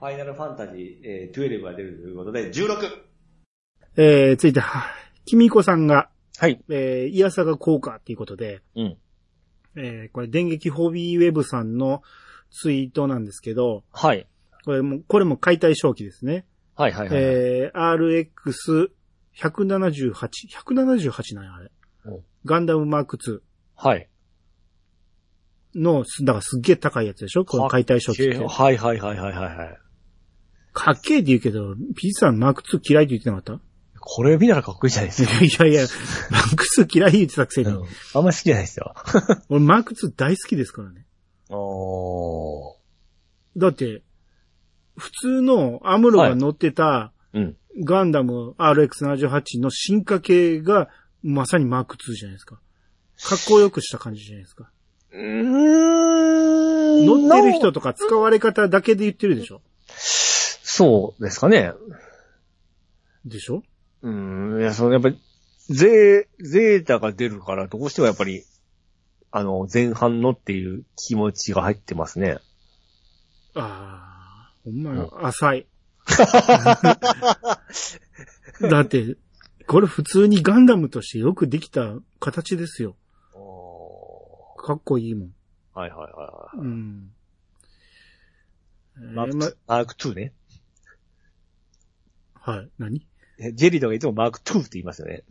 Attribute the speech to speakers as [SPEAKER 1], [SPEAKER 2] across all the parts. [SPEAKER 1] ァイナルファンタジー、えー、12が出るということで、16!
[SPEAKER 2] えー、ついては、きみこさんが、
[SPEAKER 3] はい。
[SPEAKER 2] えー、イヤサが効果っていうことで、
[SPEAKER 3] うん。
[SPEAKER 2] えー、これ、電撃ホビーウェブさんのツイートなんですけど、
[SPEAKER 3] はい。
[SPEAKER 2] これも、これも解体正規ですね。
[SPEAKER 3] はいはいはい。
[SPEAKER 2] えー、RX178、178なんや、あれ
[SPEAKER 3] うん。
[SPEAKER 2] ガンダムマーク2
[SPEAKER 3] はい。
[SPEAKER 2] の、すだからすっげえ高いやつでしょこの解体初期って。
[SPEAKER 3] はいはいはいはいはいはい。
[SPEAKER 2] かっけえって言うけど、ピーさんマーク2嫌いって言ってなかった
[SPEAKER 3] これ見たらかっこいいじゃないですか。
[SPEAKER 2] いやいや、マーク2嫌い言ってたくせに。
[SPEAKER 3] うんあんまり好きじゃないですよ。
[SPEAKER 2] 俺マーク2大好きですからね。
[SPEAKER 3] おー。
[SPEAKER 2] だって、普通のアムロが乗ってた
[SPEAKER 3] うん。
[SPEAKER 2] ガンダム RX78 の進化系がまさにマーク2じゃないですか。かっこよくした感じじゃないですか。
[SPEAKER 3] うーん。
[SPEAKER 2] 乗ってる人とか使われ方だけで言ってるでしょ
[SPEAKER 3] そうですかね。
[SPEAKER 2] でしょ
[SPEAKER 3] うーん。いや、そのやっぱり、ゼー、ゼータが出るから、どうしてもやっぱり、あの、前半のっていう気持ちが入ってますね。
[SPEAKER 2] ああ、ほんまよ、浅い。だって、これ普通にガンダムとしてよくできた形ですよ。
[SPEAKER 3] お
[SPEAKER 2] かっこいいもん。
[SPEAKER 3] ー。はいはいはいは
[SPEAKER 2] うん。えー
[SPEAKER 3] い。マーク、
[SPEAKER 2] ま
[SPEAKER 3] マーク2ね。
[SPEAKER 2] はい。何
[SPEAKER 3] えジェリドがいつもマーク2って言いますよね。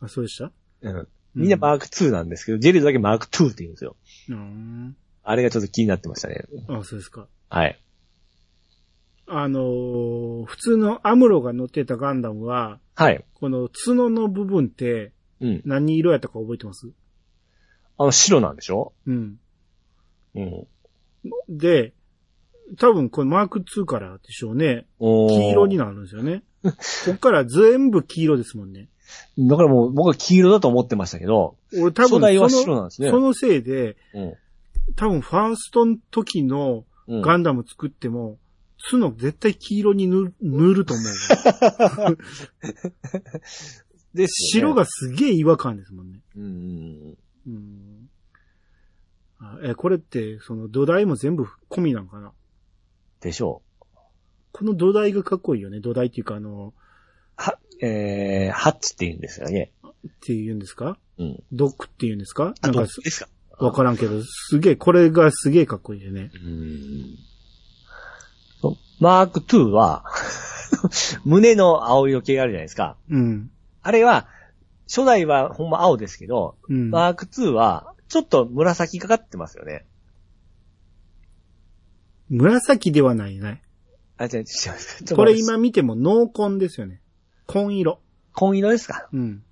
[SPEAKER 2] あ、そうでした
[SPEAKER 3] うん。みんなマーク2なんですけど、ジェリドだけマーク2って言うんですよ。
[SPEAKER 2] うん。
[SPEAKER 3] あれがちょっと気になってましたね。
[SPEAKER 2] あ、そうですか。
[SPEAKER 3] はい。
[SPEAKER 2] あのー普通のアムロが乗ってたガンダムは、
[SPEAKER 3] はい。
[SPEAKER 2] この角の部分って
[SPEAKER 3] うん。
[SPEAKER 2] 何色やったか覚えてます
[SPEAKER 3] あの、白なんでしょ
[SPEAKER 2] うん。
[SPEAKER 3] うん。
[SPEAKER 2] で、多分これマーク2からでしょうね。
[SPEAKER 3] おー
[SPEAKER 2] 黄色になるんです よね。こっから全部黄色ですもんね。
[SPEAKER 3] だからもう僕は黄色だと思ってましたけど、
[SPEAKER 2] 俺多分そ
[SPEAKER 3] 初代は
[SPEAKER 2] の、
[SPEAKER 3] 白なんですね
[SPEAKER 2] そのせいで、
[SPEAKER 3] うん。
[SPEAKER 2] 多分ファーストの時の
[SPEAKER 3] うん、
[SPEAKER 2] ガンダム作っても、角絶対黄色に塗る塗る と思う。
[SPEAKER 3] で
[SPEAKER 2] 白。がすげえ違和感ですもんね。
[SPEAKER 3] うんうん
[SPEAKER 2] うんあえ、これって、その土台も全部込みなんかな
[SPEAKER 3] でしょう。
[SPEAKER 2] この土台がかっこいいよね。土台っていうか、あの、
[SPEAKER 3] は、えー、ハッチって言うんですよね。
[SPEAKER 2] っていうんですか
[SPEAKER 3] うん。
[SPEAKER 2] ドックっていうんですかなん
[SPEAKER 3] ど
[SPEAKER 2] か
[SPEAKER 3] っ、ちですか
[SPEAKER 2] わからんけど、すげえ、これがすげえかっこいいよね。
[SPEAKER 3] うん。そうマーク2は、 胸の青色系があるじゃないですか。
[SPEAKER 2] うん。
[SPEAKER 3] あれは、初代はほんま青ですけど、
[SPEAKER 2] うん。
[SPEAKER 3] マーク2は、ちょっと紫かかってますよね。
[SPEAKER 2] 紫ではないね。
[SPEAKER 3] あ、違う違う違うちょっと
[SPEAKER 2] これ
[SPEAKER 3] 待って
[SPEAKER 2] 今見ても濃紺ですよね。紺色。
[SPEAKER 3] 紺色ですか
[SPEAKER 2] うん。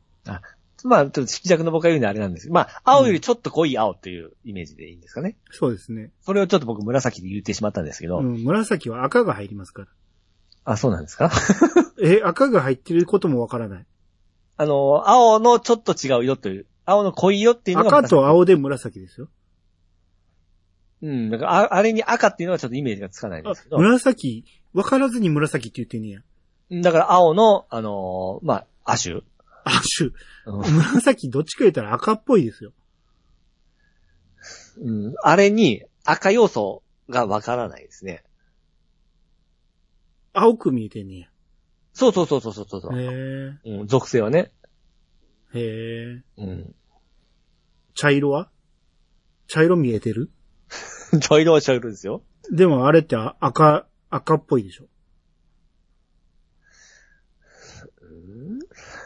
[SPEAKER 3] まあ、ちょっと色弱の僕が言うのはあれなんですけど、まあ、青よりちょっと濃い青というイメージでいいんですかね。
[SPEAKER 2] そうですね。
[SPEAKER 3] それをちょっと僕紫で言ってしまったんですけど、
[SPEAKER 2] うん。紫は赤が入りますから。
[SPEAKER 3] あ、そうなんですか
[SPEAKER 2] え、赤が入ってることもわからない。
[SPEAKER 3] あの、青のちょっと違う色という、青の濃い色っていうのが。
[SPEAKER 2] 赤と。青で紫ですよ。
[SPEAKER 3] うん、だからああれに赤っていうのはちょっとイメージがつかないんですけど、
[SPEAKER 2] 紫、わからずに紫って言ってんねや。
[SPEAKER 3] だから青の、あのーまあ、亜種。
[SPEAKER 2] あ、シュ。
[SPEAKER 3] うん
[SPEAKER 2] 紫どっちか言ったら赤っぽいですよ。
[SPEAKER 3] うん、あれに赤要素がわからないですね。
[SPEAKER 2] 青く見えてんねや。
[SPEAKER 3] そうそうそうそうそうそう、
[SPEAKER 2] へえ。
[SPEAKER 3] うん。属性はね。
[SPEAKER 2] へえ。
[SPEAKER 3] うん。
[SPEAKER 2] 茶色は茶色見えてる
[SPEAKER 3] 茶色は茶色ですよ。
[SPEAKER 2] でもあれってあ赤、赤っぽいでしょ。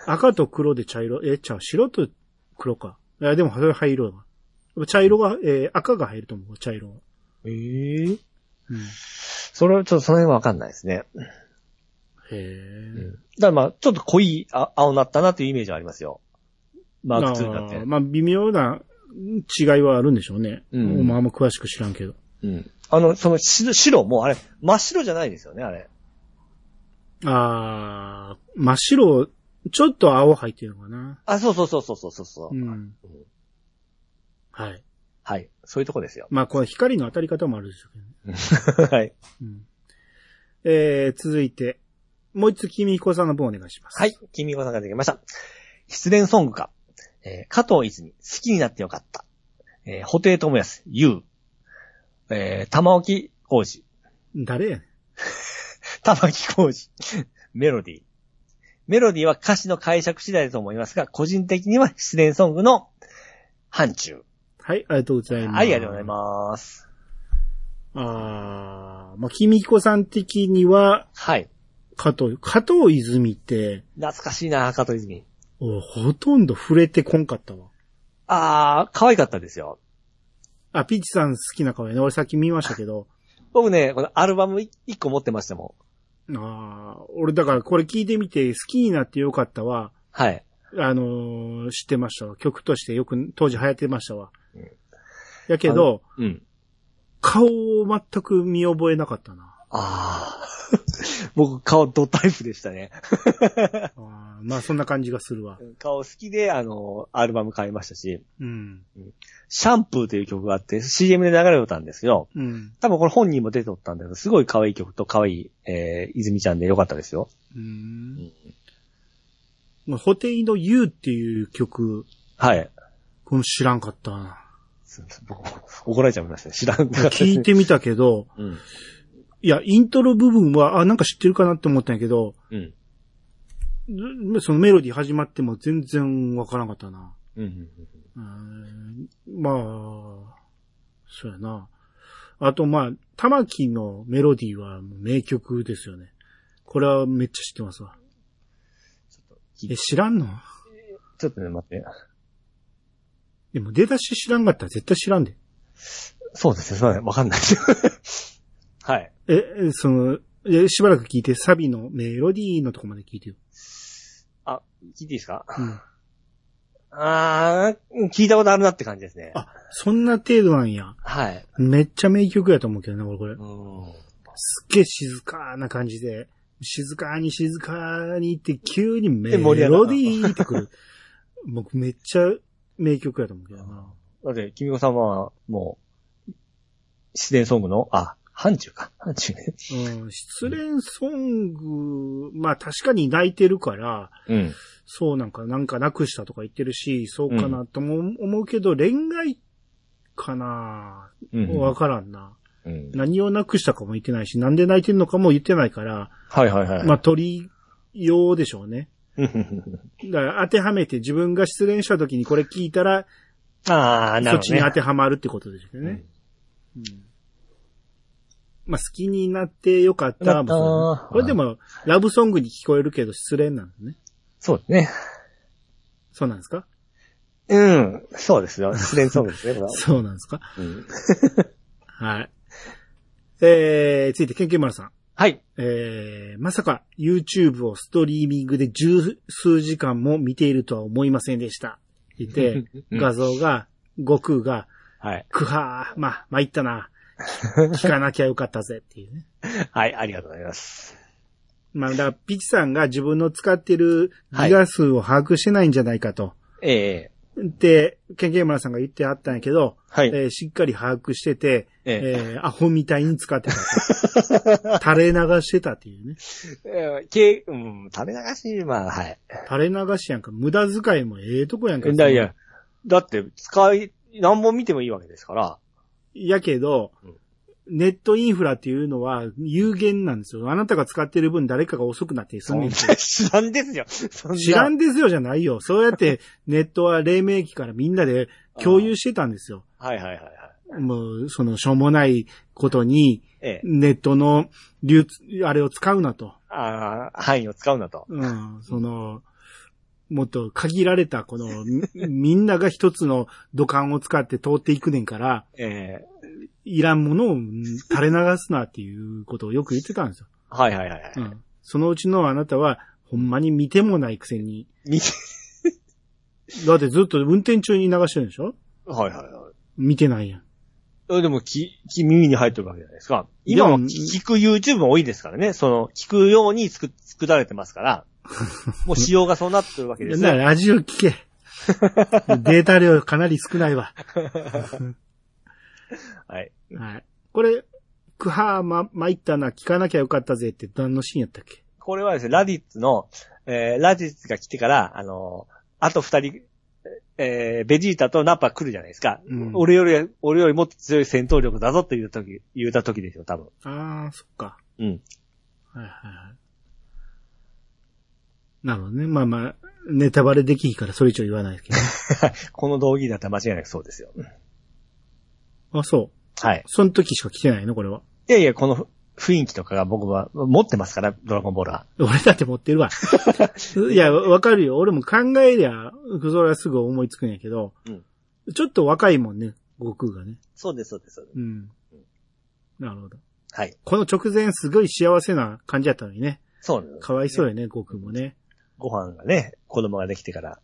[SPEAKER 2] 赤と黒で茶色、え、ちゃう、白と黒か。いや、でも、それ灰色だ。茶色が、えー赤が入ると思う、茶色は。
[SPEAKER 3] ええー。
[SPEAKER 2] うん。
[SPEAKER 3] それはちょっとその辺はわかんないですね。
[SPEAKER 2] へえ、
[SPEAKER 3] うんだからまあ、ちょっと濃いあ青になったなというイメージはありますよ。マーク2だっ
[SPEAKER 2] あー
[SPEAKER 3] て。
[SPEAKER 2] まあ、微妙な違いはあるんでしょうね。
[SPEAKER 3] うん
[SPEAKER 2] まあ、あんま詳しく知らんけど。
[SPEAKER 3] うん。あの、その白、白もあれ、真っ白じゃないですよね、あれ。
[SPEAKER 2] ああ、真っ白、ちょっと青入ってるのかな。
[SPEAKER 3] あ、そうそうそうそうそうそう。
[SPEAKER 2] うん。はい。
[SPEAKER 3] はい。そういうとこですよ。
[SPEAKER 2] まあ、この光の当たり方もあるでしょうけどね。
[SPEAKER 3] はい。
[SPEAKER 2] うん。えー、続いて、もう一つ、君彦さんの分お願いします。
[SPEAKER 3] はい。君子さんができました。失恋ソングか。えー加藤泉、好きになってよかった。えー、布袋智康、ゆう。えー、玉置浩二。
[SPEAKER 2] 誰やね
[SPEAKER 3] 玉木浩二。 メロディー。メロディーは歌詞の解釈次第だと思いますが、個人的には失恋ソングの範疇。
[SPEAKER 2] はい、ありがとうございます。
[SPEAKER 3] はい、ありがとうございます。
[SPEAKER 2] あー、まあ、君彦さん的には、
[SPEAKER 3] はい。
[SPEAKER 2] 加藤、加藤泉って、
[SPEAKER 3] 懐かしいな、加藤泉。
[SPEAKER 2] おほとんど触れてこんかったわ。
[SPEAKER 3] あー、可愛かったですよ。
[SPEAKER 2] あ、ピーチさん好きな顔やね。俺さっき見ましたけど。
[SPEAKER 3] 僕ね、このアルバム1個持ってましたもん。
[SPEAKER 2] ああ、俺だからこれ聞いてみて好きになってよかったわ。
[SPEAKER 3] はい。
[SPEAKER 2] あのー知ってましたわ。曲としてよく当時流行ってましたわ。やけど、
[SPEAKER 3] うん。
[SPEAKER 2] 顔を全く見覚えなかったな。
[SPEAKER 3] あー。 僕、顔ドタイプでしたね。
[SPEAKER 2] あーまあそんな感じがするわ。
[SPEAKER 3] 顔好きで、あの、アルバム買いましたし、
[SPEAKER 2] うん。
[SPEAKER 3] シャンプーという曲があって CM で流れたんですよ。
[SPEAKER 2] うん。
[SPEAKER 3] 多分これ本人も出ておったんだけど、すごい可愛い曲と可愛い、えー、泉ちゃんでよかったですよ。
[SPEAKER 2] うん。まあ、ホテイの You っていう曲、
[SPEAKER 3] はい。
[SPEAKER 2] これも知らんかったな。
[SPEAKER 3] すす僕怒られちゃいましたね。知らんかったですね
[SPEAKER 2] 聞い。てみたけど、
[SPEAKER 3] うん。
[SPEAKER 2] いや、イントロ部分は、あ、なんか知ってるかなって思ったんやけど、
[SPEAKER 3] うん。
[SPEAKER 2] ずそのメロディー始まっても全然わからんかったな。
[SPEAKER 3] うんうん。
[SPEAKER 2] うーんまあ、そうやな。あとまあ、玉木のメロディーはもう名曲ですよね。これはめっちゃ知ってますわ。え、知らんの
[SPEAKER 3] ちょっとね、待って。
[SPEAKER 2] でも出だし知らんかったら絶対知らんで。
[SPEAKER 3] そうですね、すいません。わかんないです はい。
[SPEAKER 2] え、えその、え、しばらく聞いてサビのメロディーのとこまで聞いてよ。
[SPEAKER 3] あ、聞いていいですか
[SPEAKER 2] うん。
[SPEAKER 3] あー、うん聞いたことあるなって感じですね。
[SPEAKER 2] あ、そんな程度なんや。
[SPEAKER 3] はい。
[SPEAKER 2] めっちゃ名曲やと思うけどな、俺これ
[SPEAKER 3] う。ん。
[SPEAKER 2] すっげえ静かな感じで、静かに静かにって急にメ
[SPEAKER 3] で
[SPEAKER 2] ロ
[SPEAKER 3] 盛り
[SPEAKER 2] デ
[SPEAKER 3] 上がる
[SPEAKER 2] ィーってくる。 僕めっちゃ名曲やと思うけどな。
[SPEAKER 3] だって、君子さんは、もう、失恋ソングの、あ、範疇か。範疇ね。
[SPEAKER 2] うん、失恋ソング、まあ確かに泣いてるから、
[SPEAKER 3] うん。
[SPEAKER 2] そうなんか、なんかなくしたとか言ってるし、そうかなとも思うけど、恋愛かな
[SPEAKER 3] うん。
[SPEAKER 2] わからんな。
[SPEAKER 3] うん
[SPEAKER 2] 何をなくしたかも言ってないし、なんで泣いてるのかも言ってないから、
[SPEAKER 3] はいはいはい。
[SPEAKER 2] まあ鳥用でしょうね。だから当てはめて自分が失恋した時にこれ聞いたら、
[SPEAKER 3] ああ、なる
[SPEAKER 2] そっ
[SPEAKER 3] ほ
[SPEAKER 2] ち
[SPEAKER 3] ど、
[SPEAKER 2] に
[SPEAKER 3] ね。
[SPEAKER 2] 当てはまるってことですよね。うんまあ好きになってよかったもそうだね
[SPEAKER 3] よかった
[SPEAKER 2] これでも、ラブソングに聞こえるけど失恋なのね。
[SPEAKER 3] そうですね。
[SPEAKER 2] そうなんですか
[SPEAKER 3] うん。そうですよ。失恋ソングですね、これは。
[SPEAKER 2] そうなんですか
[SPEAKER 3] うん
[SPEAKER 2] はい。えー、ついて、ケンケンマルさん。
[SPEAKER 3] はい。
[SPEAKER 2] えー、まさか YouTube をストリーミングで十数時間も見ているとは思いませんでした。いて、
[SPEAKER 3] うん
[SPEAKER 2] 画像が、悟空が、
[SPEAKER 3] はい。
[SPEAKER 2] くはー、まあ、参ったな。聞かなきゃよかったぜっていうね。
[SPEAKER 3] はい、ありがとうございます。
[SPEAKER 2] まあ、だからピチさんが自分の使ってるギガ数を把握してないんじゃないかと。
[SPEAKER 3] ええ
[SPEAKER 2] で、ケンケンマラさんが言ってあったんやけど、
[SPEAKER 3] はい。
[SPEAKER 2] えーしっかり把握してて、
[SPEAKER 3] ええ
[SPEAKER 2] えーアホみたいに使って たと。垂れ流してたっていうね。
[SPEAKER 3] えー、け、うん、垂れ流し、まあ、はい。
[SPEAKER 2] 垂れ流しやんか、無駄遣いもええとこやんか。
[SPEAKER 3] いやいや、だって、使い、何本見てもいいわけですから。
[SPEAKER 2] やけど、ネットインフラっていうのは有限なんですよ。あなたが使ってる分誰かが遅くなって済
[SPEAKER 3] そ
[SPEAKER 2] むん
[SPEAKER 3] ん
[SPEAKER 2] で
[SPEAKER 3] な
[SPEAKER 2] す よ。
[SPEAKER 3] 知らんですよ。そんな
[SPEAKER 2] 知らんですよじゃないよ。そうやってネットは黎明期からみんなで共有してたんですよ。
[SPEAKER 3] はいはいはいはい。
[SPEAKER 2] もう、そのしょうもないことに
[SPEAKER 3] ええ
[SPEAKER 2] ネットの流通、あれを使うなと。
[SPEAKER 3] ああ、範囲を使うなと。
[SPEAKER 2] うん、その、もっと限られたこの、みみんなが一つの土管を使って通っていくねんから、
[SPEAKER 3] ええ
[SPEAKER 2] いらんものをうん垂れ流すなっていうことをよく言ってたんですよ。
[SPEAKER 3] はいはいはいはい。
[SPEAKER 2] うん。そのうちのあなたは、ほんまに見てもないくせに。
[SPEAKER 3] 見て、
[SPEAKER 2] だってずっと運転中に流してるんでしょ
[SPEAKER 3] はいはいはい。
[SPEAKER 2] 見てないやん。
[SPEAKER 3] えでも、き、き、耳に入ってるわけじゃないですか。今は
[SPEAKER 2] でも
[SPEAKER 3] 聞く YouTube も多いですからね。その、聞くように作、作られてます から。もう仕様がそうなってるわけで
[SPEAKER 2] だ
[SPEAKER 3] す
[SPEAKER 2] から
[SPEAKER 3] ね。
[SPEAKER 2] ラジオ聞 け。データ量かなり少ないわ。
[SPEAKER 3] はい。
[SPEAKER 2] はい。これ、クハーま、参ったな、聞かなきゃよかったぜって何のシーンやったっけ
[SPEAKER 3] これはですね、ラディッツの、えー、ラディッツが来てから、あのーあと二人、えー、ベジータとナッパ来るじゃないですか。
[SPEAKER 2] うん
[SPEAKER 3] 俺より、俺よりもっと強い戦闘力だぞって言うた時、言うた時ですよ、多分。
[SPEAKER 2] あー、そっか。
[SPEAKER 3] うん。
[SPEAKER 2] えはいはいはい。なるほどね。まあまあ、ネタバレできひんからそれ以上言わないですけ
[SPEAKER 3] この道義だったら間違いなくそうですよ。
[SPEAKER 2] ど。あ、そう。
[SPEAKER 3] はい。
[SPEAKER 2] その時しか来てないのこれは。
[SPEAKER 3] いやいや、このふ雰囲気とかが僕は持ってますから、ドラゴンボールは。
[SPEAKER 2] 俺だって持って るわ。いや、わかるよ。俺も考えりゃ、それはすぐ思いつくんやけど、
[SPEAKER 3] うん
[SPEAKER 2] ちょっと若いもんね、悟空がね。
[SPEAKER 3] そうです、そうです、そうです。
[SPEAKER 2] うん。なるほど。
[SPEAKER 3] はい。
[SPEAKER 2] この直前すごい幸せな感じやったのにね。
[SPEAKER 3] そうなんです
[SPEAKER 2] かわいそうやね、悟空もね。
[SPEAKER 3] ご飯がね、子供ができてから。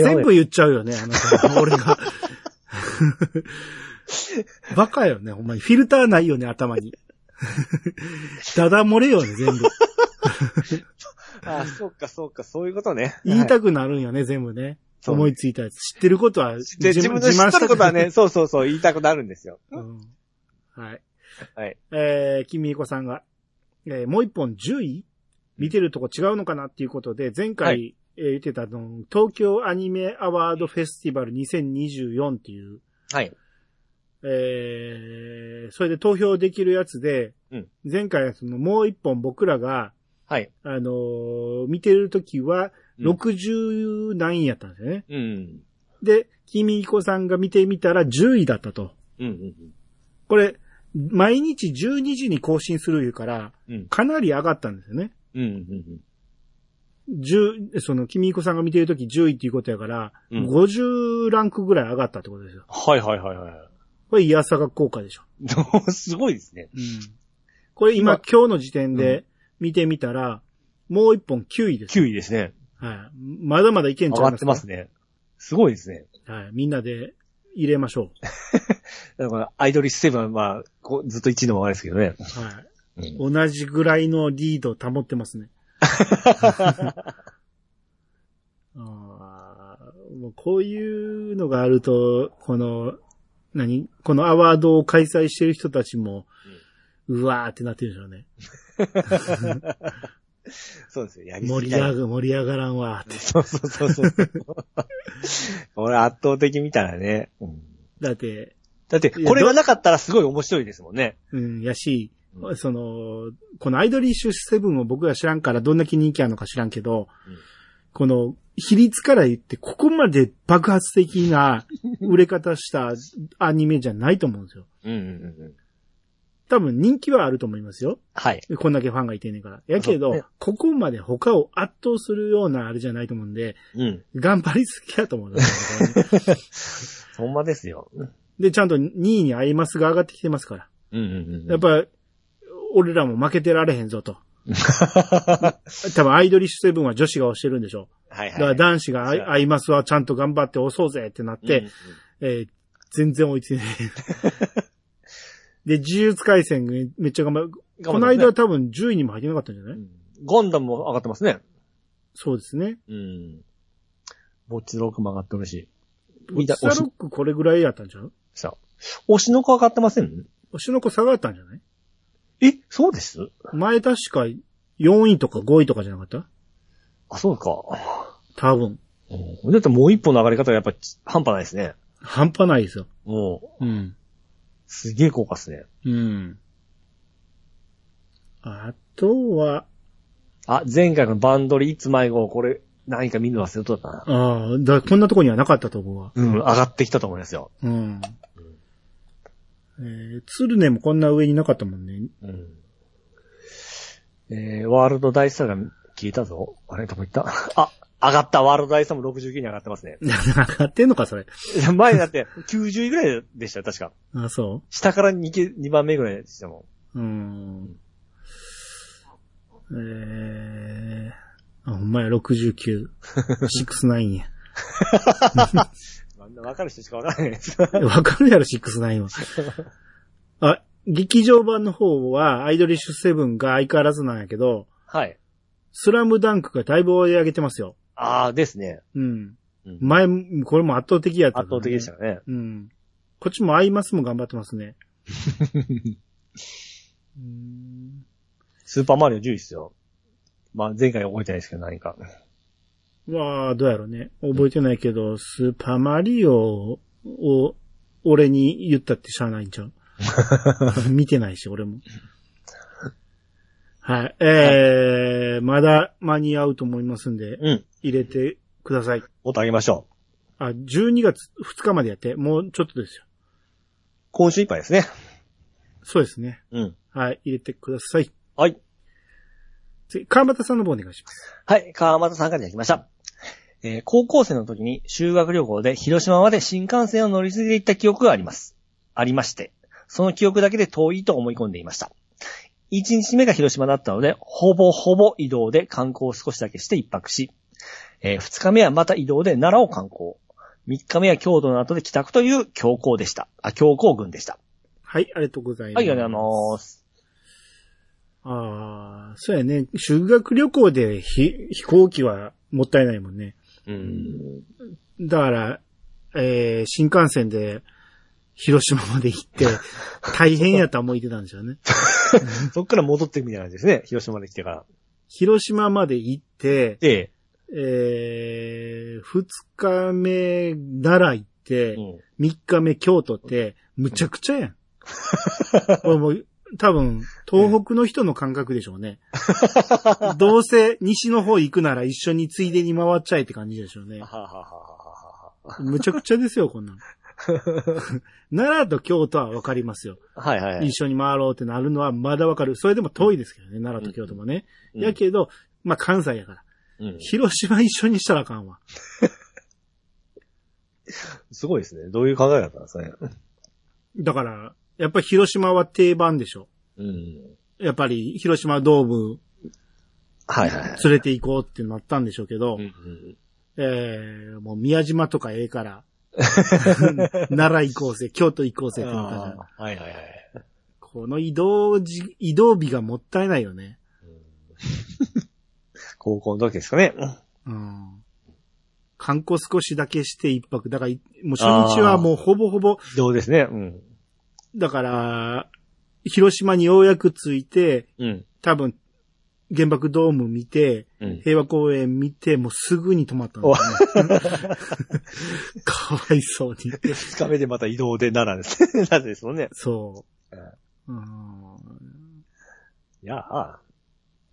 [SPEAKER 2] 全部
[SPEAKER 3] 言
[SPEAKER 2] 言っちゃうよね、あなた。俺が。バカよね、ほんまに。フィルターないよね、頭に。ダダ漏れよね、全部。
[SPEAKER 3] あ、そうか、そうか、そういうことね。
[SPEAKER 2] 言い
[SPEAKER 3] は
[SPEAKER 2] たくなるんよね、全部ね。
[SPEAKER 3] そう
[SPEAKER 2] 思いついたやつ。知ってることは
[SPEAKER 3] で、自分の知っとることはね、。そうそうそう、言いたくなるんですよ。
[SPEAKER 2] 自慢したうんはい。
[SPEAKER 3] はい。
[SPEAKER 2] えー、君彦さんが、えーもう一本10位見てるとこ違うのかなっていうことで、前回、
[SPEAKER 3] は
[SPEAKER 2] えー言ってたあの、東京アニメアワードフェスティバル2024っていう、
[SPEAKER 3] はい。
[SPEAKER 2] えー、それで投票できるやつで、
[SPEAKER 3] うん
[SPEAKER 2] 前回、その、もう一本僕らが、
[SPEAKER 3] はい。
[SPEAKER 2] あのー見てるときは、60何位やったんですよね。
[SPEAKER 3] うん。
[SPEAKER 2] で、君彦さんが見てみたら10位だったと。
[SPEAKER 3] うん。うん。
[SPEAKER 2] これ、毎日12時に更新するいうから、
[SPEAKER 3] うん。
[SPEAKER 2] かなり上がったんですよね。
[SPEAKER 3] うん。うん。
[SPEAKER 2] 10、その、君彦さんが見てるとき10位っていうことやから、
[SPEAKER 3] うん
[SPEAKER 2] 50ランクぐらい上がったってことですよ。
[SPEAKER 3] はいはいはいは
[SPEAKER 2] これ、イヤサガ効果でしょ。
[SPEAKER 3] い。 どうすごいですね。
[SPEAKER 2] これ今、
[SPEAKER 3] ま
[SPEAKER 2] 今日の時点で見てみたら、もう一本9位です。
[SPEAKER 3] 9位ですね。
[SPEAKER 2] はい。まだまだいけん
[SPEAKER 3] 上
[SPEAKER 2] ちゃ
[SPEAKER 3] が
[SPEAKER 2] い
[SPEAKER 3] って
[SPEAKER 2] ます
[SPEAKER 3] ますね。すごいですね。
[SPEAKER 2] はい。みんなで入れましょ
[SPEAKER 3] だから、アイドリッシュセブンは、まあ、こうずっと1位のままですけどね。
[SPEAKER 2] う。はい。
[SPEAKER 3] うん
[SPEAKER 2] 同じぐらいのリードを保ってます ね。あーもうこういうのがあると、この、何このアワードを開催してる人たちも、うわーってなってるでしょうね。
[SPEAKER 3] そうですよ。やりす
[SPEAKER 2] 盛
[SPEAKER 3] ぎ
[SPEAKER 2] り
[SPEAKER 3] たい
[SPEAKER 2] 上が、盛り上がらんわーって。
[SPEAKER 3] そうそうそうそう。俺圧倒的見たらね。うん
[SPEAKER 2] だって、
[SPEAKER 3] だって、
[SPEAKER 2] いや
[SPEAKER 3] これがなかったらすごい面白いですもんね。
[SPEAKER 2] うん、やし、
[SPEAKER 3] うん
[SPEAKER 2] その、このアイドリッシュセブンを僕は知らんからどんだけ人気あるのか知らんけど、
[SPEAKER 3] うん
[SPEAKER 2] この、比率から言ってここまで爆発 的な売れ方したアニメじゃないと思うんですよ。
[SPEAKER 3] うんうんうんうん。
[SPEAKER 2] 多分人気はあると思いますよ。
[SPEAKER 3] はい。
[SPEAKER 2] こんだけファンがいてんねんから。やけ
[SPEAKER 3] そうね
[SPEAKER 2] ど、ここまで他を圧倒するようなあれじゃないと思うんで、
[SPEAKER 3] うん。
[SPEAKER 2] 頑張りすぎやと思うんですよね、こ れね
[SPEAKER 3] ほんまですよ。うん
[SPEAKER 2] で、ちゃんと2位にアイマスが上がってきてますから。
[SPEAKER 3] うんうん。
[SPEAKER 2] やっぱ、俺らも負けてられへんぞと。
[SPEAKER 3] は
[SPEAKER 2] 多分アイドリッシュセブンは女子が押してるんでしょ。
[SPEAKER 3] い
[SPEAKER 2] だから
[SPEAKER 3] はい。
[SPEAKER 2] 男子がアイ
[SPEAKER 3] そう
[SPEAKER 2] アイマスはちゃんと頑張って押そうぜってなって、えー全然追いついてない。で、呪術回戦めっちゃ頑張る。
[SPEAKER 3] うん、
[SPEAKER 2] この
[SPEAKER 3] 頑張ってます
[SPEAKER 2] 間
[SPEAKER 3] ね、
[SPEAKER 2] 多分10位にも入ってなかったんじゃない、
[SPEAKER 3] うんガンダムも上がってますね。
[SPEAKER 2] そうですね。
[SPEAKER 3] うん。ぼっちロークも上がってるし。
[SPEAKER 2] ボ
[SPEAKER 3] 見
[SPEAKER 2] チ
[SPEAKER 3] た、
[SPEAKER 2] サ
[SPEAKER 3] 推し
[SPEAKER 2] ロックこれぐらいやったんちゃう
[SPEAKER 3] さ。推しの子上がってません
[SPEAKER 2] 推しの子下がったんじゃない
[SPEAKER 3] え、そうです
[SPEAKER 2] 前確か4位とか5位とかじゃなかった
[SPEAKER 3] あ、そうか。
[SPEAKER 2] 多分。
[SPEAKER 3] うんだってもう一歩の上がり方がやっぱち半端ないですね。
[SPEAKER 2] 半端ないですよ。
[SPEAKER 3] もう、
[SPEAKER 2] うん。
[SPEAKER 3] すげえ効果っすね。
[SPEAKER 2] うん。あとは、
[SPEAKER 3] あ、前回のバンドリいつ迷子、これ、何か見るの忘れとったな。
[SPEAKER 2] ああ、だこんなとこにはなかったと思うわ。
[SPEAKER 3] うん、上がってきたと思いますよ。
[SPEAKER 2] うん。えー、ツルネもこんな上になかったもんね。。
[SPEAKER 3] うん。えー、ワールド大佐が消えたぞ。あれ、どこ行ったあ、上がった。ワールド大佐も69に上がってますね
[SPEAKER 2] 上がってんのか、それ。
[SPEAKER 3] 前だって90位ぐらいでしたよ、確か。
[SPEAKER 2] あ、そ
[SPEAKER 3] 下から 2, け2番目ぐらいでしたも
[SPEAKER 2] ううん。えー、あ、ほんまや、69。69
[SPEAKER 3] ん。
[SPEAKER 2] や。
[SPEAKER 3] あんな分かる人しか分からないです。
[SPEAKER 2] わかるやろ、69は。あ、劇場版の方は、アイドリッシュセブンが相変わらずなんやけど、
[SPEAKER 3] はい。
[SPEAKER 2] スラムダンクがだいぶ追い上げてますよ。
[SPEAKER 3] あーですね。
[SPEAKER 2] うん。
[SPEAKER 3] うん
[SPEAKER 2] 前、これも圧倒的やった、
[SPEAKER 3] 圧倒的でした。ね。
[SPEAKER 2] うん。こっちもアイマスも頑張ってま すね。うーん
[SPEAKER 3] スーパーマリオ10位っすよ。まあ、前回覚えてないですけど、何か。
[SPEAKER 2] わあ、どうやろうね。覚えてないけど、スーパーマリオを、俺に 言ったってしゃあないんちゃう見てないし、俺も。はい。えー、まだ間に合うと思いますんで、
[SPEAKER 3] うん。
[SPEAKER 2] 入れてください。
[SPEAKER 3] もっとあげましょう。
[SPEAKER 2] あ、12月2日までやって、もうちょっとですよ。
[SPEAKER 3] 今週いっぱいですね。
[SPEAKER 2] そうですね。
[SPEAKER 3] うん。
[SPEAKER 2] はい、入れてください。
[SPEAKER 3] はい。
[SPEAKER 2] 次、川端さんの方お願いします。
[SPEAKER 3] はい、川又さんからいただきました。えー高校生の時に修学旅行で広島まで新幹線を乗り継いで行った記憶があります。ありまして、その記憶だけで遠いと思い込んでいました。1日目が広島だったので、ほぼほぼ移動で観光を少しだけして一泊し、え2日目はまた移動で奈良を観光、3日目は京都の後で帰宅という強行でした。あ、強行軍でした。
[SPEAKER 2] はい、ありがとうございます。
[SPEAKER 3] はい、ありがとうございます。
[SPEAKER 2] ああ、そうやね。修学旅行でひ飛行機はもったいないもんね。
[SPEAKER 1] うん。
[SPEAKER 2] だから、えー、新幹線で広島まで 行って、大変やとは思いてたんでしょうね。
[SPEAKER 3] そっから戻っていくみたいな感じですね。広島まで来てから。
[SPEAKER 2] 広島まで行って、
[SPEAKER 3] で、
[SPEAKER 2] えー、二日目奈良行って、
[SPEAKER 3] うん。
[SPEAKER 2] 三日目京都って、むちゃくちゃやん。俺もう多分、東北の人の感覚でしょうね。どうせ西の方行くなら一緒についでに回っちゃえって感じでしょうね
[SPEAKER 3] は。はははは
[SPEAKER 2] むちゃくちゃですよ、こんなの。奈良と京都はわかりますよ。
[SPEAKER 3] は。はいはいはい。
[SPEAKER 2] 一緒に回ろうってなるのはまだわかる。それでも遠いですけどね、奈良と京都もね。やけど、まあ関西やから。
[SPEAKER 3] うん
[SPEAKER 2] 広島一緒にしたらあかんわ。
[SPEAKER 3] すごいですね。どういう考えだったんですかね。
[SPEAKER 2] だから、やっぱり広島は定番でしょ。
[SPEAKER 3] うん。
[SPEAKER 2] やっぱり広島ドーム
[SPEAKER 3] はいはいはい。
[SPEAKER 2] 連れて行こうってなったんでしょうけど、
[SPEAKER 3] うん
[SPEAKER 2] えー、もう宮島とかええから、奈良行こうぜ、京都行こうぜってなったじゃん
[SPEAKER 3] あーはいはいはい。
[SPEAKER 2] この移動時、移動日がもったいないよね。
[SPEAKER 3] 高校の時ですかね。
[SPEAKER 2] うん。観光少しだけして一泊。だからい、もう初日はもうほぼほぼ、
[SPEAKER 3] どうですね。うん。
[SPEAKER 2] だから、広島にようやく着いて、
[SPEAKER 3] うん。
[SPEAKER 2] 多分、原爆ドーム見て、
[SPEAKER 3] うん。
[SPEAKER 2] 平和公園見て、もうすぐに止まったんですね。 かわいそうに。
[SPEAKER 3] で、二日目でまた移動で奈良です ね。なぜですもんね。
[SPEAKER 2] そう。うん。
[SPEAKER 3] いやあ。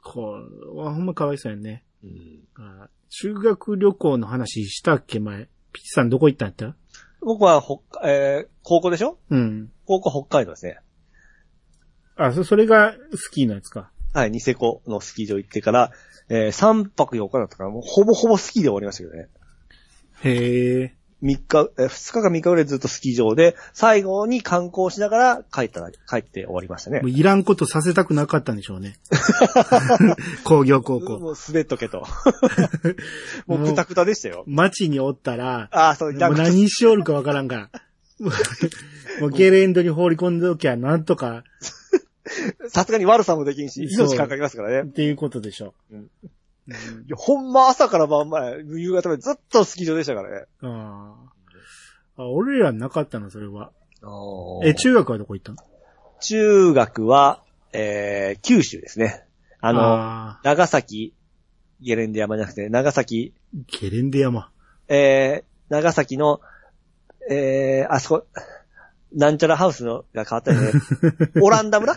[SPEAKER 2] これはほんまかわいそうやね。
[SPEAKER 3] うん
[SPEAKER 2] あ修学旅行の話したっけ前。ピッチさんどこ行ったんやった
[SPEAKER 3] 僕は、ほっ、えー、高校でしょ
[SPEAKER 2] うん。
[SPEAKER 3] 高校北海道ですね。
[SPEAKER 2] あ、そ、それがスキーのやつか。
[SPEAKER 3] はい、ニセコのスキー場行ってから、えー、三泊四日だったから、もうほぼほぼスキーで終わりましたけどね。
[SPEAKER 2] へえ。
[SPEAKER 3] 3日、えー2日か3日ぐらいずっとスキー場で、最後に観光しながら帰ったら、帰って終わりましたね
[SPEAKER 2] もう。いらんことさせたくなかったんでしょうね。工業高校。
[SPEAKER 3] もう滑っとけ と。もうくたくたでしたよ。
[SPEAKER 2] 街におったら、
[SPEAKER 3] ああ、そう、
[SPEAKER 2] も
[SPEAKER 3] 痛
[SPEAKER 2] う
[SPEAKER 3] くて
[SPEAKER 2] 何しおるかわからんから。もうゲレンドに放り込んでおきゃなんとか
[SPEAKER 3] さすがに悪さもできんし、
[SPEAKER 2] そう
[SPEAKER 3] 命かかりますからね
[SPEAKER 2] っ。ていうことでしょう。
[SPEAKER 3] うん
[SPEAKER 2] うん
[SPEAKER 3] いやほんま朝から晩前、夕方までずっとスキー場でしたからね。
[SPEAKER 2] あーあ。俺らなかったな、それは。え、
[SPEAKER 3] え、中
[SPEAKER 2] 中学はどこ行ったの
[SPEAKER 3] 中学は、えー、九州ですね。あの、
[SPEAKER 2] あ
[SPEAKER 3] 長崎、ゲレンデ山じゃなくて、長崎、
[SPEAKER 2] ーゲレンデ山。
[SPEAKER 3] えー、長崎の、えー、あそこ、なんちゃらハウスのが変わった よね。オランダ村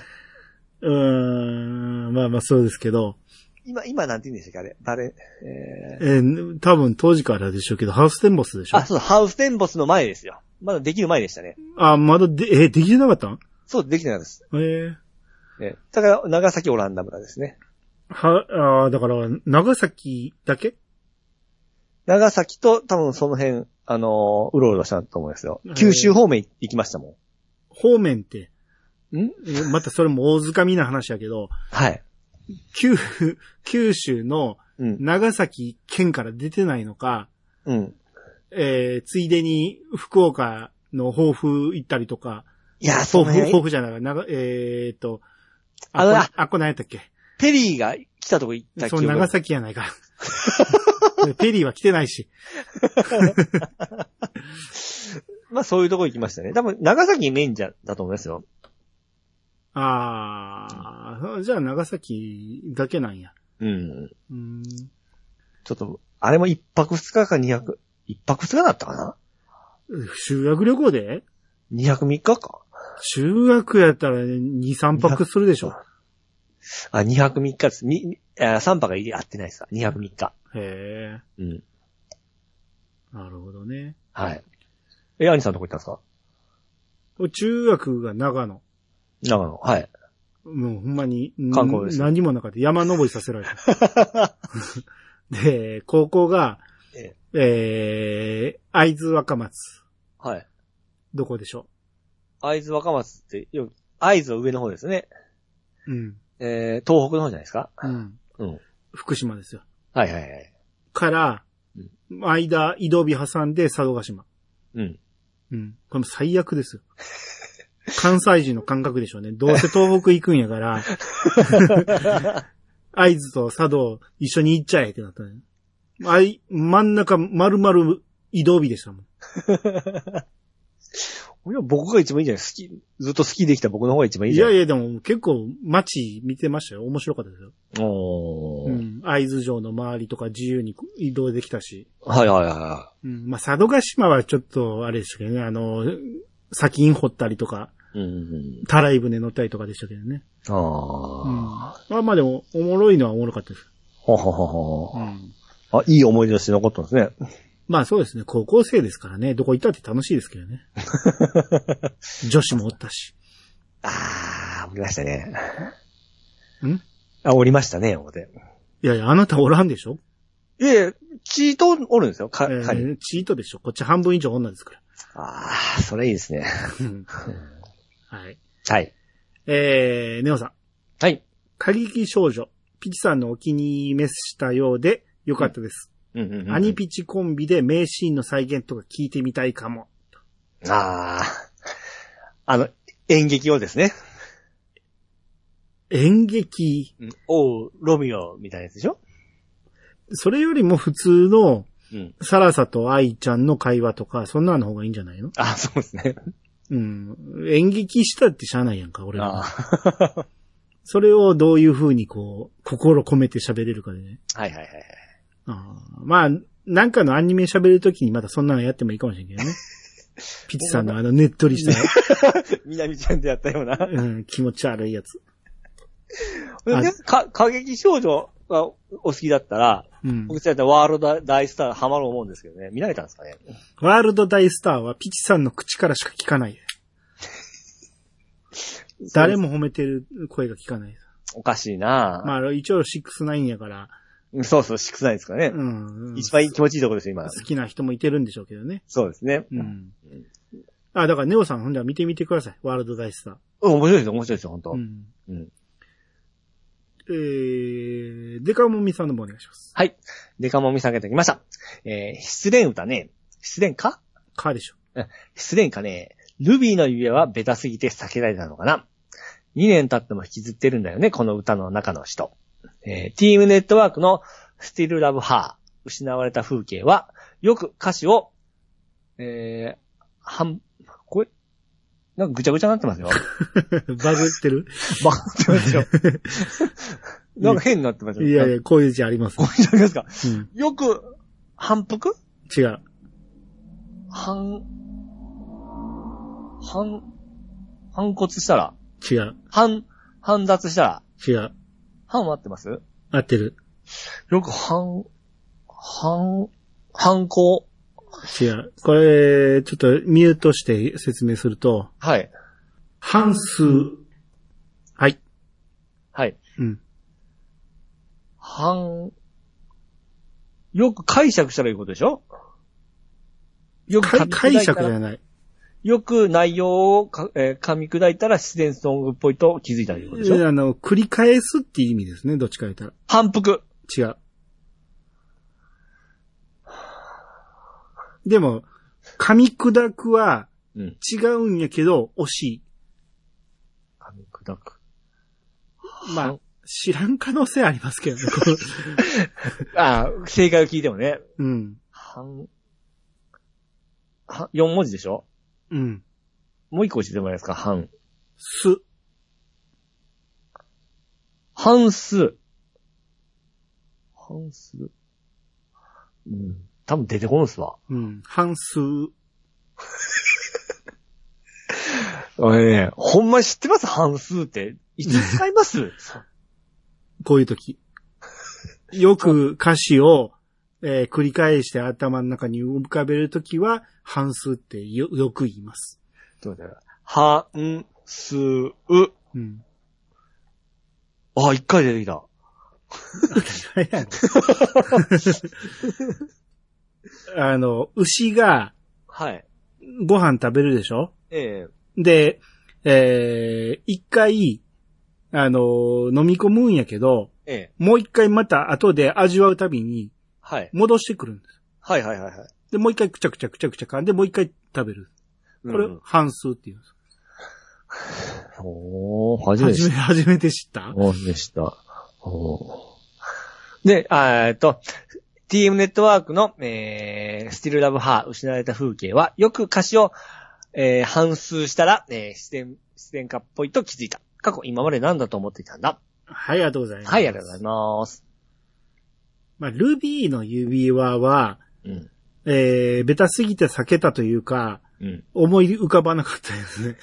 [SPEAKER 2] うーん、まあまあそうですけど、
[SPEAKER 3] 今、今なんて言うんでしたっけあれ。あれ、え
[SPEAKER 2] えー多分当時からでしょうけど、ハウステンボスでし
[SPEAKER 3] ー、
[SPEAKER 2] ょ
[SPEAKER 3] あ、そう、ハウステンボスの前ですよ。まだできる前でしたね。
[SPEAKER 2] あ、まだで、えーできてなかったん
[SPEAKER 3] そう、できてなかったです。
[SPEAKER 2] えー
[SPEAKER 3] えー、だから、長崎オランダ村ですね。
[SPEAKER 2] は、あーだから、長崎だけ
[SPEAKER 3] 長崎と多分その辺、あのーうろうろしたと思いますよ。九州方面行きましたも
[SPEAKER 2] 方面って、
[SPEAKER 3] ん。ん
[SPEAKER 2] えーまたそれも大掴みな話やけど、
[SPEAKER 3] はい。
[SPEAKER 2] 九、九州の
[SPEAKER 3] うん。
[SPEAKER 2] 長崎県から出てないのか、
[SPEAKER 3] うん。
[SPEAKER 2] えーついでに福岡の抱負行ったりとか、
[SPEAKER 3] いや、そ
[SPEAKER 2] 抱
[SPEAKER 3] の
[SPEAKER 2] 負、抱
[SPEAKER 3] 辺、
[SPEAKER 2] 負じゃない、長えーっと、
[SPEAKER 3] あの
[SPEAKER 2] あ
[SPEAKER 3] な
[SPEAKER 2] こ、あ、これ何やったっけ
[SPEAKER 3] ペリーが来たとこ行った記
[SPEAKER 2] そう、
[SPEAKER 3] 憶
[SPEAKER 2] 長崎やな いか。ペリーは来てないし。
[SPEAKER 3] まあそういうとこ行きましたね。多分、長崎メインじゃ、だと思いますよ。
[SPEAKER 2] ああ、じゃあ長崎だけなんや。
[SPEAKER 3] うん。
[SPEAKER 2] うーん。
[SPEAKER 3] ちょっと、あれも一泊二日か二泊、一泊二日だったかな
[SPEAKER 2] 修学旅行で
[SPEAKER 3] 二泊三日か
[SPEAKER 2] 修学やったら2、3泊するでしょ。
[SPEAKER 3] あ、2泊3日です。に、あ3泊が合ってないですか。2泊3日。
[SPEAKER 2] へ
[SPEAKER 3] うん。
[SPEAKER 2] え。なるほどね。
[SPEAKER 3] はい。え、アニさんどこ行ったんですか
[SPEAKER 2] これ中学が長野。
[SPEAKER 3] 長野。はい。
[SPEAKER 2] もうほんまに、
[SPEAKER 3] 観光ですね
[SPEAKER 2] 何にもなかった。山登りさせられた。 で、高校が
[SPEAKER 3] え、
[SPEAKER 2] えー、会津若松。
[SPEAKER 3] はい。
[SPEAKER 2] どこでしょ
[SPEAKER 3] 会津若松って、よ会津は上の方ですね。
[SPEAKER 2] ううん。
[SPEAKER 3] えー、東北の方じゃないですか。
[SPEAKER 2] うん。
[SPEAKER 3] うん。
[SPEAKER 2] 福島ですよ。
[SPEAKER 3] はいはいはい。
[SPEAKER 2] から、間、井戸日挟んで佐渡島。
[SPEAKER 3] うん。
[SPEAKER 2] うん。これも最悪ですよ。関西人の感覚でしょうね。どうせ東北行くんや から、合図と佐渡一緒に行っちゃえってなったね。あい、真ん中丸々移動日でしたもん。
[SPEAKER 3] いや僕が一番いいんじゃない好き、ずっと好きできた僕の方が一番いい
[SPEAKER 2] い
[SPEAKER 3] じゃ
[SPEAKER 2] や
[SPEAKER 3] ない
[SPEAKER 2] いや、でも結構街見てましたよ。面白かったですよ。
[SPEAKER 3] おー
[SPEAKER 2] うん。合図城の周りとか自由に移動できたし。
[SPEAKER 3] はいはいはいは
[SPEAKER 2] うん。まあ、佐渡島はちょっと、あれでしたけどね。あの、砂金掘ったりとか、
[SPEAKER 3] い。うん。
[SPEAKER 2] たらい船乗ったりとかでしたけどね。
[SPEAKER 3] ああ。
[SPEAKER 2] うん。まあまあでも、おもろいのはおもろかったです。
[SPEAKER 3] ほほほほ
[SPEAKER 2] う。ん。
[SPEAKER 3] あ、いい思い出として残ったんですね。
[SPEAKER 2] まあそうですね。高校生ですからね。どこ行ったって楽しいですけどね。女子もおったし。
[SPEAKER 3] ああ、降りましたね。
[SPEAKER 2] ん
[SPEAKER 3] あ、降りましたね、思って。
[SPEAKER 2] いやいや、あなたおらんでしょ
[SPEAKER 3] いえいえ、チートおるんですよ、か、
[SPEAKER 2] えー
[SPEAKER 3] 彼。
[SPEAKER 2] チートでしょ。こっち半分以上女ですから。
[SPEAKER 3] ああ、それいいですね。
[SPEAKER 2] うんはい。
[SPEAKER 3] はい。
[SPEAKER 2] えー、ネオさん。
[SPEAKER 3] はい。
[SPEAKER 2] 過激少女。ピチさんのお気に召したようで、よかったです。
[SPEAKER 3] うんうん、
[SPEAKER 2] アニピチコンビで名シーンの再現とか聞いてみたいかも。
[SPEAKER 3] ああ。あの、演劇をですね。
[SPEAKER 2] 演劇。
[SPEAKER 3] うん、おう、ロミオみたいなやつでしょ
[SPEAKER 2] それよりも普通の、
[SPEAKER 3] うん。
[SPEAKER 2] サラサと愛ちゃんの会話とか、そんなの方がいいんじゃないの
[SPEAKER 3] あそうですね。
[SPEAKER 2] うん。演劇したってしゃあないやんか、俺
[SPEAKER 3] あ
[SPEAKER 2] は。
[SPEAKER 3] あ。
[SPEAKER 2] それをどういう風にこう、心込めて喋れるかでね。
[SPEAKER 3] はいはいはいはい。
[SPEAKER 2] あーまあ、なんかのアニメ喋るときにまたそんなのやってもいいかもしれんけど ね。ピチさんのあのねっとりした、
[SPEAKER 3] 南ちゃんでやった ような。
[SPEAKER 2] うん、気持ち悪いやつ。
[SPEAKER 3] ね か、過激少女がお好きだったら、
[SPEAKER 2] うん。
[SPEAKER 3] 僕たちはワールド大スターハマる思うんですけどね。見られたんですかね
[SPEAKER 2] ワールド大スターはピチさんの口からしか聞かない。誰も褒めてる声が聞かない。
[SPEAKER 3] おかしいな
[SPEAKER 2] まあ、一応69やから、
[SPEAKER 3] ぁ。そうそう、しくないですかね
[SPEAKER 2] う。ん。
[SPEAKER 3] 一番気持ちいいところですよ、今
[SPEAKER 2] 好。きな人もいてるんでしょうけどね。
[SPEAKER 3] そうですね。
[SPEAKER 2] う
[SPEAKER 3] うん。
[SPEAKER 2] ん。あ、だからネオさん、ほんでは見てみてください。ワールドダイスター。
[SPEAKER 3] 面白いですよ、面白いですよ、本当
[SPEAKER 2] うん。
[SPEAKER 3] うん。
[SPEAKER 2] えー、デカモミさんのもお願いします。
[SPEAKER 3] はい。デカモミさんがいただきました。えー、失恋歌ね。失恋か
[SPEAKER 2] か でしょ。
[SPEAKER 3] 失恋かね。ルビーの指輪はベタすぎて避けられたのかな。2年経っても引きずってるんだよね、この歌の中の人。えー、ティームネットワークの Still Love Her 失われた風景は、よく歌詞を、えー、半、これ、なんかぐちゃぐちゃになって ますよ。
[SPEAKER 2] バグってる
[SPEAKER 3] バカってますよ。 なんか変になってますよ。
[SPEAKER 2] いやいや、こういう字あります
[SPEAKER 3] ご。めんなさいですか。
[SPEAKER 2] うん。
[SPEAKER 3] よく、反復
[SPEAKER 2] 違う。
[SPEAKER 3] 反、反、反骨したら、
[SPEAKER 2] 違う。
[SPEAKER 3] 反、反脱したら、
[SPEAKER 2] 違う。
[SPEAKER 3] 反は合ってます
[SPEAKER 2] 合ってる。
[SPEAKER 3] よく反、反、反抗。
[SPEAKER 2] 違う。これ、ちょっとミュートして説明すると、
[SPEAKER 3] はい。
[SPEAKER 2] 半数。はい。
[SPEAKER 3] はい。
[SPEAKER 2] うん。
[SPEAKER 3] 反、よく解釈したらいうことでしょよく
[SPEAKER 2] か
[SPEAKER 3] 噛み砕いたら
[SPEAKER 2] 解釈じゃない。
[SPEAKER 3] よく内容をか、えー噛み砕いたら自然ソングっぽいと気づいたということでしょ
[SPEAKER 2] あの、繰り返すっていう意味ですね。どっちか言ったら。
[SPEAKER 3] 反復。
[SPEAKER 2] 違う。でも、噛み砕くは
[SPEAKER 3] うん。
[SPEAKER 2] 違うんやけど、惜しい。
[SPEAKER 3] 噛み砕く。
[SPEAKER 2] まあ、知らん可能性ありますけどね。こ
[SPEAKER 3] ああ、正解を聞いてもね。
[SPEAKER 2] ううん。
[SPEAKER 3] 半、は、4文字でしょ
[SPEAKER 2] うん。
[SPEAKER 3] もう一個教えてもらえますか半。
[SPEAKER 2] す。
[SPEAKER 3] 半数。半数。うん。多分出てこんすわ。
[SPEAKER 2] うん。半数。
[SPEAKER 3] ええほんまに知ってます半数って。いつ使います
[SPEAKER 2] こういう時。よく歌詞を、えー繰り返して頭の中に浮かべるときは、半数ってよ、よく言います。
[SPEAKER 3] ちょっと待ってはん、す、う。
[SPEAKER 2] うん。
[SPEAKER 3] あ、一回出てき た。
[SPEAKER 2] あの、牛が
[SPEAKER 3] はい。
[SPEAKER 2] ご飯食べるでしょ
[SPEAKER 3] ええ
[SPEAKER 2] で、えー一回、あの、飲み込むんやけど、
[SPEAKER 3] ええ
[SPEAKER 2] もう一回また後で味わうたびに
[SPEAKER 3] はい。
[SPEAKER 2] 戻してくるんです。
[SPEAKER 3] はいはいはいはい。
[SPEAKER 2] で、もう一回くちゃくちゃくちゃくちゃ噛んで、もう一回食べる。これ
[SPEAKER 3] うん、
[SPEAKER 2] 半数って言うんです。
[SPEAKER 3] おー、初めて知
[SPEAKER 2] 初め、
[SPEAKER 3] っ
[SPEAKER 2] 初めて知った
[SPEAKER 3] た。初めて知った。おーで、あーえっと、TM ネットワークの、えー、Still Love Her 失われた風景は、よく歌詞を、えー、反数したら、えー、自然、自然化っぽいと気づいた。過去、今まで何だと思っていたんだ。
[SPEAKER 2] はい、ありがとうございます。
[SPEAKER 3] はい、ありがとうございます。
[SPEAKER 2] まあ、ルビーの指輪は、
[SPEAKER 3] うん。
[SPEAKER 2] えー、ベタすぎて避けたというか、
[SPEAKER 3] うん。
[SPEAKER 2] 思い浮かばなかったですね。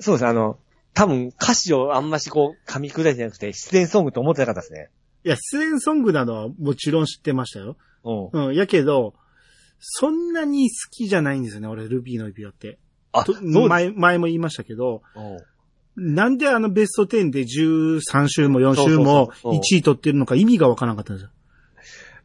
[SPEAKER 3] そうですね、あの、多分歌詞をあんましこう、噛み砕いてなくて、失恋ソングと思ってなかったですね。
[SPEAKER 2] いや、出演ソングなのはもちろん知ってましたよ。
[SPEAKER 3] うん。
[SPEAKER 2] うん、やけど、そんなに好きじゃないんですよね、俺、ルビーの指輪って。
[SPEAKER 3] あ、
[SPEAKER 2] と
[SPEAKER 3] そうです
[SPEAKER 2] 前、前も言いましたけど、なんであのベスト10で13週も4週
[SPEAKER 3] そうそう
[SPEAKER 2] も
[SPEAKER 3] そうそう
[SPEAKER 2] 1位取ってるのか意味がわからなかったんですよ。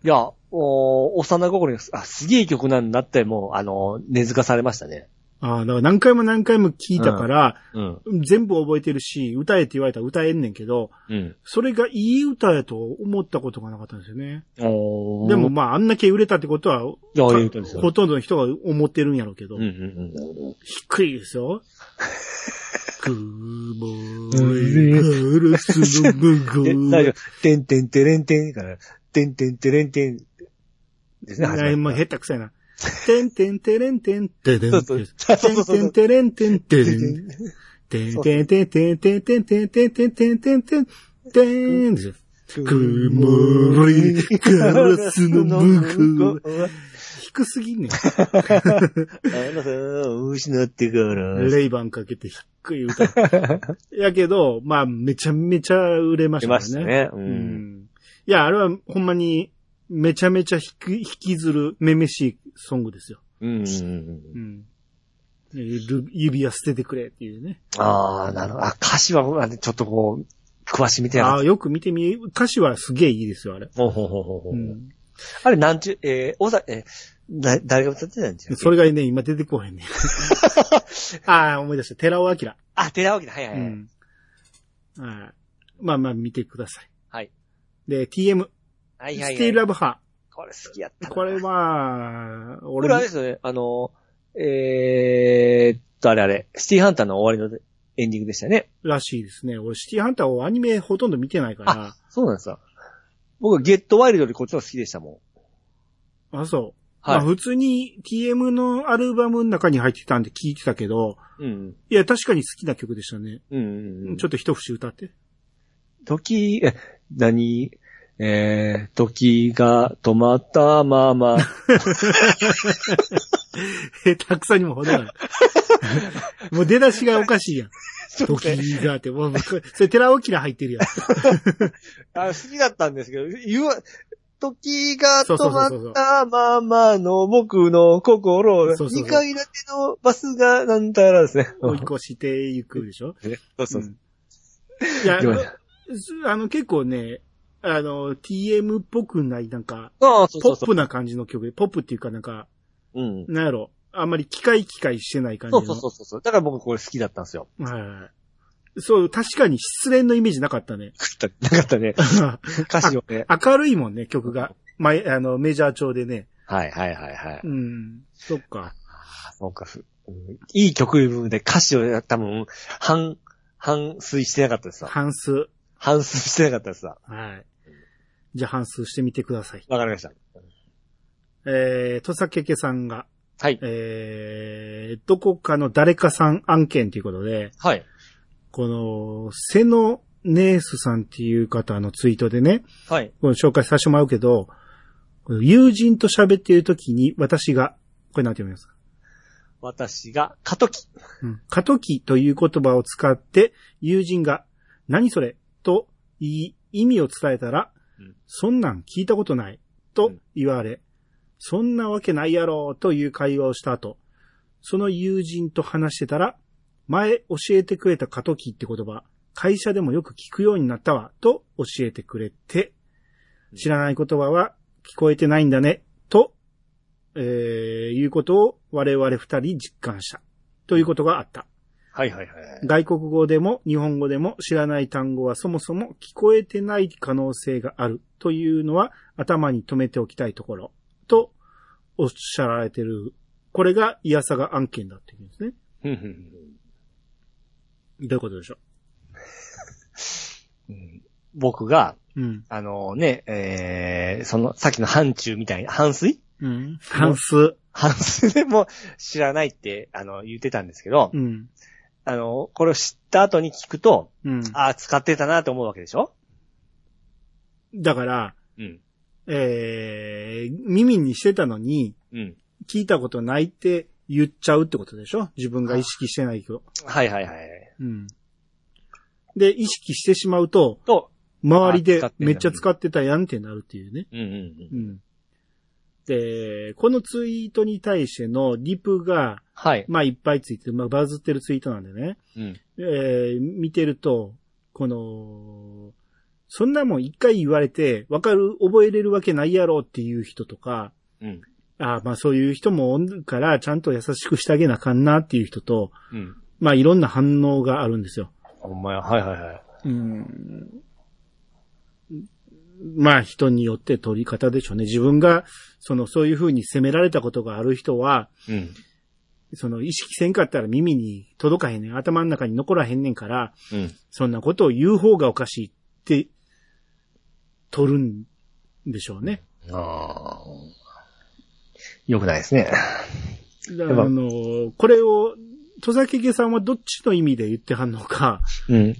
[SPEAKER 3] いや、お幼心に、あ、すげえ曲なんだって、もう、あの、根付かされましたね。
[SPEAKER 2] ああ、だから何回も何回も聞いたから、
[SPEAKER 3] うん。
[SPEAKER 2] 全部覚えてるし、歌えって言われたら歌えんねんけど、
[SPEAKER 3] うん。
[SPEAKER 2] それがいい歌やと思ったことがなかったんですよね。
[SPEAKER 3] お
[SPEAKER 2] でも、まあ、あんだけ売れたってことは、
[SPEAKER 3] いや、言うとです
[SPEAKER 2] ほ
[SPEAKER 3] よ。
[SPEAKER 2] とんどの人が思ってるんやろうけど、
[SPEAKER 3] うんうんうん。
[SPEAKER 2] 低いですよ。雲へガラスの
[SPEAKER 3] で、
[SPEAKER 2] 向
[SPEAKER 3] 大
[SPEAKER 2] こ
[SPEAKER 3] 丈夫。てんてんてれんてんから、てんてんてれんてん。ですね、始
[SPEAKER 2] う。
[SPEAKER 3] ま
[SPEAKER 2] も
[SPEAKER 3] っ
[SPEAKER 2] う
[SPEAKER 3] た
[SPEAKER 2] 下手くそやな。てんてんてれんてんてれんてん。
[SPEAKER 3] そ
[SPEAKER 2] て
[SPEAKER 3] うそうんそうそう
[SPEAKER 2] てんてれんてんてれん。てんてんてんてんてんてんてんてんてんてんてんてんてんですよ。曇りガラスの向こう。
[SPEAKER 3] う。
[SPEAKER 2] 低すぎんねん。
[SPEAKER 3] あなたを失ってから。
[SPEAKER 2] レイバンかけて低い歌。やけど、まあ、めちゃめちゃ売れま
[SPEAKER 3] 出
[SPEAKER 2] した
[SPEAKER 3] ま
[SPEAKER 2] か
[SPEAKER 3] し
[SPEAKER 2] ら
[SPEAKER 3] た
[SPEAKER 2] ね。
[SPEAKER 3] ね。う。
[SPEAKER 2] うんん。いや、あれはほんまに、めちゃめちゃ引き引きずる、めめしいソングですよ。
[SPEAKER 3] うんうんうん。
[SPEAKER 2] うん。ル指輪捨ててくれっていうね。
[SPEAKER 3] ああ、なるほど。あ、歌詞は僕はね、ちょっとこう、詳しいみたい
[SPEAKER 2] あ
[SPEAKER 3] な
[SPEAKER 2] あ、。よく見てみ、歌詞はすげえいいですよ、あれ。
[SPEAKER 3] ほうほうほうほうほう
[SPEAKER 2] うん。
[SPEAKER 3] あれ、なんちゅう、えー、おさ、えー、だ、誰が歌ってたんですか
[SPEAKER 2] それがね、今出てこへんね。 ああ、思い出した。寺尾明。
[SPEAKER 3] あ、寺脇だ。はいは
[SPEAKER 2] う
[SPEAKER 3] いはい。
[SPEAKER 2] ん。ああまあまあ、見てください。
[SPEAKER 3] はい。
[SPEAKER 2] で、TM。
[SPEAKER 3] はいはいはい。
[SPEAKER 2] ステイルラブハ
[SPEAKER 3] これ好きやった
[SPEAKER 2] ー。
[SPEAKER 3] な。
[SPEAKER 2] これ、は、
[SPEAKER 3] これあれ
[SPEAKER 2] 俺
[SPEAKER 3] で、すよね。あの、えーっと、あれあれ、シティハンターの終わりのエンディングでしたね。
[SPEAKER 2] らしいですね。俺、シティハンターをアニメほとんど見てないから。
[SPEAKER 3] そうなんですよ。僕、ゲットワイルドよりこっちの方が好きでしたもん。
[SPEAKER 2] あ、そう。
[SPEAKER 3] はい
[SPEAKER 2] まあ普通に TM のアルバムの中に入ってたんで聞いてたけど、
[SPEAKER 3] うん。
[SPEAKER 2] いや、確かに好きな曲でしたね。
[SPEAKER 3] うんうんうん。
[SPEAKER 2] ちょっと一節歌って。
[SPEAKER 3] 時、え、何えー、時が止まったまま。
[SPEAKER 2] え、たくさんにもほど ない。もう出だしがおかしいやん。
[SPEAKER 3] ちょっとね
[SPEAKER 2] 時がって、もう、それ寺尾キラ入ってる やん。
[SPEAKER 3] あ好きだったんですけど、言わ、時が
[SPEAKER 2] そう
[SPEAKER 3] 止
[SPEAKER 2] そうそ
[SPEAKER 3] ま
[SPEAKER 2] うそう
[SPEAKER 3] ったままの僕の心を、
[SPEAKER 2] そうそうそう
[SPEAKER 3] 二階建てのバスがなんたらですね。
[SPEAKER 2] 追い越していくでしょ。
[SPEAKER 3] そうそう
[SPEAKER 2] うんいや
[SPEAKER 3] 行きまし、
[SPEAKER 2] あの、結構ね、あの、TM っぽくない、なんか、
[SPEAKER 3] ああ、そうそ
[SPEAKER 2] ポ
[SPEAKER 3] うそう。
[SPEAKER 2] ップな感じの曲で、ポップっていうかなんか、
[SPEAKER 3] うん。
[SPEAKER 2] なんやろ、あんまり機械機械してない感じ
[SPEAKER 3] そ
[SPEAKER 2] の。
[SPEAKER 3] うそうそうそう。だから僕これ好きだったんですよ。
[SPEAKER 2] はいはいはい。そう、確かに失恋のイメージなかったね。
[SPEAKER 3] 食ったなかったね。歌詞を ね。
[SPEAKER 2] 明るいもんね、曲が。ま、あの、メジャー調でね。
[SPEAKER 3] はいはいはいはい。
[SPEAKER 2] うん。そっか。
[SPEAKER 3] そうか、ふうんいい曲部分で歌詞を多分、半、半衰してなかったですわ。
[SPEAKER 2] 半数。
[SPEAKER 3] 半衰してなかったですわ。
[SPEAKER 2] はい。じゃあ半数してみてください。
[SPEAKER 3] わかりました。
[SPEAKER 2] えー、とさけけさんが、
[SPEAKER 3] はい。
[SPEAKER 2] えー、どこかの誰かさん案件ということで、
[SPEAKER 3] はい。
[SPEAKER 2] この、セノネースさんっていう方のツイートでね、
[SPEAKER 3] はい。
[SPEAKER 2] この紹介させてもらうけど、この友人と喋っている時に私が、これなんて読みますか
[SPEAKER 3] 私が、過渡期。
[SPEAKER 2] うん。過渡期という言葉を使って、友人が、何それと言い、意味を伝えたら、
[SPEAKER 1] うん
[SPEAKER 2] そんなん聞いたことない、と言われ、そんなわけないやろ、という会話をした後、その友人と話してたら、前教えてくれた過渡期って言葉、会社でもよく聞くようになったわ、と教えてくれて、知らない言葉は聞こえてないんだね、と、えー、いうことを我々二人実感した。ということがあった。
[SPEAKER 3] はいはいはい。
[SPEAKER 2] 外国語でも日本語でも知らない単語はそもそも聞こえてない可能性があるというのは頭に留めておきたいところとおっしゃられてる。これがイヤサガ案件だっていうんですね。
[SPEAKER 3] うんうんうん
[SPEAKER 2] どういうことでしょ
[SPEAKER 3] うん僕が、
[SPEAKER 2] ううん。
[SPEAKER 3] あのね、えー、その、さっきの範疇みたいな、範水
[SPEAKER 2] うん。関数。
[SPEAKER 3] 範水でも知らないって、あの、言ってたんですけど、
[SPEAKER 2] うん。
[SPEAKER 3] あの、これを知った後に聞くと、
[SPEAKER 2] うん。
[SPEAKER 3] ああ、使ってたなと思うわけでしょ
[SPEAKER 2] だから、
[SPEAKER 3] うん。
[SPEAKER 2] えー、耳にしてたのに
[SPEAKER 3] うん。
[SPEAKER 2] 聞いたことないって言っちゃうってことでしょ自分が意識してないけど。
[SPEAKER 3] はいはいはい。
[SPEAKER 2] うん。で、意識してしまうと、
[SPEAKER 3] と、
[SPEAKER 2] 周り
[SPEAKER 3] あ使っ
[SPEAKER 2] で
[SPEAKER 3] てんだ
[SPEAKER 2] めっちゃ使ってたやんってなるっていうね。
[SPEAKER 3] うんうんう。
[SPEAKER 2] うんん。で、このツイートに対してのリプが、
[SPEAKER 3] はい。
[SPEAKER 2] まあいっぱいついてる、まあバズってるツイートなんでね。
[SPEAKER 3] うん。
[SPEAKER 2] えー見てると、この、そんなもん一回言われて、わかる、覚えれるわけないやろっていう人とか、
[SPEAKER 3] うん。
[SPEAKER 2] あーまあそういう人もおるから、ちゃんと優しくしてあげなあかんなっていう人と、
[SPEAKER 3] うん。
[SPEAKER 2] まあいろんな反応があるんですよ。
[SPEAKER 3] ほんまや、はいはいはい。
[SPEAKER 2] うんまあ人によって取り方でしょうね。自分が、その、そういう風に責められたことがある人は、
[SPEAKER 3] うん。
[SPEAKER 2] その意識せんかったら耳に届かへんねん。頭の中に残らへんねんから、
[SPEAKER 3] うん。
[SPEAKER 2] そんなことを言う方がおかしいって、取るんでしょうね。
[SPEAKER 3] ああ。よくないですね。
[SPEAKER 2] だ
[SPEAKER 3] やっぱ
[SPEAKER 2] あの、これを、戸崎家さんはどっちの意味で言ってはんの か、
[SPEAKER 3] うん。
[SPEAKER 2] い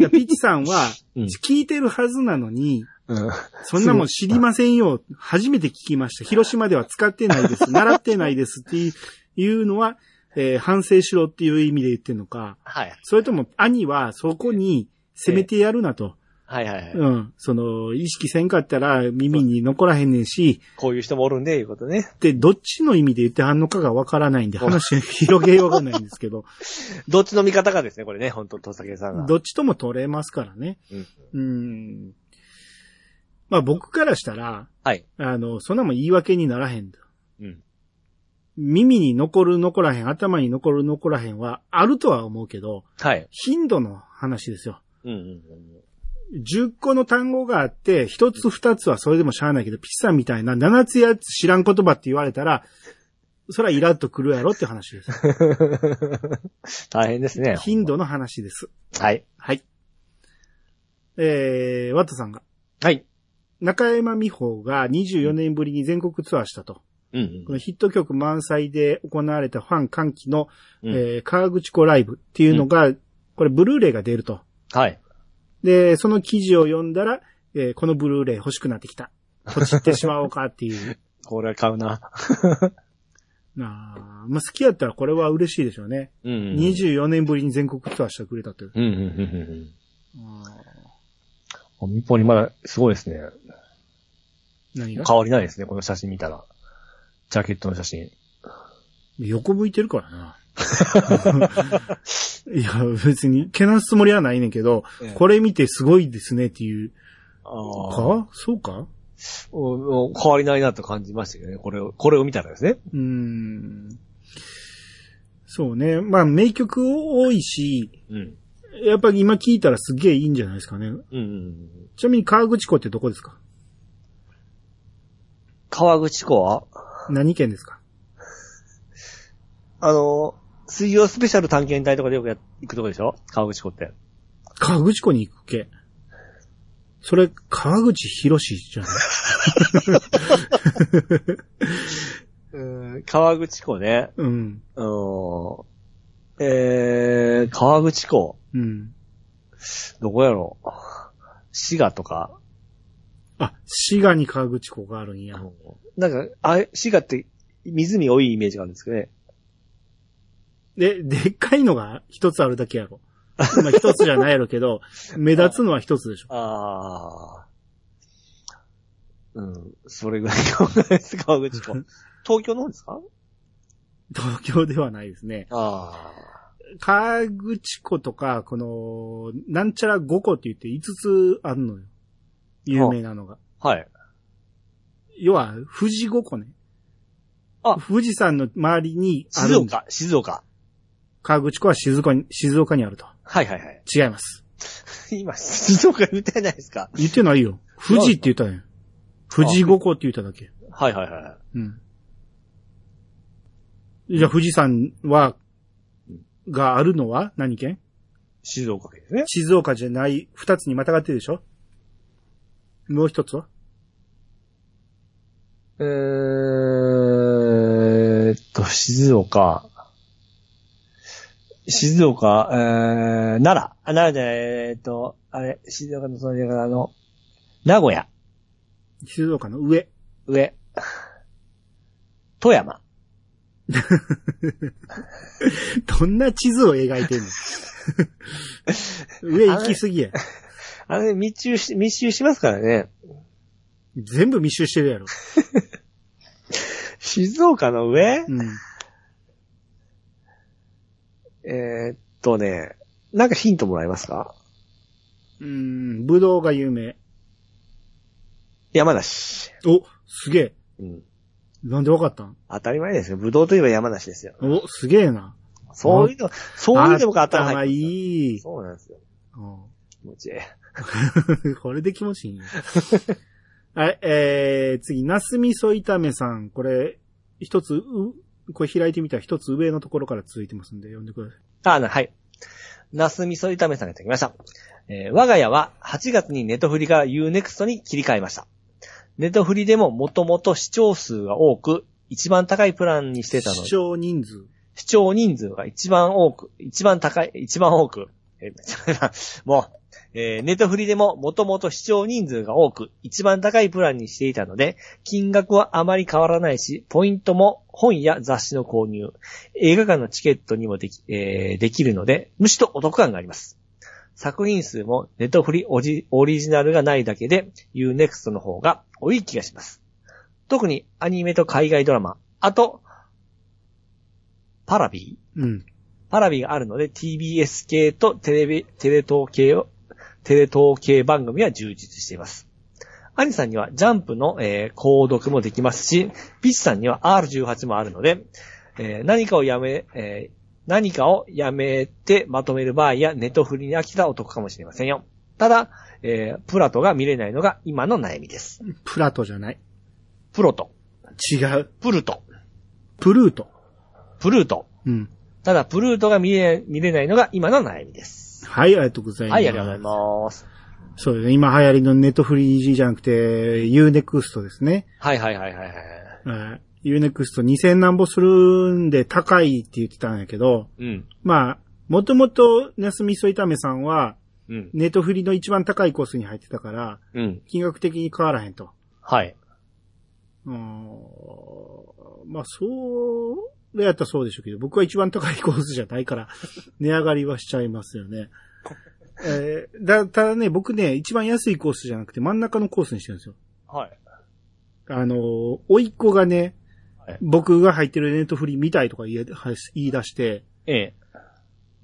[SPEAKER 2] やピッチさんは、
[SPEAKER 3] うん
[SPEAKER 2] 聞いてるはずなのに、
[SPEAKER 3] うん。
[SPEAKER 2] そんなもん知りませんよ。初めて聞きました。広島では使ってない です。習ってないですっていうのは、えー反省しろっていう意味で言ってんのか、
[SPEAKER 3] はい。
[SPEAKER 2] それとも兄はそこに攻めてやるなと。
[SPEAKER 3] はいはいはい。
[SPEAKER 2] うん。その、意識せんかったら耳に残らへんねんし、
[SPEAKER 3] こういう人もおるんで、いうことね。
[SPEAKER 2] で、どっちの意味で言ってはんのかがわからないんで、
[SPEAKER 3] うん
[SPEAKER 2] 話広げようがないんですけど、
[SPEAKER 3] どっちの味方かですね、これね、本当とさけさんが。
[SPEAKER 2] どっちとも取れますからね。
[SPEAKER 3] うん
[SPEAKER 2] うん。まあ僕からしたら、
[SPEAKER 3] はい。
[SPEAKER 2] あの、そんなもん言い訳にならへんと。
[SPEAKER 3] うん。
[SPEAKER 2] 耳に残る残らへん、頭に残る残らへんはあるとは思うけど、
[SPEAKER 3] はい。
[SPEAKER 2] 頻度の話ですよ。
[SPEAKER 3] うんうん
[SPEAKER 2] 10個の単語があって、1つ2つはそれでもしゃあないけど、ピッサみたいな7つ8つ知らん言葉って言われたら、それはイラッとくるやろって話 です。
[SPEAKER 3] うん。 大変ですね。
[SPEAKER 2] 頻度の話です。
[SPEAKER 3] はい。
[SPEAKER 2] はい。えー、ワットさんが、
[SPEAKER 3] はい。
[SPEAKER 2] 中山美穂が24年ぶりに全国ツアーしたと。
[SPEAKER 3] うん
[SPEAKER 2] このヒット曲満載で行われたファン歓喜の、
[SPEAKER 3] うん。
[SPEAKER 2] えー河口湖ライブっていうのが、これブルーレイが出ると。
[SPEAKER 3] はい。
[SPEAKER 2] で、その記事を読んだら、えーこのブルーレイ欲しくなってきた。ポチってしまおうかって いう。
[SPEAKER 3] これは買うな。
[SPEAKER 2] なあまあ、好きやったらこれは嬉しいでしょうね。
[SPEAKER 3] うんうんうん。
[SPEAKER 2] 24年ぶりに全国ツアーしてくれたという。
[SPEAKER 3] うんうんうんうん
[SPEAKER 2] あー
[SPEAKER 3] うん。日本にまだ、すごいですね。
[SPEAKER 2] 何が
[SPEAKER 3] 変わりないですね、この写真見たら。ジャケットの写真。
[SPEAKER 2] 横向いてるから な。いや、別に、けなすつもりはないねんけど、これ見てすごいですねっていう
[SPEAKER 3] ああ。
[SPEAKER 2] かそうか
[SPEAKER 3] おお変わりないなと感じましたけどね、これを、これを見たらですね。
[SPEAKER 2] うーん。そうね。まあ、名曲多いし、
[SPEAKER 3] うん。
[SPEAKER 2] やっぱり今聴いたらすげえいいんじゃないですかね。
[SPEAKER 3] うんうんうん。
[SPEAKER 2] ちなみに河口湖ってどこですか
[SPEAKER 3] 川口湖は
[SPEAKER 2] 何県ですか
[SPEAKER 3] あの、水曜スペシャル探検隊とかでよくや行くとこでしょ川口湖って。
[SPEAKER 2] 河口湖に行くけ。それ、河口博士じゃない
[SPEAKER 3] うん、川口湖ね。
[SPEAKER 2] うん。
[SPEAKER 3] うーん。えー、川口湖。
[SPEAKER 2] うん。
[SPEAKER 3] どこやろう滋賀とか。
[SPEAKER 2] あ、滋賀に河口湖があるんや。
[SPEAKER 3] なんか、あれ滋賀って湖多いイメージがあるんですけどね。
[SPEAKER 2] で、でっかいのが一つあるだけやろ。まあ一つじゃないやろけど、目立つのは一つでしょ。
[SPEAKER 3] ああ。うん、それぐらいの考えです、川口 湖。東京の方ですか
[SPEAKER 2] 東京ではないですね。
[SPEAKER 3] あ
[SPEAKER 2] 河口湖とか、この、なんちゃら5個って言って5つあるのよ。有名なのが。
[SPEAKER 3] あ。はい。
[SPEAKER 2] 要は、富士5個ね。
[SPEAKER 3] あ
[SPEAKER 2] 富士山の周りにある。
[SPEAKER 3] 静。岡、静岡。
[SPEAKER 2] 河口湖は静岡に、静岡にあると。
[SPEAKER 3] はいはいはい。
[SPEAKER 2] 違います。
[SPEAKER 3] 今、静岡言ったじゃないですか。
[SPEAKER 2] 言ってないよ。富士って言ったね。富士5個って言っただけ。
[SPEAKER 3] はいはいはい。
[SPEAKER 2] うん。じゃあ富士山は、があるのは何県
[SPEAKER 3] 静岡県ですね。
[SPEAKER 2] 静岡じゃない、二つにまたがってるでしょもう一つは
[SPEAKER 3] えーっと、静岡。静岡、えー、奈良。あ、奈良じゃない、えーっと、あれ、静岡のその、だからあの、名古屋、
[SPEAKER 2] 静岡の上。
[SPEAKER 3] 上、富山。
[SPEAKER 2] どんな地図を描いてんの 上行きすぎや。
[SPEAKER 3] あれ、密集し、密集しますからね。
[SPEAKER 2] 全部密集してるやろ。
[SPEAKER 3] 静岡の上、
[SPEAKER 2] うん。
[SPEAKER 3] えーっとね、なんかヒントもらえますか
[SPEAKER 2] うん、ぶどうが有名。
[SPEAKER 3] 山梨。
[SPEAKER 2] お、すげえ。
[SPEAKER 3] うん。
[SPEAKER 2] なんでわかったん
[SPEAKER 3] 当たり前ですよ。ぶどうといえば山梨ですよ。
[SPEAKER 2] お、すげえな。
[SPEAKER 3] そういうの、そういうのが頭
[SPEAKER 2] 頭い
[SPEAKER 3] 入って
[SPEAKER 2] い。
[SPEAKER 3] そうなんですよ。気持ちいい。
[SPEAKER 2] うん これで気持ちいいね。はい、えー、次、なすみそ炒めさん。これ、一つ、う、これ開いてみたら一つ上のところから続いてますんで、読んでください。
[SPEAKER 3] あ、なはい。ナス味噌炒めさんがいただきました。えー我が家は8月にネトフリから UNEXT に切り替えました。ネトフリでももともと視聴数が多く、一番高いプランにしてたの
[SPEAKER 2] 視
[SPEAKER 3] で、
[SPEAKER 2] 聴人数。
[SPEAKER 3] 視聴人数が一番多く、一番高い、一番多く、えー もう、えーネトフリでももともと視聴人数が多く、一番高いプランにしていたので、金額はあまり変わらないし、ポイントも本や雑誌の購入、映画館のチケットにもでき、えーできるので、むしろお得感があります。作品数もネトフリオジオリジナルがないだけで、UNEXT の方が多い気がします。特にアニメと海外ドラマ、あと、パラビー
[SPEAKER 2] うん。
[SPEAKER 3] パラビがあるので TBS 系とテレビ、テレ東系を、テレ東系番組は充実しています。アニさんにはジャンプの、えー、購読もできますし、ピッチさんには R18 もあるので、えー何かをやめ、えー何かをやめてまとめる場合やネトフリに飽きたお得かもしれませんよ。ただ、えープラトが見れないのが今の悩みです。
[SPEAKER 2] プラトじゃない。
[SPEAKER 3] プロト、
[SPEAKER 2] 違う。
[SPEAKER 3] プルト、
[SPEAKER 2] プルート。
[SPEAKER 3] プルート。
[SPEAKER 2] うん。
[SPEAKER 3] ただ、プルートが見れ見れないのが今の悩みです。
[SPEAKER 2] はい、ありがとうございます。
[SPEAKER 3] はい、ありがとうございます。
[SPEAKER 2] す。そうですね。今流行りのネットフリーじゃなくて、Unext ですね。
[SPEAKER 3] はいはいはいはいはい。
[SPEAKER 2] はい Unext 2000何ぼするんで高いって言ってたんやけど、
[SPEAKER 3] うん。
[SPEAKER 2] まあ、もともと、なすみそ炒めさんは、
[SPEAKER 3] うん。
[SPEAKER 2] ネットフリの一番高いコースに入ってたから、
[SPEAKER 3] うん。
[SPEAKER 2] 金額的に変わらへんと。
[SPEAKER 3] はい。
[SPEAKER 2] うーんまあ、そう、やったらそうでしょうけど、僕は一番高いコースじゃな いから、値上がりはしちゃいますよね。えーだ、ただね、僕ね、一番安いコースじゃなくて真ん中のコースにしてるんですよ。
[SPEAKER 3] はい。
[SPEAKER 2] あのー、甥いっ子がね
[SPEAKER 3] はい、
[SPEAKER 2] 僕が入ってるネットフリ見たいとか言い言い出して、
[SPEAKER 3] ええ。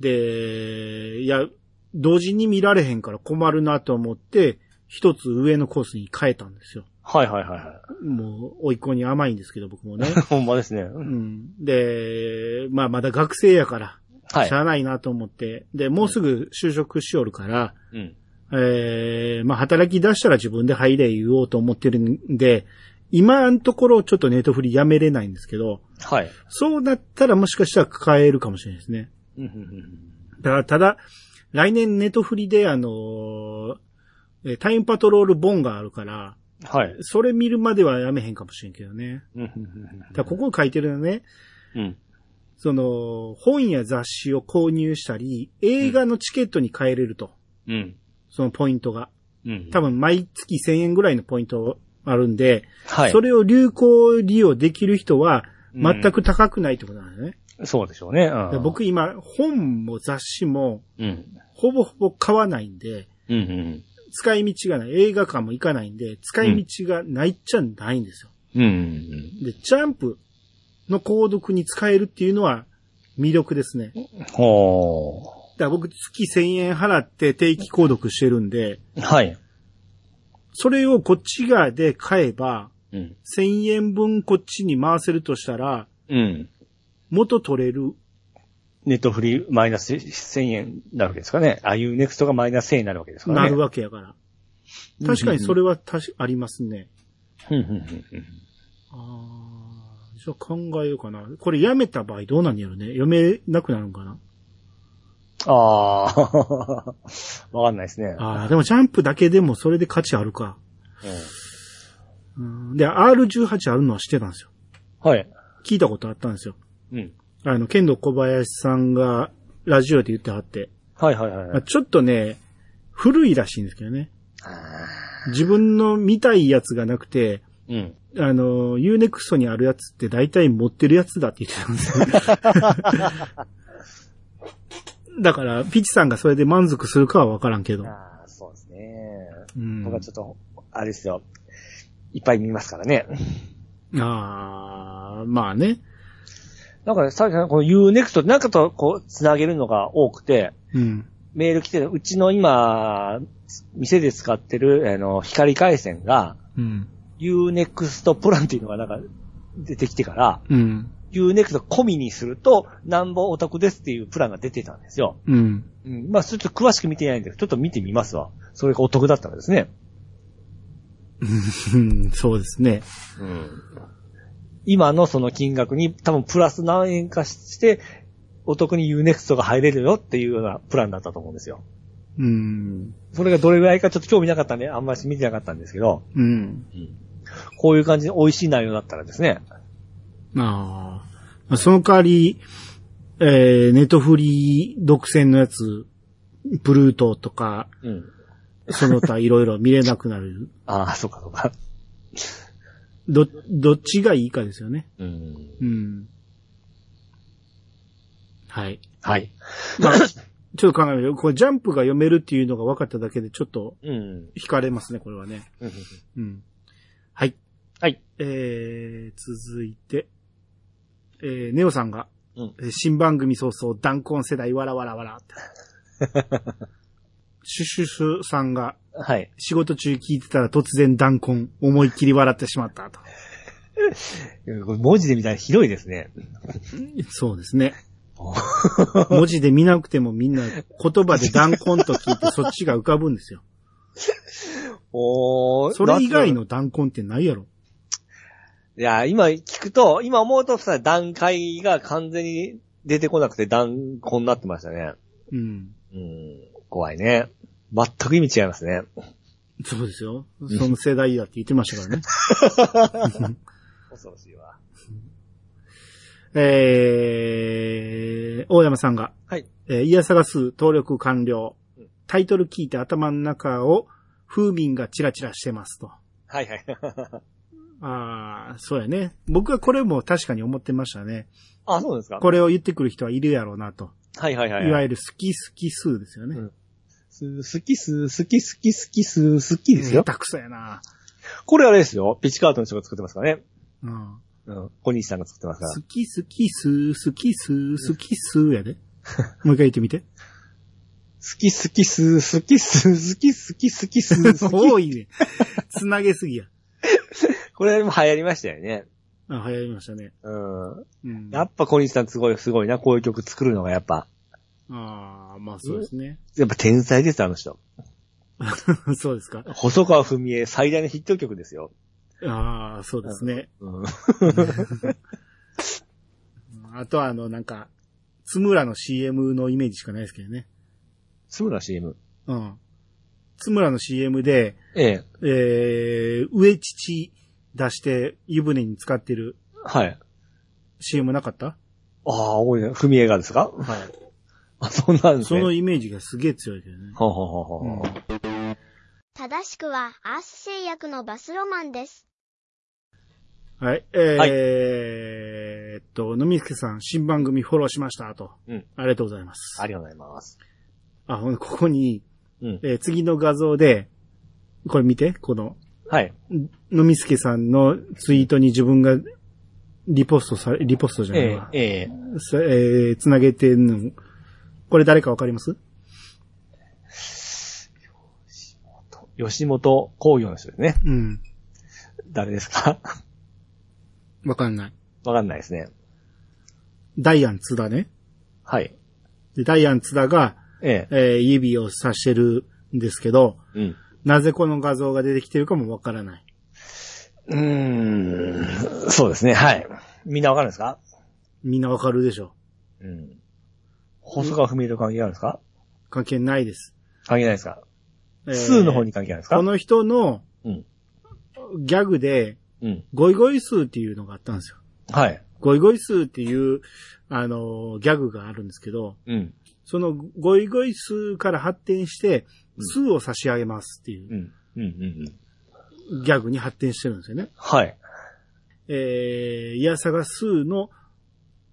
[SPEAKER 2] で、いや、同時に見られへんから困るなと思って、一つ上のコースに変えたんですよ。
[SPEAKER 3] はいはいはいは
[SPEAKER 2] もう、甥いっ子に甘いんですけど、僕もね。
[SPEAKER 3] い。 ほんまですね。
[SPEAKER 2] うん。で、まあまだ学生やから、
[SPEAKER 3] はい
[SPEAKER 2] し。ゃあないなと思って、で、もうすぐ就職しおるから、
[SPEAKER 3] うん。
[SPEAKER 2] えー、まあ働き出したら自分で入れ言おうと思ってるんで、今のところちょっとネットフリやめれないんですけど、
[SPEAKER 3] はい。
[SPEAKER 2] そうなったらもしかしたら変えるかもしれないですね。
[SPEAKER 3] うんうんうん
[SPEAKER 2] だからただ、来年ネットフリであのーえタイムパトロールボンがあるから、
[SPEAKER 3] はい。
[SPEAKER 2] それ見るまではやめへんかもしれんけどね。
[SPEAKER 3] うんうん
[SPEAKER 2] だからここ書いてるのね、
[SPEAKER 3] うんうん。
[SPEAKER 2] その、本や雑誌を購入したり、映画のチケットに変えれると。
[SPEAKER 3] うん。
[SPEAKER 2] そのポイントが。
[SPEAKER 3] うん。
[SPEAKER 2] 多分毎月1000円ぐらいのポイントあるんで、
[SPEAKER 3] はい。
[SPEAKER 2] それを流行利用できる人は
[SPEAKER 3] うん
[SPEAKER 2] 全く高くないってことなんだよね。
[SPEAKER 3] そうでしょうね。うん
[SPEAKER 2] 僕、今、本も雑誌も、
[SPEAKER 3] うん。
[SPEAKER 2] ほぼほぼ買わないんで、
[SPEAKER 3] うんうん。
[SPEAKER 2] 使い道がない。映画館も行かないんで、使い道がないっちゃないんですよ。
[SPEAKER 3] うんうん
[SPEAKER 2] で、ジャンプの購読に使えるっていうのは魅力ですね。だか
[SPEAKER 3] うん。ほ
[SPEAKER 2] ら僕月1000円払って定期購読してるんで、
[SPEAKER 3] ー。はい。
[SPEAKER 2] それをこっち側で買えば、
[SPEAKER 3] うん。
[SPEAKER 2] 1000円分こっちに回せるとしたら、
[SPEAKER 3] うん。
[SPEAKER 2] 元取れる。
[SPEAKER 3] ネットフリーマイナス1000円になるわけですかね。ああいうネクストがマイナス1000円になるわけですから
[SPEAKER 2] な
[SPEAKER 3] ね。
[SPEAKER 2] るわけやから。確かにそれはたし、ありますね。
[SPEAKER 3] うんうんうんうん。
[SPEAKER 2] ああ、じゃあ考えようかな。これやめた場合どうなんやろね。読めなくなるんかな。
[SPEAKER 3] ああ、 わかんないですね。
[SPEAKER 2] ああ、でもジャンプだけでもそれで価値あるか。うんで、R18 あるのは知ってたんですよ。
[SPEAKER 3] うん、はい。
[SPEAKER 2] 聞いたことあったんですよ。
[SPEAKER 3] うん。
[SPEAKER 2] あの、剣道小林さんがラジオで言ってはって。
[SPEAKER 3] はいはいはい
[SPEAKER 2] ま
[SPEAKER 3] は
[SPEAKER 2] あ
[SPEAKER 3] い。
[SPEAKER 2] ちょっとね、古いらしいんですけどね。
[SPEAKER 3] あ
[SPEAKER 2] 自分の見たいやつがなくて、
[SPEAKER 3] ーうん。
[SPEAKER 2] あの、UNEXT にあるやつって大体持ってるやつだって言ってたん ですよ。だから、ピチさんがそれで満足するかはわからんけど。
[SPEAKER 3] ああ、そうですね。
[SPEAKER 2] うん、
[SPEAKER 3] 僕はちょっと、あれですよ。いっぱい見ますからね。
[SPEAKER 2] ああ、まあね。
[SPEAKER 3] なんかね、さっきのこの UNEXT ってなんかとこう、つなげるのが多くて、
[SPEAKER 2] うん。
[SPEAKER 3] メール来てる、うちの今、店で使ってる、あの、光回線が、
[SPEAKER 2] うん。
[SPEAKER 3] UNEXT プランっていうのがなんか、出てきてから、
[SPEAKER 2] うん。
[SPEAKER 3] UNEXT 込みにすると、なんぼお得ですっていうプランが出てたんですよ。
[SPEAKER 2] うん。
[SPEAKER 3] うん。まあ、ちょっと詳しく見てないんですけど、ちょっと見てみますわ。それがお得だったらですね。
[SPEAKER 2] うん そうですね。
[SPEAKER 3] うん。今のその金額に多分プラス何円かして、お得に UNEXT が入れるよっていうようなプランだったと思うんですよ。
[SPEAKER 2] うん。
[SPEAKER 3] それがどれぐらいかちょっと興味なかったんで、あんまり見てなかったんですけど、
[SPEAKER 2] うん。
[SPEAKER 3] こういう感じで美味しい内容だったらですね。
[SPEAKER 2] あーまあ。その代わり、えー、ネットフリー独占のやつ、ブルートとか、
[SPEAKER 3] うん。
[SPEAKER 2] その他いろいろ見れなくなる。
[SPEAKER 3] ああ、そうかそうか。
[SPEAKER 2] ど、どっちがいいかですよね。
[SPEAKER 3] うん。
[SPEAKER 2] うん。はい。
[SPEAKER 3] はい。
[SPEAKER 2] ちょっと考えるこれジャンプが読めるっていうのが分かっただけで、ちょっと
[SPEAKER 3] うん。
[SPEAKER 2] 惹かれますね、これはね。うん。はい。
[SPEAKER 3] はい。
[SPEAKER 2] えー、続いて、えー、ネオさんが、
[SPEAKER 3] うん
[SPEAKER 2] えー新番組早々、弾痕世代、わらわらわらって。 シュシュシュさんが、
[SPEAKER 3] はい。
[SPEAKER 2] 仕事中聞いてたら突然弾痕、思いっきり笑ってしまったと。
[SPEAKER 3] これ文字で見たらひどいですね。
[SPEAKER 2] そうですね。 文字で見なくてもみんな言葉で弾痕と聞いてそっちが浮かぶん ですよ。
[SPEAKER 3] おー
[SPEAKER 2] それ以外
[SPEAKER 3] の
[SPEAKER 2] の弾痕ってないやろ。
[SPEAKER 3] いや、今聞くと、今思うとさ、段階が完全に出てこなくて断固になってましたね。
[SPEAKER 2] うん。
[SPEAKER 3] うん、怖いね。全く意味違いますね。
[SPEAKER 2] そうですよ。その世代だって言ってましたからね。
[SPEAKER 3] 恐ろしいわ。
[SPEAKER 2] えー、大山さんが、
[SPEAKER 3] はい。
[SPEAKER 2] えー、イヤサガス登録完了。タイトル聞いて頭の中を風民がチラチラしてますと。
[SPEAKER 3] はいはい。
[SPEAKER 2] あー、そうやね。僕はこれも確かに思ってましたね。
[SPEAKER 3] あ、そうですか
[SPEAKER 2] これを言ってくる人はいるやろうなと。
[SPEAKER 3] はいはいはい。
[SPEAKER 2] いわゆる好き好き数ですよね。
[SPEAKER 3] うんす好きす、好き好き好きす、好きですよ。
[SPEAKER 2] 下手くそやな。
[SPEAKER 3] これあれですよ。ピッチカートの人が作ってますからね。
[SPEAKER 2] うん。
[SPEAKER 3] うん。小西さんが作ってますから
[SPEAKER 2] 好。き好きすー、好きすー、好きすー やで。もう一回言ってみて。
[SPEAKER 3] 好き好きす、好きす、好き好き好き す、好
[SPEAKER 2] 多
[SPEAKER 3] き。
[SPEAKER 2] いね。つなげすぎや。
[SPEAKER 3] これも流行りましたよね。
[SPEAKER 2] あ、流行りましたね。
[SPEAKER 3] うん。
[SPEAKER 2] うん。
[SPEAKER 3] やっぱ小西さんすごい、すごいな。こういう曲作るのがやっぱ。
[SPEAKER 2] ああ、まあそうですね。
[SPEAKER 3] やっぱ天才です、あの人。
[SPEAKER 2] そうですか。
[SPEAKER 3] 細川文江最大のヒット曲ですよ。
[SPEAKER 2] ああ、そうですね。
[SPEAKER 3] うん。
[SPEAKER 2] あとはあの、なんか、つむらの CM のイメージしかないですけどね。
[SPEAKER 3] そうだ、CM。
[SPEAKER 2] うん。つむらの CM で、
[SPEAKER 3] ええ。
[SPEAKER 2] えー、上乳出して湯船に使ってる
[SPEAKER 3] はい。
[SPEAKER 2] CM なかった
[SPEAKER 3] ああ、多いね。文江がですか
[SPEAKER 2] はい。
[SPEAKER 3] あ、そうなんです
[SPEAKER 2] そ
[SPEAKER 3] ね。
[SPEAKER 2] のイメージがすげえ強いけどね。
[SPEAKER 3] ほうほうほうほう
[SPEAKER 2] うん
[SPEAKER 4] 正しくは、アース製薬のバスロマンです。
[SPEAKER 2] はい。えーっと、のみすけさん、新番組フォローしました、と。
[SPEAKER 3] うん
[SPEAKER 2] ありがとうございます。
[SPEAKER 3] ありがとうございます。
[SPEAKER 2] あ、ほんでここに、
[SPEAKER 3] うん。
[SPEAKER 2] えー次の画像で、これ見て、この、
[SPEAKER 3] はい。
[SPEAKER 2] のみすけさんのツイートに自分がリポストされ、リポストじゃない
[SPEAKER 3] え
[SPEAKER 2] わ。
[SPEAKER 3] え、ええ。
[SPEAKER 2] そえーつなげてんの。これ誰かわかります
[SPEAKER 3] 吉本工業の人ですね。
[SPEAKER 2] うん。
[SPEAKER 3] 誰ですか
[SPEAKER 2] わかんない。
[SPEAKER 3] わかんないですね。
[SPEAKER 2] ダイアン津田ね。
[SPEAKER 3] はい。
[SPEAKER 2] で、ダイアン津田が、
[SPEAKER 3] ええ。
[SPEAKER 2] えー指を指してるんですけど、
[SPEAKER 3] うん。
[SPEAKER 2] なぜこの画像が出てきてるかもわからない。
[SPEAKER 3] うーん。そうですね。はい。みんなわかるんですか
[SPEAKER 2] みんなわかるでしょ。
[SPEAKER 3] うん。細川文江と関係あるんですか
[SPEAKER 2] 関係ないです。
[SPEAKER 3] 関係ないですか
[SPEAKER 2] えー
[SPEAKER 3] 数の方に関係あるんですか
[SPEAKER 2] この人の
[SPEAKER 3] うん。
[SPEAKER 2] ギャグで、
[SPEAKER 3] うん。
[SPEAKER 2] ゴイゴイスーっていうのがあったんですよ。
[SPEAKER 3] はい。
[SPEAKER 2] ゴイゴイスーっていう、あのーギャグがあるんですけど、
[SPEAKER 3] うん。
[SPEAKER 2] そのゴイゴイスーから発展して、スーを差し上げますっていう
[SPEAKER 3] うん。うん。うん。うん。
[SPEAKER 2] ギャグに発展してるんですよね。
[SPEAKER 3] はい。
[SPEAKER 2] えー、イヤサがスーの、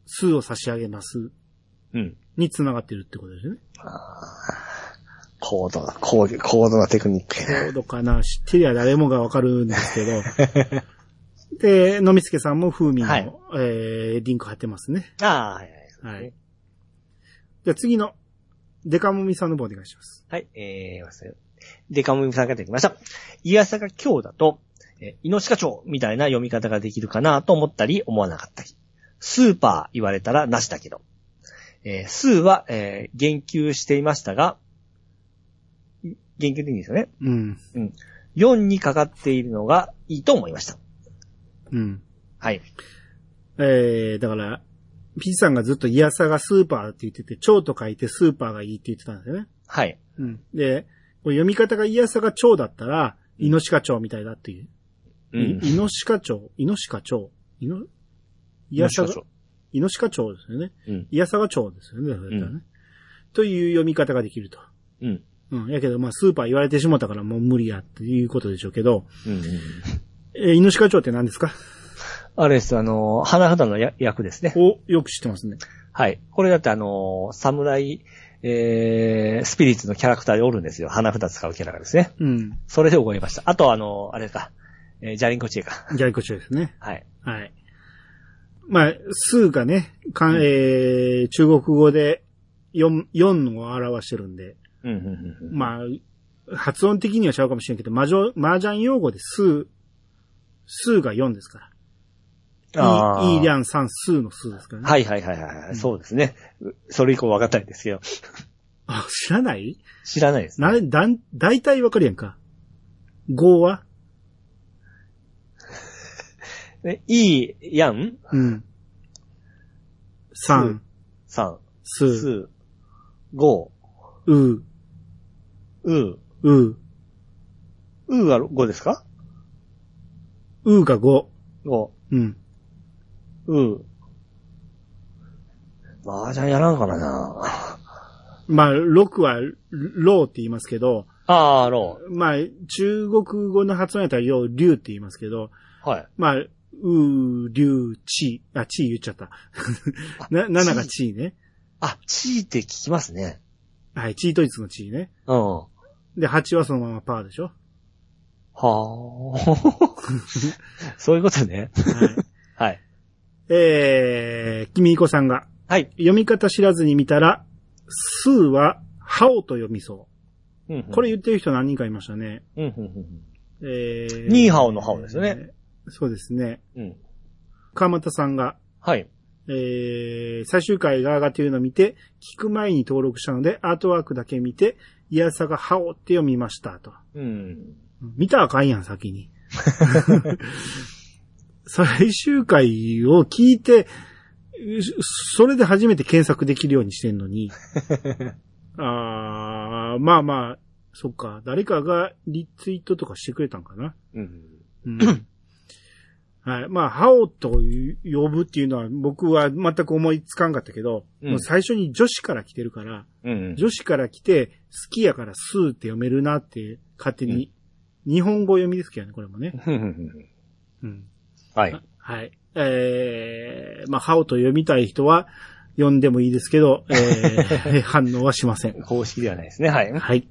[SPEAKER 2] スーを差し上げます
[SPEAKER 3] うん。
[SPEAKER 2] に繋がってるってことですよね。
[SPEAKER 3] 高度な、高度高度なテクニック。
[SPEAKER 2] コードかな知ってりゃ誰もがわかるんですけ ど。で、のみつけさんも風味の、
[SPEAKER 3] はい
[SPEAKER 2] えー、リンク貼ってますね。
[SPEAKER 3] ああ、はいはい。
[SPEAKER 2] はい。じゃあ次の、デカモミさんの方お願いします。
[SPEAKER 3] はい、えー、忘れデカムミさんからいただきました。イヤサが今日だと、えー、イノシカ町みたいな読み方ができるかなと思ったり、思わなかったり。スーパー言われたらなしだけど。えー、スーは、えー、言及していましたが、い言及でいいんですよね。
[SPEAKER 2] うん。
[SPEAKER 3] うん。4にかかっているのがいいと思いました。
[SPEAKER 2] うん。
[SPEAKER 3] はい。
[SPEAKER 2] えー、だから、ピチさんがずっとイヤサがスーパーって言ってて、蝶と書いてスーパーがいいって言ってたんですよね。
[SPEAKER 3] はい。
[SPEAKER 2] うん。で、これ読み方がイヤサが蝶だったら、イノシカ蝶みたいだっていう。
[SPEAKER 3] うん。
[SPEAKER 2] いイノシカ蝶イノシカ蝶イノ、イ
[SPEAKER 3] イノ
[SPEAKER 2] ヤ
[SPEAKER 3] シ
[SPEAKER 2] サ
[SPEAKER 3] カ
[SPEAKER 2] が、
[SPEAKER 3] 町。
[SPEAKER 2] イノシカ蝶ですよね。
[SPEAKER 3] うん。
[SPEAKER 2] イヤサガ蝶ですよね。それだったらねという読み方ができると。
[SPEAKER 3] うん。
[SPEAKER 2] うん。やけど、まあ、スーパー言われてしもたからもう無理やっていうことでしょうけど、
[SPEAKER 3] うんうん。
[SPEAKER 2] えーイノシカ蝶って何ですか
[SPEAKER 3] あれです、あのー、花札のや役ですね。
[SPEAKER 2] お、よく知ってますね。
[SPEAKER 3] はい。これだってあのー、侍、えー、スピリッツのキャラクターでおるんですよ。花札使うキャラがですね。
[SPEAKER 2] うん。
[SPEAKER 3] それで覚えました。あとあのー、あれか、えー、ジャリンコチエか。
[SPEAKER 2] ギャイコ蝶ですね。
[SPEAKER 3] はい。
[SPEAKER 2] はい。まあ、数がね、かんえー、中国語で4、4を表してるんで、
[SPEAKER 3] うん、うん、うん。あ、
[SPEAKER 2] まあ、発音的にはちゃうかもしれんけど、麻雀、麻雀用語で数、数が4ですから。いい、いいりゃん3数の数ですからね。
[SPEAKER 3] はいはいはいはいはい。そうですね。うそれ以降分かったんですけど、
[SPEAKER 2] あ、知らない
[SPEAKER 3] 知らないです、ね。
[SPEAKER 2] な、だん、だいたいわかるやんか。5は
[SPEAKER 3] えいい、やん、
[SPEAKER 2] うん。3、
[SPEAKER 3] さん、
[SPEAKER 2] 数、
[SPEAKER 3] す、ご、
[SPEAKER 2] う、う、
[SPEAKER 3] う、
[SPEAKER 2] う
[SPEAKER 3] うが5ですか
[SPEAKER 2] が5。
[SPEAKER 3] ?5、
[SPEAKER 2] うん。
[SPEAKER 3] う。麻雀やらんからな
[SPEAKER 2] まあ、6は、ローって言いますけど、
[SPEAKER 3] あー、ろ
[SPEAKER 2] まあ、中国語の発音やったら、よう、竜って言いますけど、
[SPEAKER 3] う。はい。
[SPEAKER 2] まあ、うー、りゅう、ち、あ、ち言っちゃった。 な、7がちね。
[SPEAKER 3] あ、地位って聞きますね。
[SPEAKER 2] はい、チートイツのちね。
[SPEAKER 3] うん。は
[SPEAKER 2] で、8はそのままパーでしょ。
[SPEAKER 3] あ。 そういうことね。
[SPEAKER 2] はい。
[SPEAKER 3] はい。
[SPEAKER 2] えー、君彦さんが、
[SPEAKER 3] はい。
[SPEAKER 2] 読み方知らずに見たら、数は、ハオと読みそ
[SPEAKER 3] うんうん
[SPEAKER 2] う。これ、言ってる人何人かいましたね。
[SPEAKER 3] うんうんうん
[SPEAKER 2] えー、
[SPEAKER 3] ニーハオのハオですよね
[SPEAKER 2] えー。そうですね。
[SPEAKER 3] うん。うん。
[SPEAKER 2] 川又さんが、
[SPEAKER 3] はい。
[SPEAKER 2] えー、最終回が上がっているのを見て、聞く前に登録したので、アートワークだけ見て、イヤサがハオって読みましたと。
[SPEAKER 3] うん。
[SPEAKER 2] 見たらあかんやん、先に。 最終回を聞いて、それで初めて検索できるようにしてん のに。あーまあまあ、そっか、誰かがリツイートとかしてくれたんかな。
[SPEAKER 3] うん。
[SPEAKER 2] うんはい。まあ、ハオと呼ぶっていうのは僕は全く思いつかんかったけど、
[SPEAKER 3] うん
[SPEAKER 2] もう最初に女子から来てるから、
[SPEAKER 3] うん。
[SPEAKER 2] 女子から来て、好きやからスーって読めるなって勝手に、日本語読みですけどね、これもね。
[SPEAKER 3] うんうんうん
[SPEAKER 2] うん。
[SPEAKER 3] はい。
[SPEAKER 2] はい。えー、まあ、ハオと読みたい人は読んでもいいですけど、え ー、反応はしません。
[SPEAKER 3] 公式ではないですね。はい。
[SPEAKER 2] はい。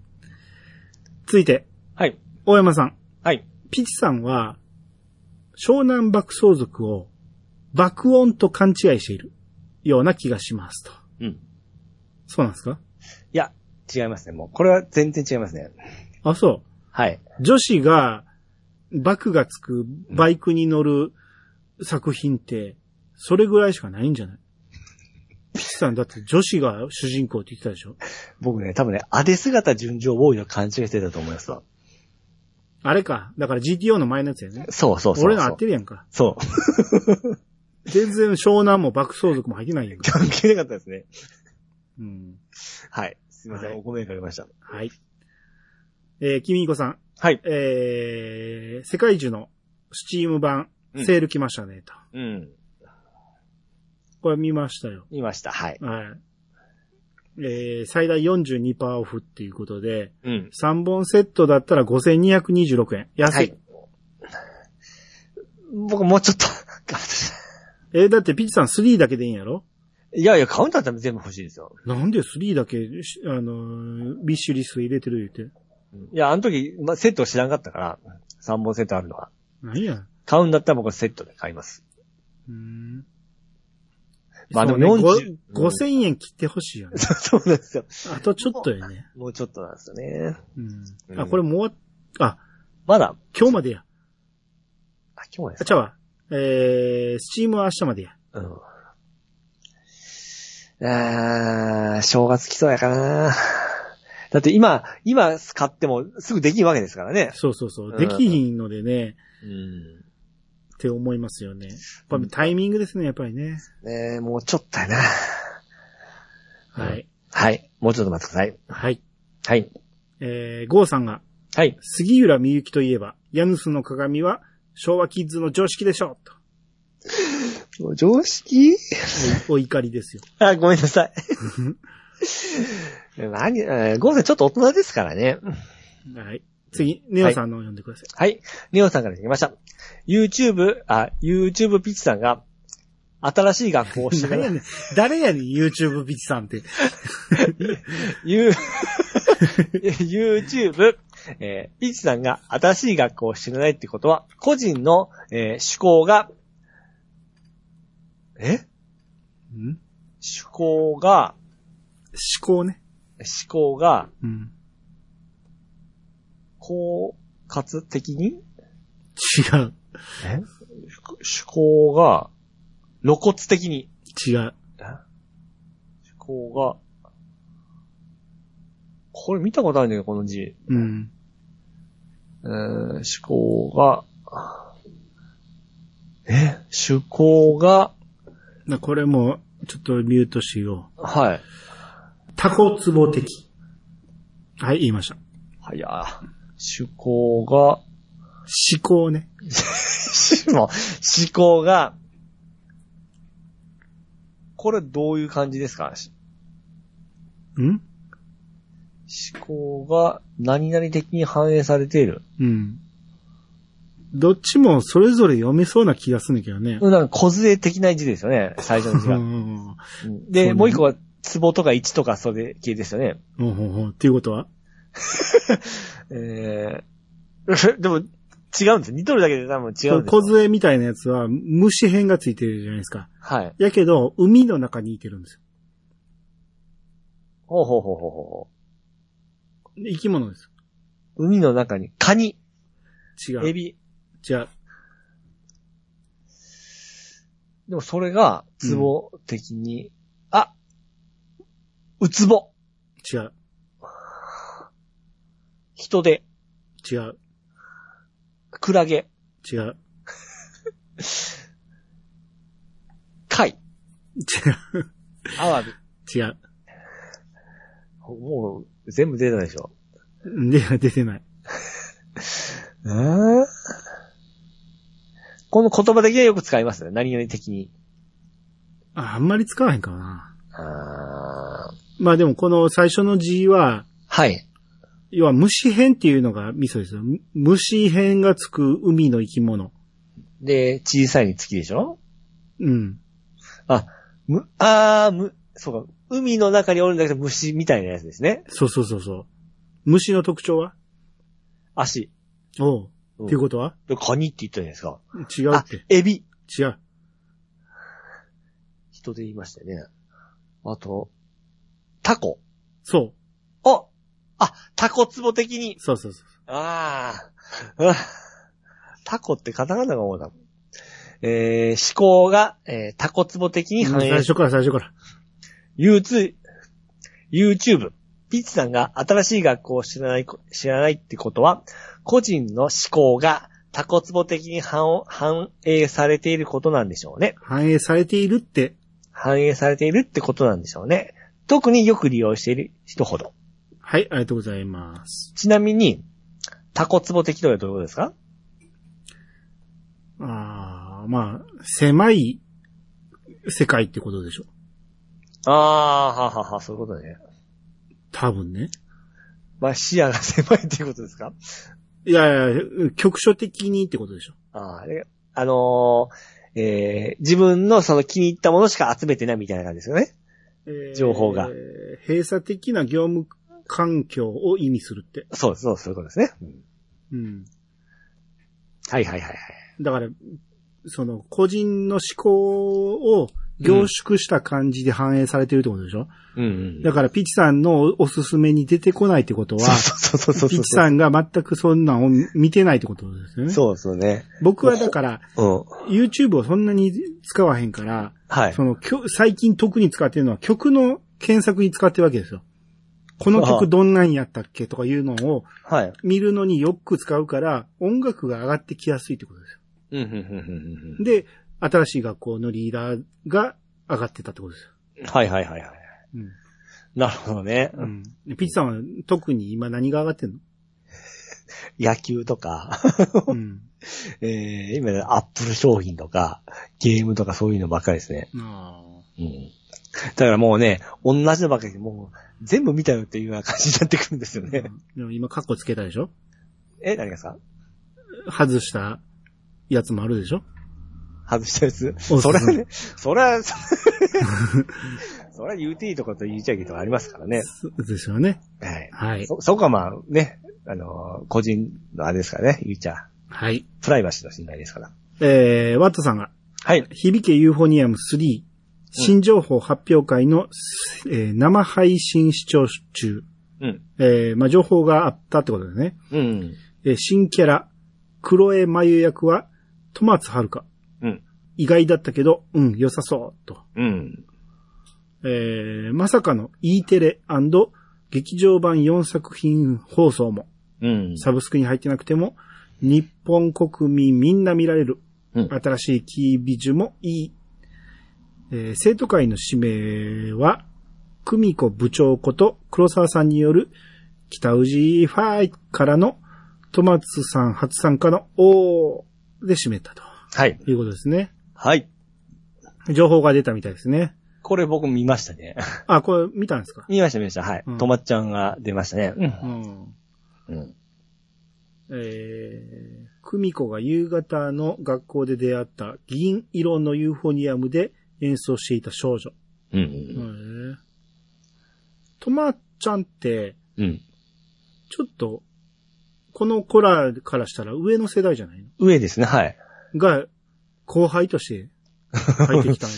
[SPEAKER 2] 続いて、
[SPEAKER 3] はい。
[SPEAKER 2] 大山さん。
[SPEAKER 3] はい。
[SPEAKER 2] ピチさんは、湘南爆走族を爆音と勘違いしているような気がしますと。
[SPEAKER 3] うん。い
[SPEAKER 2] そうなんですか
[SPEAKER 3] や、違いますね。もう、これは全然違いますね。
[SPEAKER 2] あ、そ
[SPEAKER 3] はい。
[SPEAKER 2] う。女子が、バクがつくバイクに乗る作品って、それぐらいしかないんじゃないピチさんだって女子が主人公って言ってたでしょ
[SPEAKER 3] 僕ね、多分ね、アデ姿純情ボーイの勘違いしてたと思いますわ。
[SPEAKER 2] あれか。だから GTO の前のやつやね。
[SPEAKER 3] そうそうそうそう。
[SPEAKER 2] 俺ら合ってるやんか。
[SPEAKER 3] そう。
[SPEAKER 2] 全然湘南も爆走族も入ってないやんか。
[SPEAKER 3] 関係なかったですね。
[SPEAKER 2] うん。
[SPEAKER 3] はい。すいません、
[SPEAKER 2] はい
[SPEAKER 3] お米がかけました。
[SPEAKER 2] はい。えー、キミイコさん。
[SPEAKER 3] はい。
[SPEAKER 2] えー、世界中のスチーム版、
[SPEAKER 3] うん
[SPEAKER 2] セール来ましたね、と。
[SPEAKER 3] うん。
[SPEAKER 2] これ見ましたよ。
[SPEAKER 3] 見ました。はい。
[SPEAKER 2] はい。えー、最大42%オフっていうことで、
[SPEAKER 3] うん。
[SPEAKER 2] 3本セットだったら5226円。安い。
[SPEAKER 3] はい。僕もうちょっと頑張って
[SPEAKER 2] えー、だってピチさん3だけでいいんやろ
[SPEAKER 3] いやいや、カウンター多分全部欲しいですよ。
[SPEAKER 2] なんで3だけし、あのービッシュリスト入れてる言うて。
[SPEAKER 3] いや、あの時、まあ、セットを知らんかったから、3本セットあるのは。
[SPEAKER 2] なんや。
[SPEAKER 3] 買うんだったら僕はセットで買います。
[SPEAKER 2] うーん。
[SPEAKER 3] まあでも
[SPEAKER 2] そうねご
[SPEAKER 3] 40
[SPEAKER 2] 5000円切ってほし いよ ね。
[SPEAKER 3] そうなんですよ。
[SPEAKER 2] あとちょっとやね。
[SPEAKER 3] もうちょっとなんですよね。
[SPEAKER 2] うん。
[SPEAKER 3] う
[SPEAKER 2] あ、
[SPEAKER 3] ん
[SPEAKER 2] これもう、あ、
[SPEAKER 3] まだ、
[SPEAKER 2] 今日までや。
[SPEAKER 3] あ、今日はで
[SPEAKER 2] あ、
[SPEAKER 3] す
[SPEAKER 2] ちゃうわ。えー、スチームは明日までや。
[SPEAKER 3] うん。あー正月来そうやかな。だって今、今買ってもすぐできんわけですからね。
[SPEAKER 2] そうそうそうう。
[SPEAKER 3] ん
[SPEAKER 2] できひんのでね、
[SPEAKER 3] うん。
[SPEAKER 2] って思いますよね。やっぱタイミングですね、やっぱりね。
[SPEAKER 3] ねえ、もうちょっとやな。うん
[SPEAKER 2] はい。
[SPEAKER 3] はい。もうちょっと待ってください。
[SPEAKER 2] はい。
[SPEAKER 3] はい。
[SPEAKER 2] えー、ゴーさんが、
[SPEAKER 3] はい。
[SPEAKER 2] 杉浦みゆきといえば、ヤヌスの鏡は昭和キッズの常識でしょと。
[SPEAKER 3] 常識
[SPEAKER 2] おお怒りですよ。
[SPEAKER 3] あ、ごめんなさい。 何、えーゴーさんちょっと大人ですからね。
[SPEAKER 2] はい。次、ネオさんのを読んでください。
[SPEAKER 3] はい。ネオさんからいただきました。YouTube、あ、YouTube ピッチさんが、新しい学校を知ら
[SPEAKER 2] 誰
[SPEAKER 3] な
[SPEAKER 2] や
[SPEAKER 3] い。
[SPEAKER 2] ねん。誰やねん、YouTube ビチさんって。
[SPEAKER 3] You- YouTube、えーピッチさんが新しい学校を知らないってことは、個人の、えー趣向が、え
[SPEAKER 2] ん思
[SPEAKER 3] 趣向が、
[SPEAKER 2] 考ね。
[SPEAKER 3] 思考が、
[SPEAKER 2] うん。
[SPEAKER 3] こう、かつ的に
[SPEAKER 2] 違う。
[SPEAKER 3] え思考が、露骨的に。
[SPEAKER 2] 違う。
[SPEAKER 3] え思考が、これ見たことあるんだけど、この字。
[SPEAKER 2] うん。
[SPEAKER 3] えー思考が、え思考が、
[SPEAKER 2] なこれも、ちょっとミュートしよう。
[SPEAKER 3] はい。
[SPEAKER 2] タコツボ的。はい、言いました。
[SPEAKER 3] はいやー、思考が、
[SPEAKER 2] 思考ね。
[SPEAKER 3] し もう思考が、これどういう感じですかし
[SPEAKER 2] ん
[SPEAKER 3] 思考が何々的に反映されている。
[SPEAKER 2] うん。どっちもそれぞれ読めそうな気がするんだけどね。
[SPEAKER 3] なんか、小杖的な字ですよね、最初の字
[SPEAKER 2] う
[SPEAKER 3] が。
[SPEAKER 2] ん。
[SPEAKER 3] うん
[SPEAKER 2] そう
[SPEAKER 3] で、
[SPEAKER 2] ね
[SPEAKER 3] もう一個は、壺とか1とかそれ系ですよね。
[SPEAKER 2] ほうほうほう。っていうことは
[SPEAKER 3] えー、 でも、違うんですよ。似とるだけで多分違うんです
[SPEAKER 2] 小
[SPEAKER 3] よ。
[SPEAKER 2] 杖みたいなやつは虫編がついてるじゃないですか。
[SPEAKER 3] はい。
[SPEAKER 2] やけど、海の中にいてるんですよ。
[SPEAKER 3] ほうほうほうほうほ
[SPEAKER 2] 生き物です
[SPEAKER 3] う。海の中に、カニ、
[SPEAKER 2] よ。違
[SPEAKER 3] エ
[SPEAKER 2] う。
[SPEAKER 3] ビ。
[SPEAKER 2] 違う。
[SPEAKER 3] でもそれが、
[SPEAKER 2] うん
[SPEAKER 3] 壺的に、あ、うつぼ、
[SPEAKER 2] 違う。
[SPEAKER 3] 人で、
[SPEAKER 2] 違う。
[SPEAKER 3] クラゲ、
[SPEAKER 2] 違う。
[SPEAKER 3] 貝、
[SPEAKER 2] 違う。
[SPEAKER 3] アワビ。
[SPEAKER 2] 違う。
[SPEAKER 3] もう、全部出たでしょ。
[SPEAKER 2] で、出てない。
[SPEAKER 3] えー、この言葉的にはよく使いますね。何々的に。
[SPEAKER 2] ああんまり使わへんからな。
[SPEAKER 3] あー
[SPEAKER 2] まあでもこの最初の字は、
[SPEAKER 3] はい。
[SPEAKER 2] 要は虫編っていうのがミソですよ。む虫編がつく海の生き物。
[SPEAKER 3] で、小さいに月でしょ
[SPEAKER 2] うん。
[SPEAKER 3] あ、む、あー、む、そうか、海の中におるんだけど虫みたいなやつですね。
[SPEAKER 2] そうそうそうそう。虫の特徴は
[SPEAKER 3] 足。
[SPEAKER 2] お
[SPEAKER 3] う
[SPEAKER 2] う。
[SPEAKER 3] ん
[SPEAKER 2] っていうことは
[SPEAKER 3] でカニって言ったじゃないですか。
[SPEAKER 2] 違う
[SPEAKER 3] あ
[SPEAKER 2] って。、
[SPEAKER 3] エビ。
[SPEAKER 2] 違う。
[SPEAKER 3] 人で言いましたよね。あと、タコ。
[SPEAKER 2] そう。
[SPEAKER 3] ああ、タコツボ的に。
[SPEAKER 2] そうそうそう。
[SPEAKER 3] あー あ。タコってカタカナが多いな。えー、思考が、えー、タコツボ的に反
[SPEAKER 2] 最
[SPEAKER 3] 映
[SPEAKER 2] 初から最初から。反映されているって。
[SPEAKER 3] 反映されているってことなんでしょうね。特によく利用している人ほど。
[SPEAKER 2] はい、ありがとうございます。
[SPEAKER 3] ちなみに、タコツボ的とはどういうことですか
[SPEAKER 2] ああ、まあ、狭い世界ってことでしょ。
[SPEAKER 3] ああ、ははは、そういうことね。
[SPEAKER 2] 多分ね。
[SPEAKER 3] まあ、視野が狭いっていうことですか
[SPEAKER 2] いやいや、局所的にってことでしょ。
[SPEAKER 3] ああ、であのーえー自分のその気に入ったものしか集めてないみたいな感じですよね。
[SPEAKER 2] えー
[SPEAKER 3] 情報が。
[SPEAKER 2] 閉鎖的な業務環境を意味するって。
[SPEAKER 3] そうそう、そういうことですね。うん
[SPEAKER 2] うん。
[SPEAKER 3] はいはいはいはい。
[SPEAKER 2] だから、その、個人の思考を凝縮した感じで反映されてるってことでしょ、
[SPEAKER 3] うん、うん。
[SPEAKER 2] だから、ピチさんのおすすめに出てこないってことは、
[SPEAKER 3] そうそうそうそうそう。
[SPEAKER 2] ピチさんが全くそんなんを見てないってことですよね。
[SPEAKER 3] そうそうね。
[SPEAKER 2] 僕はだから、
[SPEAKER 3] うん。
[SPEAKER 2] YouTube をそんなに使わへんから、
[SPEAKER 3] はい
[SPEAKER 2] そ。の、きょ最近特に使ってるのは曲の検索に使ってるわけですよ。この
[SPEAKER 3] ああ
[SPEAKER 2] 曲どんなんやったっけとかいうのを
[SPEAKER 3] はい。
[SPEAKER 2] 見るのによく使うから、音楽が上がってきやすいってことですよ。
[SPEAKER 3] うん、うん、うん、
[SPEAKER 2] で、新しい学校のリーダーが上がってたってことですよ。
[SPEAKER 3] うん。はいはいはいはい。
[SPEAKER 2] うん
[SPEAKER 3] なるほどね。
[SPEAKER 2] うん。でピッチさんは特に今何が上がってんの
[SPEAKER 3] 野球とか、
[SPEAKER 2] うん。
[SPEAKER 3] えー、今ね、アップル商品とか、ゲームとかそういうのばっかりですね。
[SPEAKER 2] ああ。
[SPEAKER 3] うんだからもうね、同じのばっかりで、もう、全部見たよっていうような感じになってくるんですよね。
[SPEAKER 2] でも今カッコつけたでしょ
[SPEAKER 3] え、何がですか
[SPEAKER 2] 外したやつもあるでしょ
[SPEAKER 3] 外したやつ
[SPEAKER 2] お
[SPEAKER 3] それは
[SPEAKER 2] そう
[SPEAKER 3] ね、それは、それはそれは UT とかと UJG とかありますからね。
[SPEAKER 2] そうですよね。
[SPEAKER 3] はい。
[SPEAKER 2] はい。
[SPEAKER 3] そ、そこはまあね、あのー個人のあれですからね、ゆうちゃん。
[SPEAKER 2] はい。
[SPEAKER 3] プライバシーの信頼ですから。
[SPEAKER 2] えー、ワットさんが、
[SPEAKER 3] はい。
[SPEAKER 2] 響けユーフォニアム3、新情報発表会の、えー生配信視聴中。
[SPEAKER 3] うん。
[SPEAKER 2] えー、まあ、情報があったってことだよね。
[SPEAKER 3] うん。
[SPEAKER 2] えー新キャラ、黒江真由役は、戸松遥香。
[SPEAKER 3] うん。
[SPEAKER 2] 意外だったけど、うん、良さそう、と。
[SPEAKER 3] うん。
[SPEAKER 2] えー、まさかの E テレ劇場版4作品放送も、
[SPEAKER 3] うん。
[SPEAKER 2] サブスクに入ってなくても、日本国民みんな見られる、
[SPEAKER 3] うん
[SPEAKER 2] 新しいキービジュもいい。えー生徒会の指名は、久美子部長こと黒沢さんによる北宇治ファイからの戸松さん初参加の O で締めたと
[SPEAKER 3] はい。
[SPEAKER 2] いうことですね。
[SPEAKER 3] はい。
[SPEAKER 2] 情報が出たみたいですね。
[SPEAKER 3] これ僕見ましたね。
[SPEAKER 2] あ、これ見たんですか
[SPEAKER 3] 見ました見ました。はい。
[SPEAKER 2] うん
[SPEAKER 3] とまっちゃんが出ましたね。
[SPEAKER 2] うん。
[SPEAKER 3] うん。うん。
[SPEAKER 2] えー、久美子が夕方の学校で出会った銀色のユーフォニアムで演奏していた少女。
[SPEAKER 3] う
[SPEAKER 2] へ
[SPEAKER 3] ん。
[SPEAKER 2] ーとまちゃんって、
[SPEAKER 3] うん。
[SPEAKER 2] ちょっと、この子らからしたら上の世代じゃないの
[SPEAKER 3] 上ですね、はい。
[SPEAKER 2] が、後輩として入ってきた の。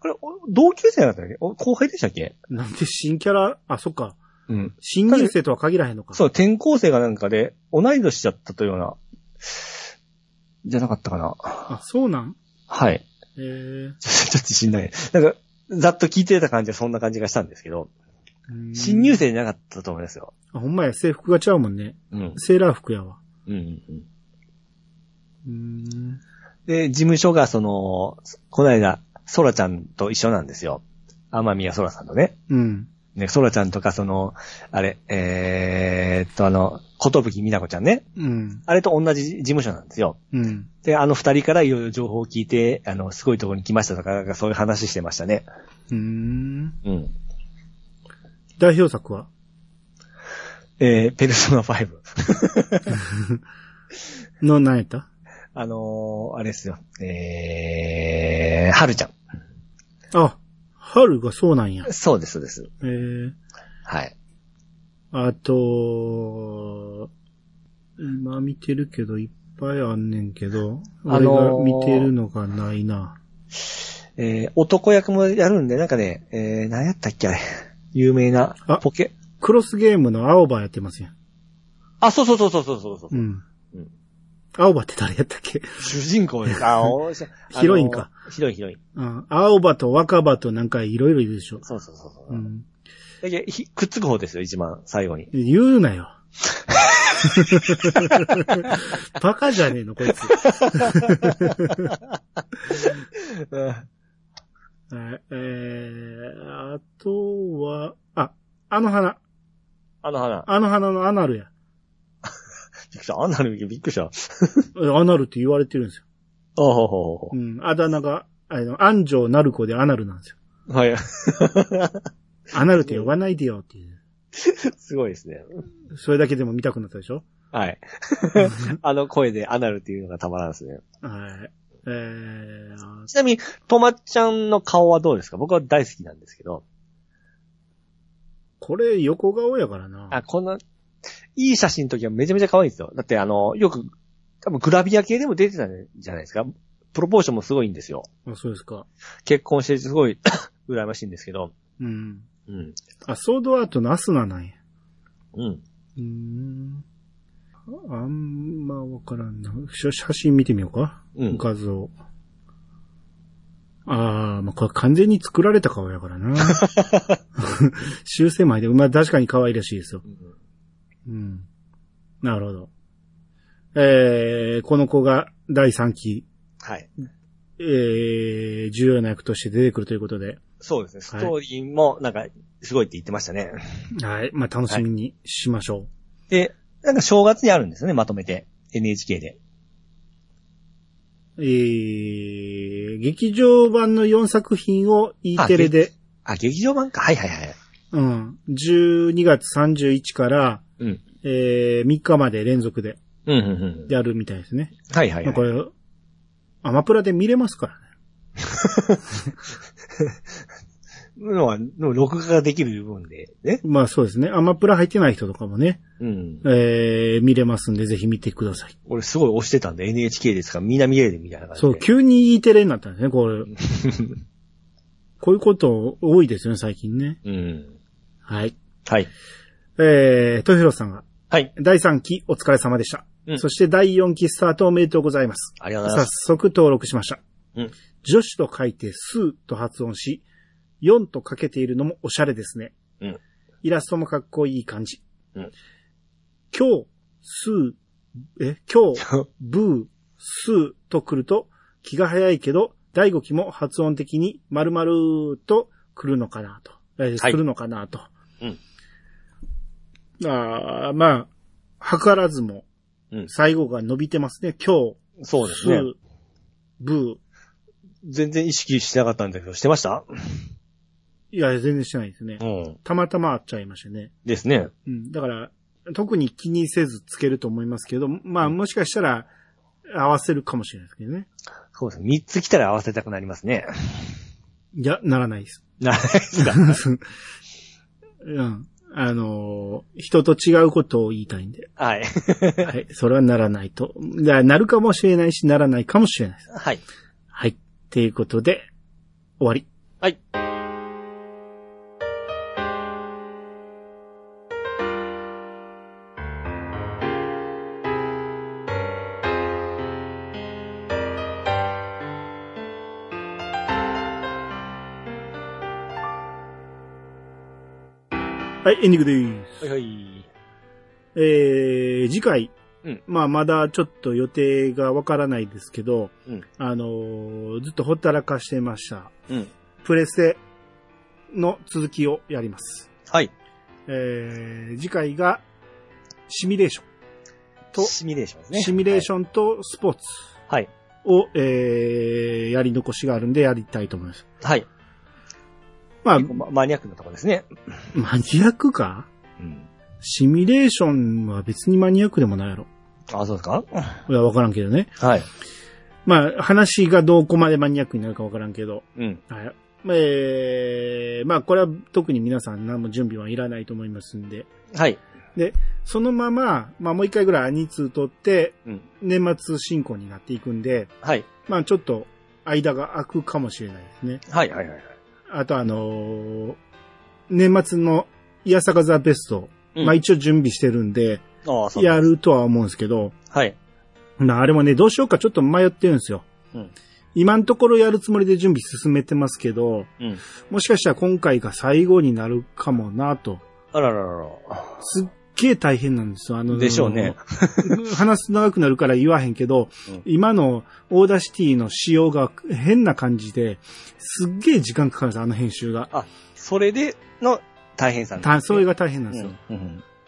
[SPEAKER 3] これ、お同級生だったっけお後輩でしたっけ
[SPEAKER 2] なんで新キャラ、あ、そっか。
[SPEAKER 3] うん。
[SPEAKER 2] 新入生とは限らへんのか。
[SPEAKER 3] そう、転校生がなんかで、同い年だったというような、じゃなかったかな。
[SPEAKER 2] あ、そうなん
[SPEAKER 3] はい。
[SPEAKER 2] えー、
[SPEAKER 3] ちょちょっとしんない。なんか、ざっと聞いてた感じはそんな感じがしたんですけど、
[SPEAKER 2] うん
[SPEAKER 3] 新入生じゃなかったと思いますよ。
[SPEAKER 2] あ、ほんまや、制服が違うもんね。
[SPEAKER 3] うん。
[SPEAKER 2] セーラー服やわ。
[SPEAKER 3] うんうんうん。
[SPEAKER 2] うーん。
[SPEAKER 3] で、事務所がその、この間、ソラちゃんと一緒なんですよ。天宮ソラさんとね。
[SPEAKER 2] うん。
[SPEAKER 3] ね、ソラちゃんとかその、あれ、えー、っとあの、ことぶきみなこちゃんね。
[SPEAKER 2] うん。
[SPEAKER 3] あれと同じ事務所なんですよ。
[SPEAKER 2] うん。
[SPEAKER 3] で、あの二人からいろいろ情報を聞いて、あの、すごいところに来ましたとか、なんかそういう話してましたね。
[SPEAKER 2] うーん。
[SPEAKER 3] うん。
[SPEAKER 2] 代表作は
[SPEAKER 3] えー、ペルソナ5。
[SPEAKER 2] の何やった
[SPEAKER 3] あのーあれですよ。えー、はるちゃん。
[SPEAKER 2] あ、春がそうなんや。
[SPEAKER 3] そうです、そうです。
[SPEAKER 2] えー、
[SPEAKER 3] はい。
[SPEAKER 2] あと、今見てるけど、いっぱいあんねんけど、
[SPEAKER 3] あのー
[SPEAKER 2] 俺が見てるのがないな。
[SPEAKER 3] えー、男役もやるんで、なんかね、えー、何やったっけあれ。有名な
[SPEAKER 2] あ、
[SPEAKER 3] ポケ。
[SPEAKER 2] クロスゲームの青葉やってますやん。
[SPEAKER 3] あ、そうそうそうそうそうそうそう
[SPEAKER 2] う、ん
[SPEAKER 3] うん。
[SPEAKER 2] 青葉って誰やったっけ
[SPEAKER 3] 主人公です。あ、おし
[SPEAKER 2] ヒロインか。
[SPEAKER 3] あのヒロイン、ヒロイン。
[SPEAKER 2] うん。青葉と若葉となんかいろいろいるでしょ。
[SPEAKER 3] そうそうそうそうう、
[SPEAKER 2] ん。
[SPEAKER 3] だけどひくっつく方ですよ、一番最後に。
[SPEAKER 2] 言うな よ。バカじゃねえの、こいつ。はいえー、あとは、あ、あの花。
[SPEAKER 3] あの花。
[SPEAKER 2] あの花のアナルや。
[SPEAKER 3] びっくりした。あんなのびっくりした。あ
[SPEAKER 2] アナルって言われてるんですよ。
[SPEAKER 3] ほうほうほ
[SPEAKER 2] うん。あだ名が、あの、安城なる子でアナルなんですよ。
[SPEAKER 3] う。はい。
[SPEAKER 2] アナルって呼ばないでよっていう。
[SPEAKER 3] すごいですね。
[SPEAKER 2] それだけでも見たくなったでしょ
[SPEAKER 3] はい。あの声でアナルっていうのがたまらんですね。
[SPEAKER 2] はい。えー、あ
[SPEAKER 3] ちなみに、とまっちゃんの顔はどうですか僕は大好きなんですけど。
[SPEAKER 2] これ横顔やからな。
[SPEAKER 3] あ、こんな、いい写真の時はめちゃめちゃ可愛いんですよ。だってあの、よく、多分グラビア系でも出てたんじゃないですか。プロポーションもすごいんですよ。
[SPEAKER 2] あそうですか。
[SPEAKER 3] 結婚してすごい 羨ましいんですけど。
[SPEAKER 2] うん。
[SPEAKER 3] うん。
[SPEAKER 2] あ、ソードアートのアスナなんや。
[SPEAKER 3] うん。
[SPEAKER 2] うーん。あんまわからんな。しょ写真見てみようか。
[SPEAKER 3] うん。
[SPEAKER 2] 画像。あー、まあ、これ完全に作られた顔やから な。修正前で、まあ、確かに可愛らしいですよ。
[SPEAKER 3] うん
[SPEAKER 2] うん。なるほど。えー、この子が第3期、
[SPEAKER 3] はい。
[SPEAKER 2] えー、重要な役として出てくるということで、
[SPEAKER 3] そうですね。ストーリーも、なんか、すごいって言ってましたね。
[SPEAKER 2] はい、まあ、楽しみにしましょう。
[SPEAKER 3] で、なんか正月にあるんですよね、まとめて。NHK で。
[SPEAKER 2] えー、劇場版の4作品を E テレで、
[SPEAKER 3] あ、劇場版か。はいはいはい。
[SPEAKER 2] うん、12月31から、
[SPEAKER 3] うん。
[SPEAKER 2] えー、3日まで連続で
[SPEAKER 3] うんうんうん。
[SPEAKER 2] やるみたいですね。
[SPEAKER 3] はいはい、は
[SPEAKER 2] まあ
[SPEAKER 3] い
[SPEAKER 2] こ。れ、アマプラで見れますからね。
[SPEAKER 3] のは、の録画ができる分で、ね。
[SPEAKER 2] まあそうですね。アマプラ入ってない人とかもね、
[SPEAKER 3] うん。
[SPEAKER 2] えー、見れますんで、ぜひ見てください。
[SPEAKER 3] 俺すごい押してたんで、NHK ですから、みんな見れるみたいな感じで。
[SPEAKER 2] そう、急に E テレになったんですね、これ。こういうこと多いですよね、最近ね。
[SPEAKER 3] うん。
[SPEAKER 2] はい。
[SPEAKER 3] はい。
[SPEAKER 2] えー、とひろさんが、
[SPEAKER 3] はい。
[SPEAKER 2] 第3期お疲れ様でした。
[SPEAKER 3] うん
[SPEAKER 2] そして第4期スタートおめでとうございます。
[SPEAKER 3] ありがとうござい
[SPEAKER 2] 早
[SPEAKER 3] ます。
[SPEAKER 2] 速登録しました。
[SPEAKER 3] うん
[SPEAKER 2] 女子と書いてスーと発音し、4と書けているのもおしゃれですね。
[SPEAKER 3] うん
[SPEAKER 2] イラストもかっこいい感じ。
[SPEAKER 3] うん
[SPEAKER 2] 今日、スー、え、今日、ブー、スーと来ると気が早いけど、第5期も発音的に〇〇と来るのかなと、えー
[SPEAKER 3] はい
[SPEAKER 2] するのかなと。
[SPEAKER 3] うん
[SPEAKER 2] あーまあ、図らずも
[SPEAKER 3] うん、
[SPEAKER 2] 最後が伸びてますね。今
[SPEAKER 3] そう
[SPEAKER 2] 日、
[SPEAKER 3] で
[SPEAKER 2] ス
[SPEAKER 3] すね
[SPEAKER 2] ー、。ブ
[SPEAKER 3] 全然意識してなかったんだけど、してました
[SPEAKER 2] ー。いや、全然してないですね。
[SPEAKER 3] うん。
[SPEAKER 2] たまたま会っちゃいましたね。
[SPEAKER 3] ですね。
[SPEAKER 2] うん。だから、特に気にせずつけると思いますけど、まあ、もしかしたら、合わせるかもしれないですけどね。
[SPEAKER 3] そうですね。3つ来たら合わせたくなりますね。
[SPEAKER 2] いや、ならないです。
[SPEAKER 3] ないですか。
[SPEAKER 2] うん。あのー人と違うことを言いたいんで。
[SPEAKER 3] はい。
[SPEAKER 2] はい。それはならないと。だなるかもしれないし、ならないかもしれないです。
[SPEAKER 3] はい。
[SPEAKER 2] はい。っていうことで、終わり。
[SPEAKER 3] はい。
[SPEAKER 2] はい、エンディングでーす。
[SPEAKER 3] はいはい。
[SPEAKER 2] えー、次回。
[SPEAKER 3] うん
[SPEAKER 2] まあ、まだちょっと予定がわからないですけど、
[SPEAKER 3] うん
[SPEAKER 2] あのーずっとほったらかしてました。
[SPEAKER 3] うん。
[SPEAKER 2] プレセの続きをやります。
[SPEAKER 3] はい。
[SPEAKER 2] えー、次回が、シミュレーション。と
[SPEAKER 3] シミュレーションですね。
[SPEAKER 2] シミュレーションとスポーツ
[SPEAKER 3] はい。
[SPEAKER 2] を、えー、やり残しがあるんでやりたいと思います。
[SPEAKER 3] はい。
[SPEAKER 2] まあ、
[SPEAKER 3] 結構ママニアックなとこですね。
[SPEAKER 2] マニアックか
[SPEAKER 3] うん。
[SPEAKER 2] シミュレーションは別にマニアックでもないやろ。
[SPEAKER 3] あ、そうですか
[SPEAKER 2] いや、わからんけどね。
[SPEAKER 3] はい。
[SPEAKER 2] まあ、話がどこまでマニアックになるかわからんけど。
[SPEAKER 3] うん。
[SPEAKER 2] はい。えー、まあ、これは特に皆さん何も準備はいらないと思いますんで。
[SPEAKER 3] はい。
[SPEAKER 2] そのまま、まあ、もう一回ぐらい2通取って、
[SPEAKER 3] うん
[SPEAKER 2] 年末進行になっていくんで、
[SPEAKER 3] はい。
[SPEAKER 2] まあ、ちょっと、間が空くかもしれないですね。
[SPEAKER 3] はい。はい。はい。
[SPEAKER 2] あと、あのー年末の、いやさかザベスト、
[SPEAKER 3] うん
[SPEAKER 2] まあ、一応準備してるんで、
[SPEAKER 3] ああ、そう。
[SPEAKER 2] や。るとは思うんですけど、
[SPEAKER 3] はい。
[SPEAKER 2] なあれもね、どうしようかちょっと迷ってるんですよ。
[SPEAKER 3] うん
[SPEAKER 2] 今のところやるつもりで準備進めてますけど、
[SPEAKER 3] うん。
[SPEAKER 2] もしかしたら今回が最後になるかもなと。
[SPEAKER 3] あらららら。
[SPEAKER 2] すっげえ大変なんですよ。あの、
[SPEAKER 3] でしょうね。
[SPEAKER 2] 話す長くなるから言わへんけど、
[SPEAKER 3] うん
[SPEAKER 2] 今のオーダーシティの仕様が変な感じで、すっげえ時間かかるんですよ、あの編集が。
[SPEAKER 3] それでの大変さなんですね
[SPEAKER 2] たそれが大変なんですよ。
[SPEAKER 3] うん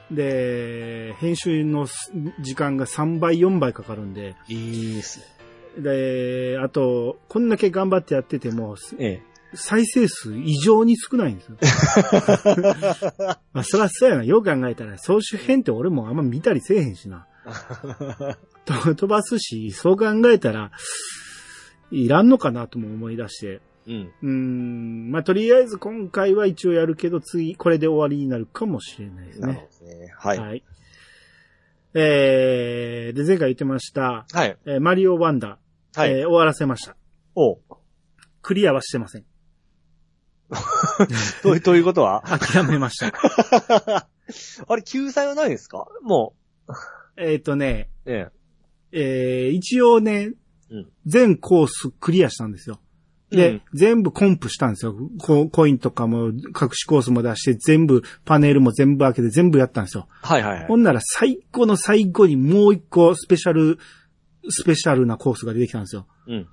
[SPEAKER 3] うん。
[SPEAKER 2] で、編集のす時間が3倍、4倍かかるんで、
[SPEAKER 3] いいっすね。
[SPEAKER 2] で、あと、こんだけ頑張ってやってても、
[SPEAKER 3] ええ。
[SPEAKER 2] 再生数異常に少ないんですよ。 まあ、そらそうやな。よう考えたら、総集編って俺もあんま見たりせえへん しな。と飛ばすし、そう考えたら、いらんのかなとも思い出して。
[SPEAKER 3] うん。
[SPEAKER 2] うーん、まあ、とりあえず今回は一応やるけど、次、これで終わりになるかもしれないです
[SPEAKER 3] なる
[SPEAKER 2] ね。
[SPEAKER 3] ほどですね。はい。
[SPEAKER 2] はい。えー、で、前回言ってました、
[SPEAKER 3] はい。
[SPEAKER 2] えーマリオワンダー、
[SPEAKER 3] はい。
[SPEAKER 2] えー終わらせました。
[SPEAKER 3] おう
[SPEAKER 2] クリアはしてま せん。
[SPEAKER 3] とということ は
[SPEAKER 2] 諦めました。
[SPEAKER 3] あれ、救済はないですかも
[SPEAKER 2] えっとね、
[SPEAKER 3] う。え
[SPEAKER 2] えー一応ね、
[SPEAKER 3] うん
[SPEAKER 2] 全コースクリアしたんですよ。
[SPEAKER 3] え。
[SPEAKER 2] で、
[SPEAKER 3] うん、
[SPEAKER 2] 全部コンプしたんですよ。ココインとかも、隠しコースも出して、全部、パネルも全部開けて全部やったんですよ。
[SPEAKER 3] はいはいはい
[SPEAKER 2] ほ。んなら最後の最後にもう一個スペシャル、スペシャルなコースが出てきたんですよ。
[SPEAKER 3] うん。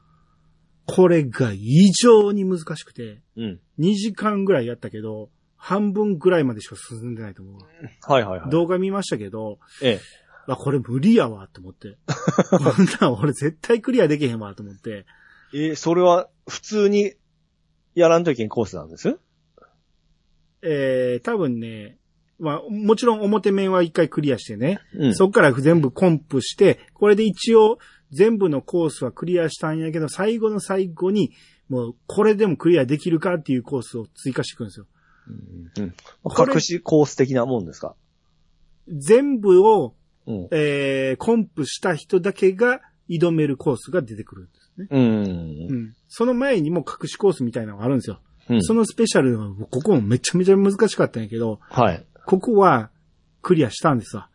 [SPEAKER 2] これが異常に難しくて、
[SPEAKER 3] うん。
[SPEAKER 2] 2時間ぐらいやったけど、半分ぐらいまでしか進んでないと思うわ。
[SPEAKER 3] はいはいはい。
[SPEAKER 2] 動画見ましたけど、
[SPEAKER 3] ええ。
[SPEAKER 2] あ、これ無理やわ、と 思って。こんなん俺絶対クリアできへんわ、と思って。
[SPEAKER 3] えーそれは普通にやらんといけんコースなんです
[SPEAKER 2] えー、多分ね、まあ、もちろん表面は一回クリアしてね、
[SPEAKER 3] うん。
[SPEAKER 2] そっから全部コンプして、これで一応全部のコースはクリアしたんやけど、最後の最後に、もうこれでもクリアできるかっていうコースを追加していくんですよ。
[SPEAKER 3] うん。
[SPEAKER 2] これ
[SPEAKER 3] 隠しコース的なもんですか
[SPEAKER 2] 全部を、
[SPEAKER 3] うん。
[SPEAKER 2] えー、コンプした人だけが挑めるコースが出てくるんですね。
[SPEAKER 3] うん。
[SPEAKER 2] うん。その前にも隠しコースみたいなのがあるんですよ。
[SPEAKER 3] うん。
[SPEAKER 2] そのスペシャルは、ここもめちゃめちゃ難しかったんやけど、
[SPEAKER 3] はい。
[SPEAKER 2] ここはクリアしたんですわ。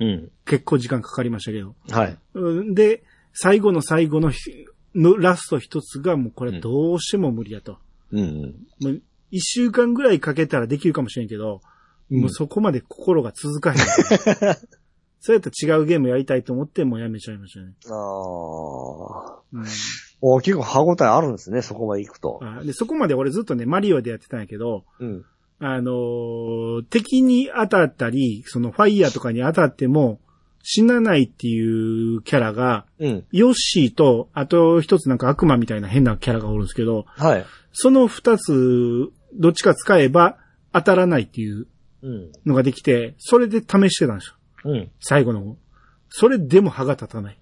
[SPEAKER 3] うん。
[SPEAKER 2] 結構時間かかりましたけど。
[SPEAKER 3] はい。
[SPEAKER 2] うんで、最後の最後のひのラスト一つがもうこれどうしても無理だと。
[SPEAKER 3] うん。
[SPEAKER 2] もう一週間ぐらいかけたらできるかもしれんけど、もうそこまで心が続かへん。 そうやったら違うゲームやりたいと思ってもうやめちゃいましたね。
[SPEAKER 3] ああ。
[SPEAKER 2] うん
[SPEAKER 3] お結構歯応えあるんですね、そこまで行くと。
[SPEAKER 2] あでそこまで俺ずっとね、マリオでやってたんやけど、
[SPEAKER 3] うん。
[SPEAKER 2] あのー敵に当たったり、そのファイヤーとかに当たっても死なないっていうキャラが、
[SPEAKER 3] うん。
[SPEAKER 2] ヨッシーと、あと一つなんか悪魔みたいな変なキャラがおるんですけど、
[SPEAKER 3] はい。
[SPEAKER 2] その二つ、どっちか使えば当たらないっていう
[SPEAKER 3] うん。
[SPEAKER 2] のができて、それで試してたんですよ。
[SPEAKER 3] うん。
[SPEAKER 2] 最後の方。それでも歯が立たない。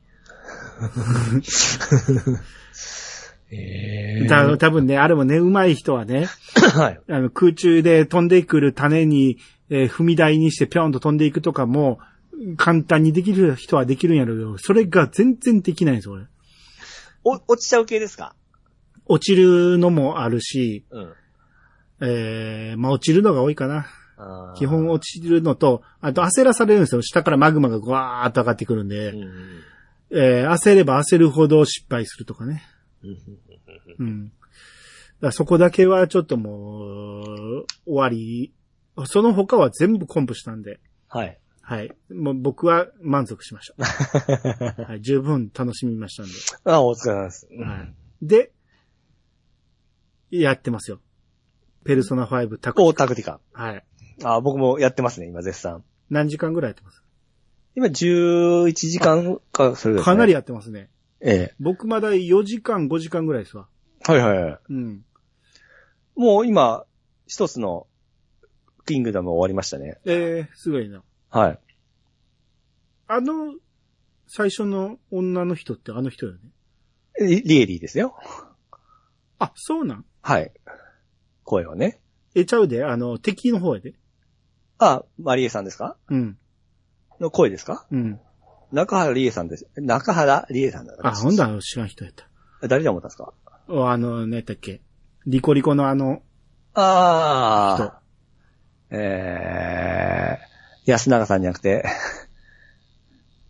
[SPEAKER 3] ええ。
[SPEAKER 2] た多分ね、あれもね、上手い人はね、
[SPEAKER 3] はい。
[SPEAKER 2] あの空中で飛んでくる種に、えー踏み台にしてぴょんと飛んでいくとかも、簡単にできる人はできるんやろうけど、それが全然できないんですよ、俺。
[SPEAKER 3] お、落ちちゃう系ですか
[SPEAKER 2] 落ちるのもあるし、
[SPEAKER 3] うん。
[SPEAKER 2] えー、まあ落ちるのが多いかな。
[SPEAKER 3] あー
[SPEAKER 2] 基本落ちるのと、あと焦らされるんですよ。下からマグマがぐわーっと上がってくるんで、
[SPEAKER 3] うん
[SPEAKER 2] えー焦れば焦るほど失敗するとかね。
[SPEAKER 3] うん
[SPEAKER 2] うん。だからそこだけはちょっともう、終わり。その他は全部コンプしたんで、
[SPEAKER 3] はい。
[SPEAKER 2] はい。もう僕は満足し ました。はい、十分楽しみましたんで。
[SPEAKER 3] あ、お疲れ様です。
[SPEAKER 2] はい、で、やってますよ。ペルソナ5タコ。
[SPEAKER 3] お、タクティカ。
[SPEAKER 2] はい。
[SPEAKER 3] あ、僕もやってますね、今、絶賛。
[SPEAKER 2] 何時間ぐらいやってます
[SPEAKER 3] 今、11時間か、それです、ね。
[SPEAKER 2] かなり。やってますね。
[SPEAKER 3] え
[SPEAKER 2] 僕まだ4時間、5時間ぐらいですわ。
[SPEAKER 3] え。はいはいはい。
[SPEAKER 2] うん。
[SPEAKER 3] もう今、一つの、キングダム終わりましたね。
[SPEAKER 2] えー、すごいな。
[SPEAKER 3] はい。
[SPEAKER 2] あの、最初の女の人ってあの人よね。
[SPEAKER 3] リリエリーですよ。
[SPEAKER 2] あ、そうなん
[SPEAKER 3] はい。声はね。
[SPEAKER 2] え、ちゃうで、あの、敵の方やで。
[SPEAKER 3] あ、マリエさんですか
[SPEAKER 2] うん、
[SPEAKER 3] の声ですか
[SPEAKER 2] うん。
[SPEAKER 3] 中原理恵さんです。中原理恵さんだ
[SPEAKER 2] あ、ほんだら知らん人やった。
[SPEAKER 3] 誰だ思ったんですか
[SPEAKER 2] あの、何やったっけ。リコリコのあの、
[SPEAKER 3] ああ。えー、安永さんじゃなくて、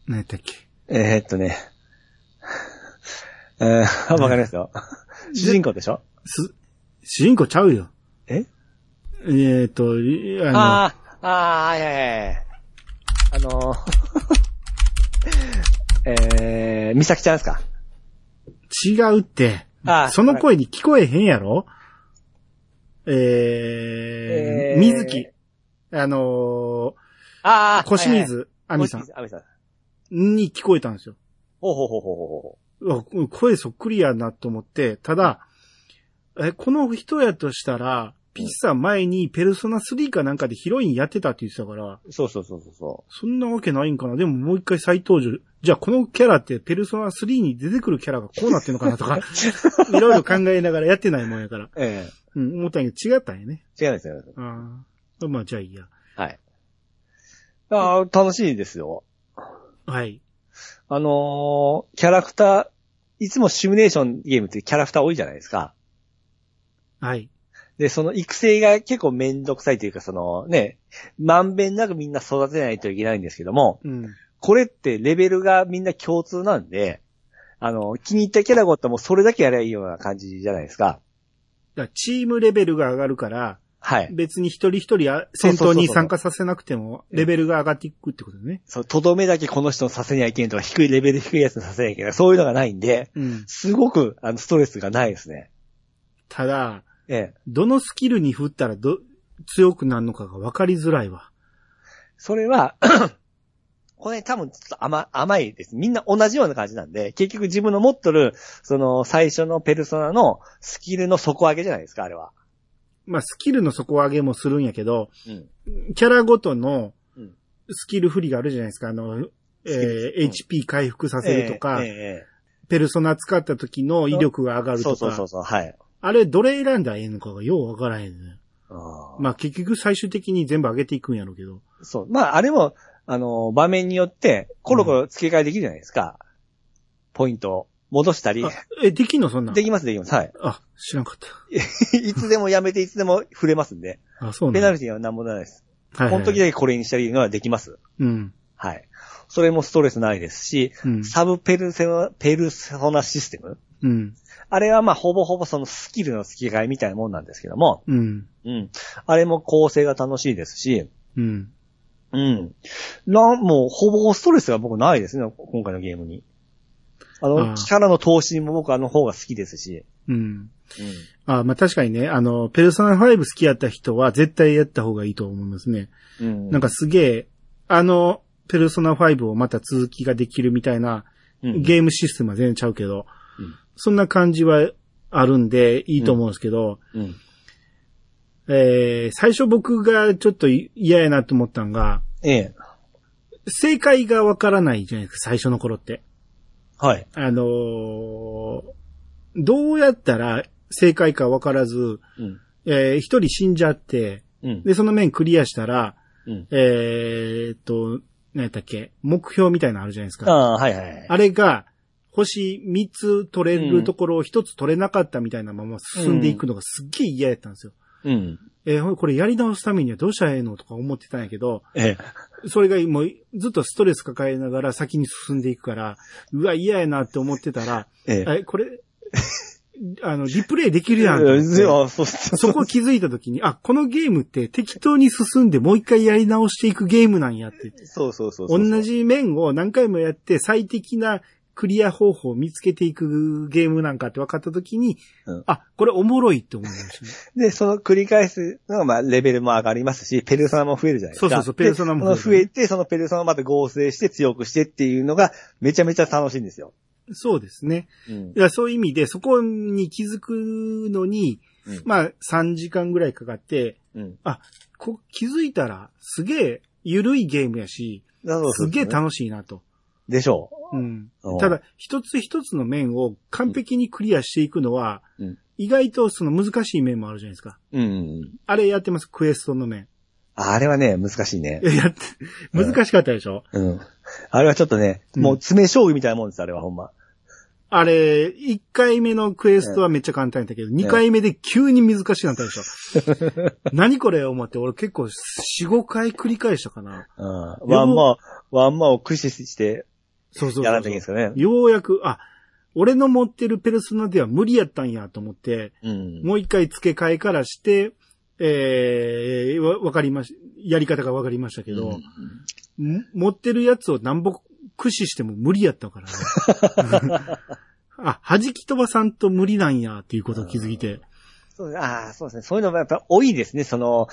[SPEAKER 2] 何やったっけ。
[SPEAKER 3] えー、っとね、えー、わかりますよ。主人公でしょ
[SPEAKER 2] す、主人公ちゃうよ。
[SPEAKER 3] え
[SPEAKER 2] えー、と、いあの、
[SPEAKER 3] ああ、ああー、いやいやいやあの ー、えー、美咲ちゃんですか
[SPEAKER 2] 違うって。
[SPEAKER 3] あ
[SPEAKER 2] その声に聞こえへんやろ
[SPEAKER 3] え
[SPEAKER 2] えー、
[SPEAKER 3] ー
[SPEAKER 2] 水木。あの
[SPEAKER 3] あ
[SPEAKER 2] ー、
[SPEAKER 3] あ、
[SPEAKER 2] 小清
[SPEAKER 3] はいはい。
[SPEAKER 2] 水亜美さ
[SPEAKER 3] 小
[SPEAKER 2] ん
[SPEAKER 3] 清水亜美さん。
[SPEAKER 2] に聞こえたんですよ。
[SPEAKER 3] ほうほうほうほうほうほ
[SPEAKER 2] うわ声そっくりやなと思って、ただ、え、この人やとしたら、ピッチさん前にペルソナ3かなんかでヒロインやってたって言ってたから、
[SPEAKER 3] う。そうそうそうそうそ
[SPEAKER 2] そんなわけないんかな。でももう一回再登場。じゃあこのキャラってペルソナ3に出てくるキャラがこうなってんのかなと か、いろいろ考えながらやってないもんやから。
[SPEAKER 3] う。え
[SPEAKER 2] うん、思ったんやけど違ったんやね。
[SPEAKER 3] え違うんですよ。
[SPEAKER 2] ああ。まあじゃあいいや。
[SPEAKER 3] はい。ああ、楽しいですよ。
[SPEAKER 2] はい。
[SPEAKER 3] あのー、キャラクター、いつもシミュレーションゲームってキャラクター多いじゃないですか。
[SPEAKER 2] はい。
[SPEAKER 3] で、その育成が結構めんどくさいというか、そのね、まんべんなくみんな育てないといけないんですけども、
[SPEAKER 2] うん。
[SPEAKER 3] これってレベルがみんな共通なんで、あの、気に入ったキャラがおったらもうそれだけやればいいような感じじゃないですか。
[SPEAKER 2] だからチームレベルが上がるから、
[SPEAKER 3] はい。
[SPEAKER 2] 別に一人一人あ
[SPEAKER 3] そう
[SPEAKER 2] 戦
[SPEAKER 3] そうそうそう
[SPEAKER 2] 闘に参加させなくても、レベルが上がっていくってことね。
[SPEAKER 3] そう、とどめだけこの人のさせにはいけんとか、低いレベル低いやつにさせにはいけんとか、そういうのがないんで、
[SPEAKER 2] うん。
[SPEAKER 3] すごく、あの、ストレスがないですね。
[SPEAKER 2] ただ、
[SPEAKER 3] ええ。
[SPEAKER 2] どのスキルに振ったらど、強くなるのかが分かりづらいわ。
[SPEAKER 3] それは、 これ多分ちょっと甘、甘いです。みんな同じような感じなんで、結局自分の持っとる、その、最初のペルソナのスキルの底上げじゃないですか、あれは。
[SPEAKER 2] まあ、スキルの底上げもするんやけど、
[SPEAKER 3] うん。
[SPEAKER 2] キャラごとの
[SPEAKER 3] うん
[SPEAKER 2] スキル振りがあるじゃないですか。あの、えー
[SPEAKER 3] うん
[SPEAKER 2] HP 回復させるとか、
[SPEAKER 3] えええ
[SPEAKER 2] ペルソナ使った時の威力が上が
[SPEAKER 3] え
[SPEAKER 2] る
[SPEAKER 3] そ
[SPEAKER 2] と
[SPEAKER 3] うそうそう、そ
[SPEAKER 2] か
[SPEAKER 3] う、はい。
[SPEAKER 2] あれどれ選んだらええのかがよう分からへんね。
[SPEAKER 3] ま
[SPEAKER 2] まあ結局最終的に全部上げていくんやろうけど。
[SPEAKER 3] あ、そう。まあ、あれも、あの、場面によって、コロコロ付け替えできるじゃないですか。ポイントを戻したり
[SPEAKER 2] あ。え、できんのそんなん
[SPEAKER 3] できます、できます。はい。
[SPEAKER 2] あ、知らんかっ
[SPEAKER 3] いつでもやめて、いつでも触れますんで。
[SPEAKER 2] た。あ、そう
[SPEAKER 3] ペナ
[SPEAKER 2] なんだ。
[SPEAKER 3] ルティは何もないです。
[SPEAKER 2] はい
[SPEAKER 3] こ
[SPEAKER 2] はい
[SPEAKER 3] の時だけこれにしたりいうのはできます。
[SPEAKER 2] うん。
[SPEAKER 3] はい。それもストレスないですし、
[SPEAKER 2] うん。
[SPEAKER 3] サブペルセナ、ペルソナシステム
[SPEAKER 2] うん。
[SPEAKER 3] あれはまあほぼほぼそのスキルの付け替えみたいなもんなんですけども、
[SPEAKER 2] うん。
[SPEAKER 3] うん。あれも構成が楽しいですし、
[SPEAKER 2] うん。
[SPEAKER 3] うん。なん、もうほぼほぼストレスが僕ないですね、今回のゲームに。あ
[SPEAKER 2] あ
[SPEAKER 3] の、
[SPEAKER 2] あ
[SPEAKER 3] キャラの投資も僕あの方が好きですし、
[SPEAKER 2] うん。
[SPEAKER 3] うん。
[SPEAKER 2] あ、まあ確かにね、あの、ペルソナ5好きやった人は絶対やった方がいいと思いますね。
[SPEAKER 3] うん
[SPEAKER 2] なんかすげえ、あの、ペルソナ5をまた続きができるみたいな、
[SPEAKER 3] うん
[SPEAKER 2] ゲームシステムは全然ちゃうけど、
[SPEAKER 3] うん
[SPEAKER 2] そんな感じはあるんでいいと思うんですけど、
[SPEAKER 3] うん。
[SPEAKER 2] えー最初僕がちょっと嫌やなと思ったんが、
[SPEAKER 3] ええ。
[SPEAKER 2] 正解がわからないじゃないですか、最初の頃って。
[SPEAKER 3] はい。
[SPEAKER 2] あのーどうやったら正解かわからず、
[SPEAKER 3] うん。
[SPEAKER 2] えー一人死んじゃって、
[SPEAKER 3] うん。
[SPEAKER 2] で、その面クリアしたら、
[SPEAKER 3] うん。
[SPEAKER 2] えーっと、何やったっけ、目標みたいなのあるじゃないです
[SPEAKER 3] あ
[SPEAKER 2] か。
[SPEAKER 3] あ、はいはいはい。
[SPEAKER 2] あれが、星3つ取れるところを1つ取れなかったみたいなまま進んでいくのがすっげえ嫌やったんですよ。
[SPEAKER 3] うん。
[SPEAKER 2] えーほこれやり直すためにはどうしたらええのとか思ってたんやけど、
[SPEAKER 3] ええ。
[SPEAKER 2] それがもうずっとストレス抱えながら先に進んでいくから、うわ、嫌やなって思ってたら、
[SPEAKER 3] ええ。
[SPEAKER 2] え、これ、 あの、リプレイできるやんと
[SPEAKER 3] うんで
[SPEAKER 2] 思って。
[SPEAKER 3] もそうそう
[SPEAKER 2] そこ気づいた時に、あ、このゲームって適当に進んでもう一回やり直していくゲームなんやって。
[SPEAKER 3] そうそうそうそう。
[SPEAKER 2] 同じ面を何回もやって最適なクリア方法を見つけていくゲームなんかって分かった時に、
[SPEAKER 3] うん
[SPEAKER 2] あ、これおもろいって思いましたね。
[SPEAKER 3] で、その繰り返すのが、まあ、レベルも上がりますし、ペルソナも増えるじゃないですか。
[SPEAKER 2] そうそうそうペルソナも
[SPEAKER 3] でその
[SPEAKER 2] 増え
[SPEAKER 3] 増
[SPEAKER 2] る
[SPEAKER 3] えて、そのペルソナをまた合成して強くしてっていうのが、めちゃめちゃ楽しいんですよ。
[SPEAKER 2] そうですね。
[SPEAKER 3] うん
[SPEAKER 2] い。や、そういう意味で、そこに気づくのに、
[SPEAKER 3] うん
[SPEAKER 2] まあ、3時間ぐらいかかって、
[SPEAKER 3] うん。
[SPEAKER 2] こ気づいたら、すげえ、ゆるいゲームやし、
[SPEAKER 3] そうそう
[SPEAKER 2] すげえ楽しいなと。
[SPEAKER 3] でしょ
[SPEAKER 2] うん。
[SPEAKER 3] う。うん
[SPEAKER 2] た、だ、一つ一つの面を完璧にクリアしていくのは、
[SPEAKER 3] うん
[SPEAKER 2] 意外とその難しい面もあるじゃないですか。
[SPEAKER 3] うんうん。
[SPEAKER 2] あれやってます、クエストの面。
[SPEAKER 3] あれはね、難しいね
[SPEAKER 2] い。や、やって、
[SPEAKER 3] うん
[SPEAKER 2] 難しかったでしょ、
[SPEAKER 3] うん。あれはちょっとね、
[SPEAKER 2] うん
[SPEAKER 3] もう詰め将棋みたいなもんです、あれはほんま。
[SPEAKER 2] あれ、1回目のクエストはめっちゃ簡単やったけど、2回目で急に難しくなったでしょ 何これ思って、俺結構4、5回繰り返したかな。
[SPEAKER 3] うん。ワンマー、ワンマーを駆使して
[SPEAKER 2] そうそうそうそう
[SPEAKER 3] やらなきゃいけないんですかね。
[SPEAKER 2] ようやく、あ、俺の持ってるペルソナでは無理やったんやと思って、
[SPEAKER 3] うん。
[SPEAKER 2] もう一回付け替えからして、えー、わわかりまし、やり方がわかりましたけど、ん持ってるやつをなんぼ駆使しても無理やったからね。 あ、弾き飛ばさんと無理なんやっていうことを気づいて。
[SPEAKER 3] そうああ、そうですね。そういうのがやっぱ多いですね。その、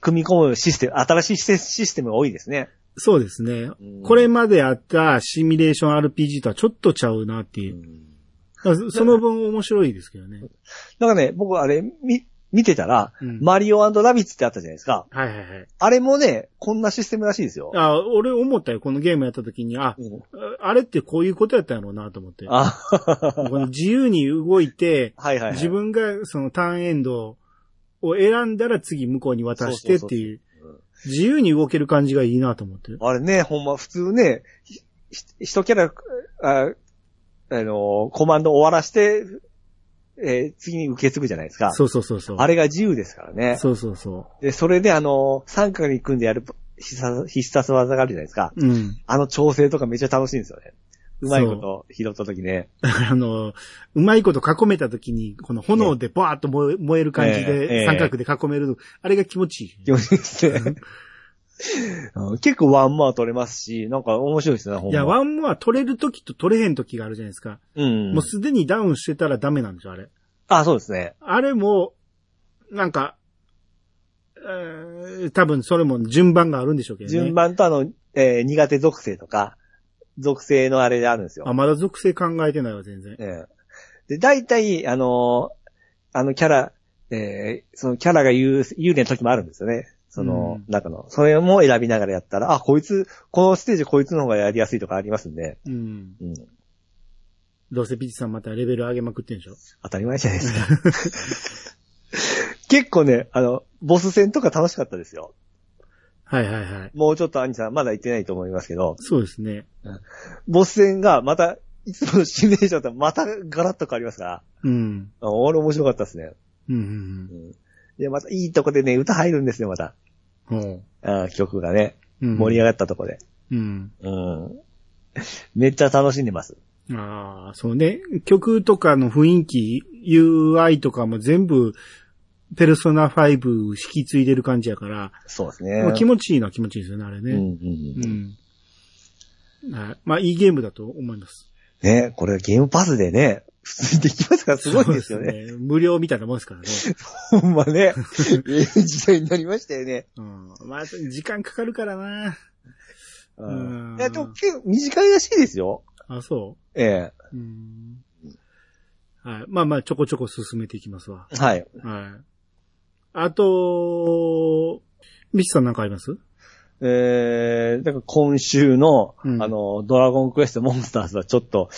[SPEAKER 3] 組み込むシステム、新しいシスシステムが多いですね。
[SPEAKER 2] そうですね
[SPEAKER 3] うん。
[SPEAKER 2] これまであったシミュレーション RPG とはちょっとちゃうなっていう。だからその分面白いですけどね。
[SPEAKER 3] なんかね、僕あれ、み、見てたら、
[SPEAKER 2] うん
[SPEAKER 3] マリオラビッツってあったじゃないですか。
[SPEAKER 2] はいはいはい。
[SPEAKER 3] あれもね、こんなシステムらしいですよ。
[SPEAKER 2] あ、俺思ったよ。このゲームやった時に、あ、
[SPEAKER 3] うん
[SPEAKER 2] あれってこういうことやったんやろうなと思って。こ
[SPEAKER 3] あ、
[SPEAKER 2] の自由に動いて、
[SPEAKER 3] はいはいはい。
[SPEAKER 2] 自分がそのターンエンドを選んだら次向こうに渡してっていう
[SPEAKER 3] そうそうそう、
[SPEAKER 2] 自由に動ける感じがいいなと思って。
[SPEAKER 3] あれね、ほんま普通ね、ひひ一キャラ、ああのー、コマンド終わらして、えー次に受け継ぐじゃないですか。
[SPEAKER 2] そうそうそうそう。
[SPEAKER 3] あれが自由ですからね。
[SPEAKER 2] そうそうそ
[SPEAKER 3] で、それであのー、三角に組んでやる必殺必殺技があるじゃないですか。
[SPEAKER 2] う。うん。
[SPEAKER 3] あの調整とかめっちゃ楽しいんですよね。うまいこと拾った時ね。
[SPEAKER 2] だからあの、うまいこと囲めた時に、この炎でバーッと燃え燃える感じ
[SPEAKER 3] ええええ
[SPEAKER 2] で、三角で囲めるの、あれが気持ちいい。
[SPEAKER 3] 気持ちいいです ね。うん結構ワンマー取れますし、なんか面白いですね、ほんま。
[SPEAKER 2] いや、ワンモア取れる時と取れへん時があるじゃないですか。
[SPEAKER 3] うん。
[SPEAKER 2] もうすでにダウンしてたらダメなんですよ、あれ。
[SPEAKER 3] あ、そうですね。
[SPEAKER 2] あれも、なんか、えー多分それも順番があるんでしょうけどね。
[SPEAKER 3] 順番とあの、えー苦手属性とか、属性のあれであるんですよ
[SPEAKER 2] あ、。まだ属性考えてないわ、全然。
[SPEAKER 3] ええで、大体、あのーあのキャラ、えーそのキャラが有有利な時もあるんですよね。その
[SPEAKER 2] う、
[SPEAKER 3] 中の。それも選びながらやったら、あ、こいつ、このステージこいつの方がやりやすいとかありますんで。
[SPEAKER 2] うん。
[SPEAKER 3] うん。
[SPEAKER 2] どうせピチさんまたレベル上げまくってんでしょ
[SPEAKER 3] 当たり前じゃないですか。 結構ね、あの、ボス戦とか楽しかったですよ。
[SPEAKER 2] はいはいはい。
[SPEAKER 3] もうちょっと兄さんまだ行ってないと思いますけど、
[SPEAKER 2] そうですね。
[SPEAKER 3] ボス戦がまた、いつものシミュレーションとまたガラッと変わりますから、
[SPEAKER 2] うん。
[SPEAKER 3] あ俺面白かったですね。
[SPEAKER 2] うん
[SPEAKER 3] うん。で、またいいとこでね、歌入るんですよ、また。
[SPEAKER 2] うんうん。ほ
[SPEAKER 3] あー曲がね、
[SPEAKER 2] ううん。
[SPEAKER 3] 盛り上がったとこで。
[SPEAKER 2] うん。
[SPEAKER 3] うん。 めっちゃ楽しんでます。
[SPEAKER 2] ああ、そうね。曲とかの雰囲気、UI とかも全部、ペルソナ5引き継いでる感じやから、
[SPEAKER 3] そうです
[SPEAKER 2] も
[SPEAKER 3] ね。
[SPEAKER 2] う気持ちいいのは気持ちいいですよね、あれ
[SPEAKER 3] うんう
[SPEAKER 2] ね。
[SPEAKER 3] ん
[SPEAKER 2] う
[SPEAKER 3] うん
[SPEAKER 2] ん。はいまあ、いいゲームだと思います。
[SPEAKER 3] ね、これゲームパスでね、普通にできますからすごいですよね。
[SPEAKER 2] そうですね無料みたいなもんですからね。
[SPEAKER 3] ほんまね、 ええ時代になりましたよね。
[SPEAKER 2] うん。まあ、時間かかるからな。うん
[SPEAKER 3] いや、でも結構短いらしいですよ。
[SPEAKER 2] あ、そ
[SPEAKER 3] え
[SPEAKER 2] う。うん。はい。まあまあ、ちょこちょこ進めていきますわ。
[SPEAKER 3] えはい。
[SPEAKER 2] はい。あと、ミチさんなんかあります
[SPEAKER 3] えー、だから今週の、
[SPEAKER 2] うん
[SPEAKER 3] あの、ドラゴンクエストモンスターズはちょっと、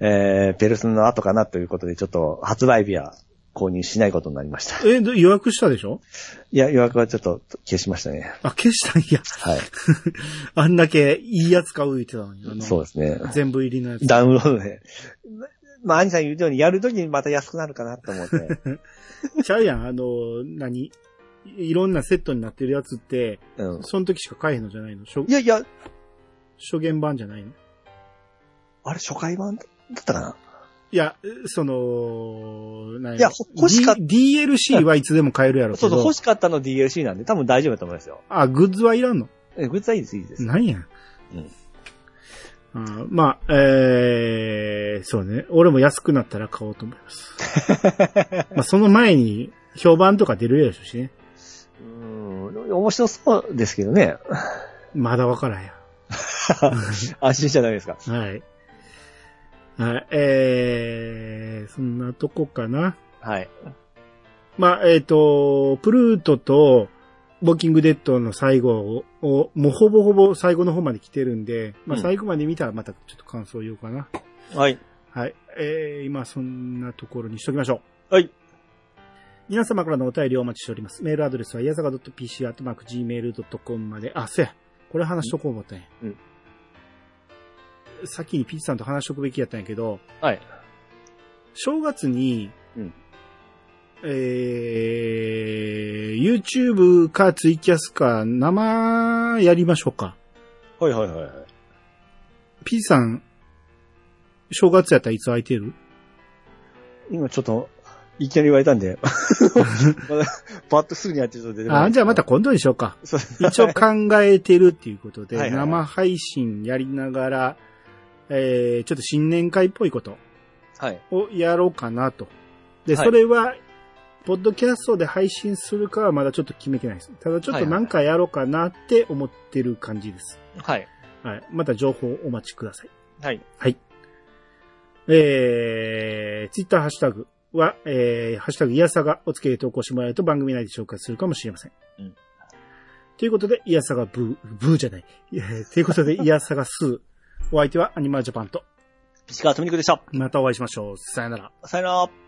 [SPEAKER 3] えー、ペルソナの後かなということで、ちょっと発売日は購入しないことになりました。
[SPEAKER 2] え、ど予約したでしょ
[SPEAKER 3] いや、予約はちょっと消しましたね。
[SPEAKER 2] あ、消したんや。
[SPEAKER 3] はい。
[SPEAKER 2] あんだけいいやつ買う言ってたのに。あの
[SPEAKER 3] そうですね。
[SPEAKER 2] 全部入りのやつ。
[SPEAKER 3] ダウンロードで。まあ、兄さん言うように、やるときにまた安くなるかなと 思って。
[SPEAKER 2] ちゃうやん、あの、何いろんなセットになってるやつって、
[SPEAKER 3] うん。
[SPEAKER 2] その時しか買えへんのじゃないの初
[SPEAKER 3] いやいや、
[SPEAKER 2] 初見版じゃないの
[SPEAKER 3] あれ、初回版だったかない
[SPEAKER 2] や、その、何
[SPEAKER 3] いやほ欲しかっ
[SPEAKER 2] D- DLC はいつでも買えるやろうけ
[SPEAKER 3] そ
[SPEAKER 2] ど。
[SPEAKER 3] うそう、欲しかったの DLC なんで、多分大丈夫だと思いますよ。
[SPEAKER 2] あ、グッズはいらんの
[SPEAKER 3] え、グッズはいいです、いいです。
[SPEAKER 2] なんや。あまあ、えー、そうね。俺も安くなったら買おうと思い ます。まあ、その前に、評判とか出るやろうしね。
[SPEAKER 3] うん。うん、面白そうですけど ね。
[SPEAKER 2] まだわからへん。
[SPEAKER 3] 安心しちゃダメですか。
[SPEAKER 2] はい。はい、えー、そんなとこかな。
[SPEAKER 3] はい。
[SPEAKER 2] まあ、えっ、と、プルートと、ウォーキングデッドの最後を、をもうほぼほぼ最後の方まで来てるんで、まあ
[SPEAKER 3] うん
[SPEAKER 2] 最後まで見たらまたちょっと感想言おうかな。
[SPEAKER 3] はい。
[SPEAKER 2] はい。えー、今そんなところにしときましょう。
[SPEAKER 3] はい。
[SPEAKER 2] 皆様からのお便りをお待ちしております。メールアドレスは、やさが .pc、あとマーク gmail.com まで。あ、せや。これ話しとこう思ったんや。
[SPEAKER 3] うん
[SPEAKER 2] 先にピッチさんと話しとくべきやったんやけど、
[SPEAKER 3] はい。
[SPEAKER 2] 正月に、
[SPEAKER 3] うん
[SPEAKER 2] えー、YouTube かツイキャスか生やりましょうか。
[SPEAKER 3] はいはいはいはい。
[SPEAKER 2] P さん、正月やったらいつ空いてる
[SPEAKER 3] 今ちょっと、いきなり言われたん で、まだパッとすぐにやってちょっと出てこない
[SPEAKER 2] あ、じゃあまた、今度にしようか。
[SPEAKER 3] そう
[SPEAKER 2] 一応考えてるっていうことで、
[SPEAKER 3] はいはいはい
[SPEAKER 2] 生配信やりながら、えー、ちょっと新年会っぽいこと
[SPEAKER 3] はい。
[SPEAKER 2] をやろうかなと。で、
[SPEAKER 3] はい
[SPEAKER 2] それは、ポッドキャストで配信するかはまだちょっと決めてないです。ただちょっと何かやろうかなって思ってる感じです。
[SPEAKER 3] はい。
[SPEAKER 2] はい。また情報をお待ちください。
[SPEAKER 3] はい。
[SPEAKER 2] えー、ツイッターハッシュタグは、えー、ハッシュタグ、いやさがをつけて投稿してもらえると番組内で紹介するかもしれません。
[SPEAKER 3] うん
[SPEAKER 2] ということで、いやさがブー、ブーじゃない。 えーということで、いやさがスー。お相手はアニマルジャパンと、
[SPEAKER 3] ピチカートミニクでした。
[SPEAKER 2] またお会いしましょう。さよなら。
[SPEAKER 3] さよなら。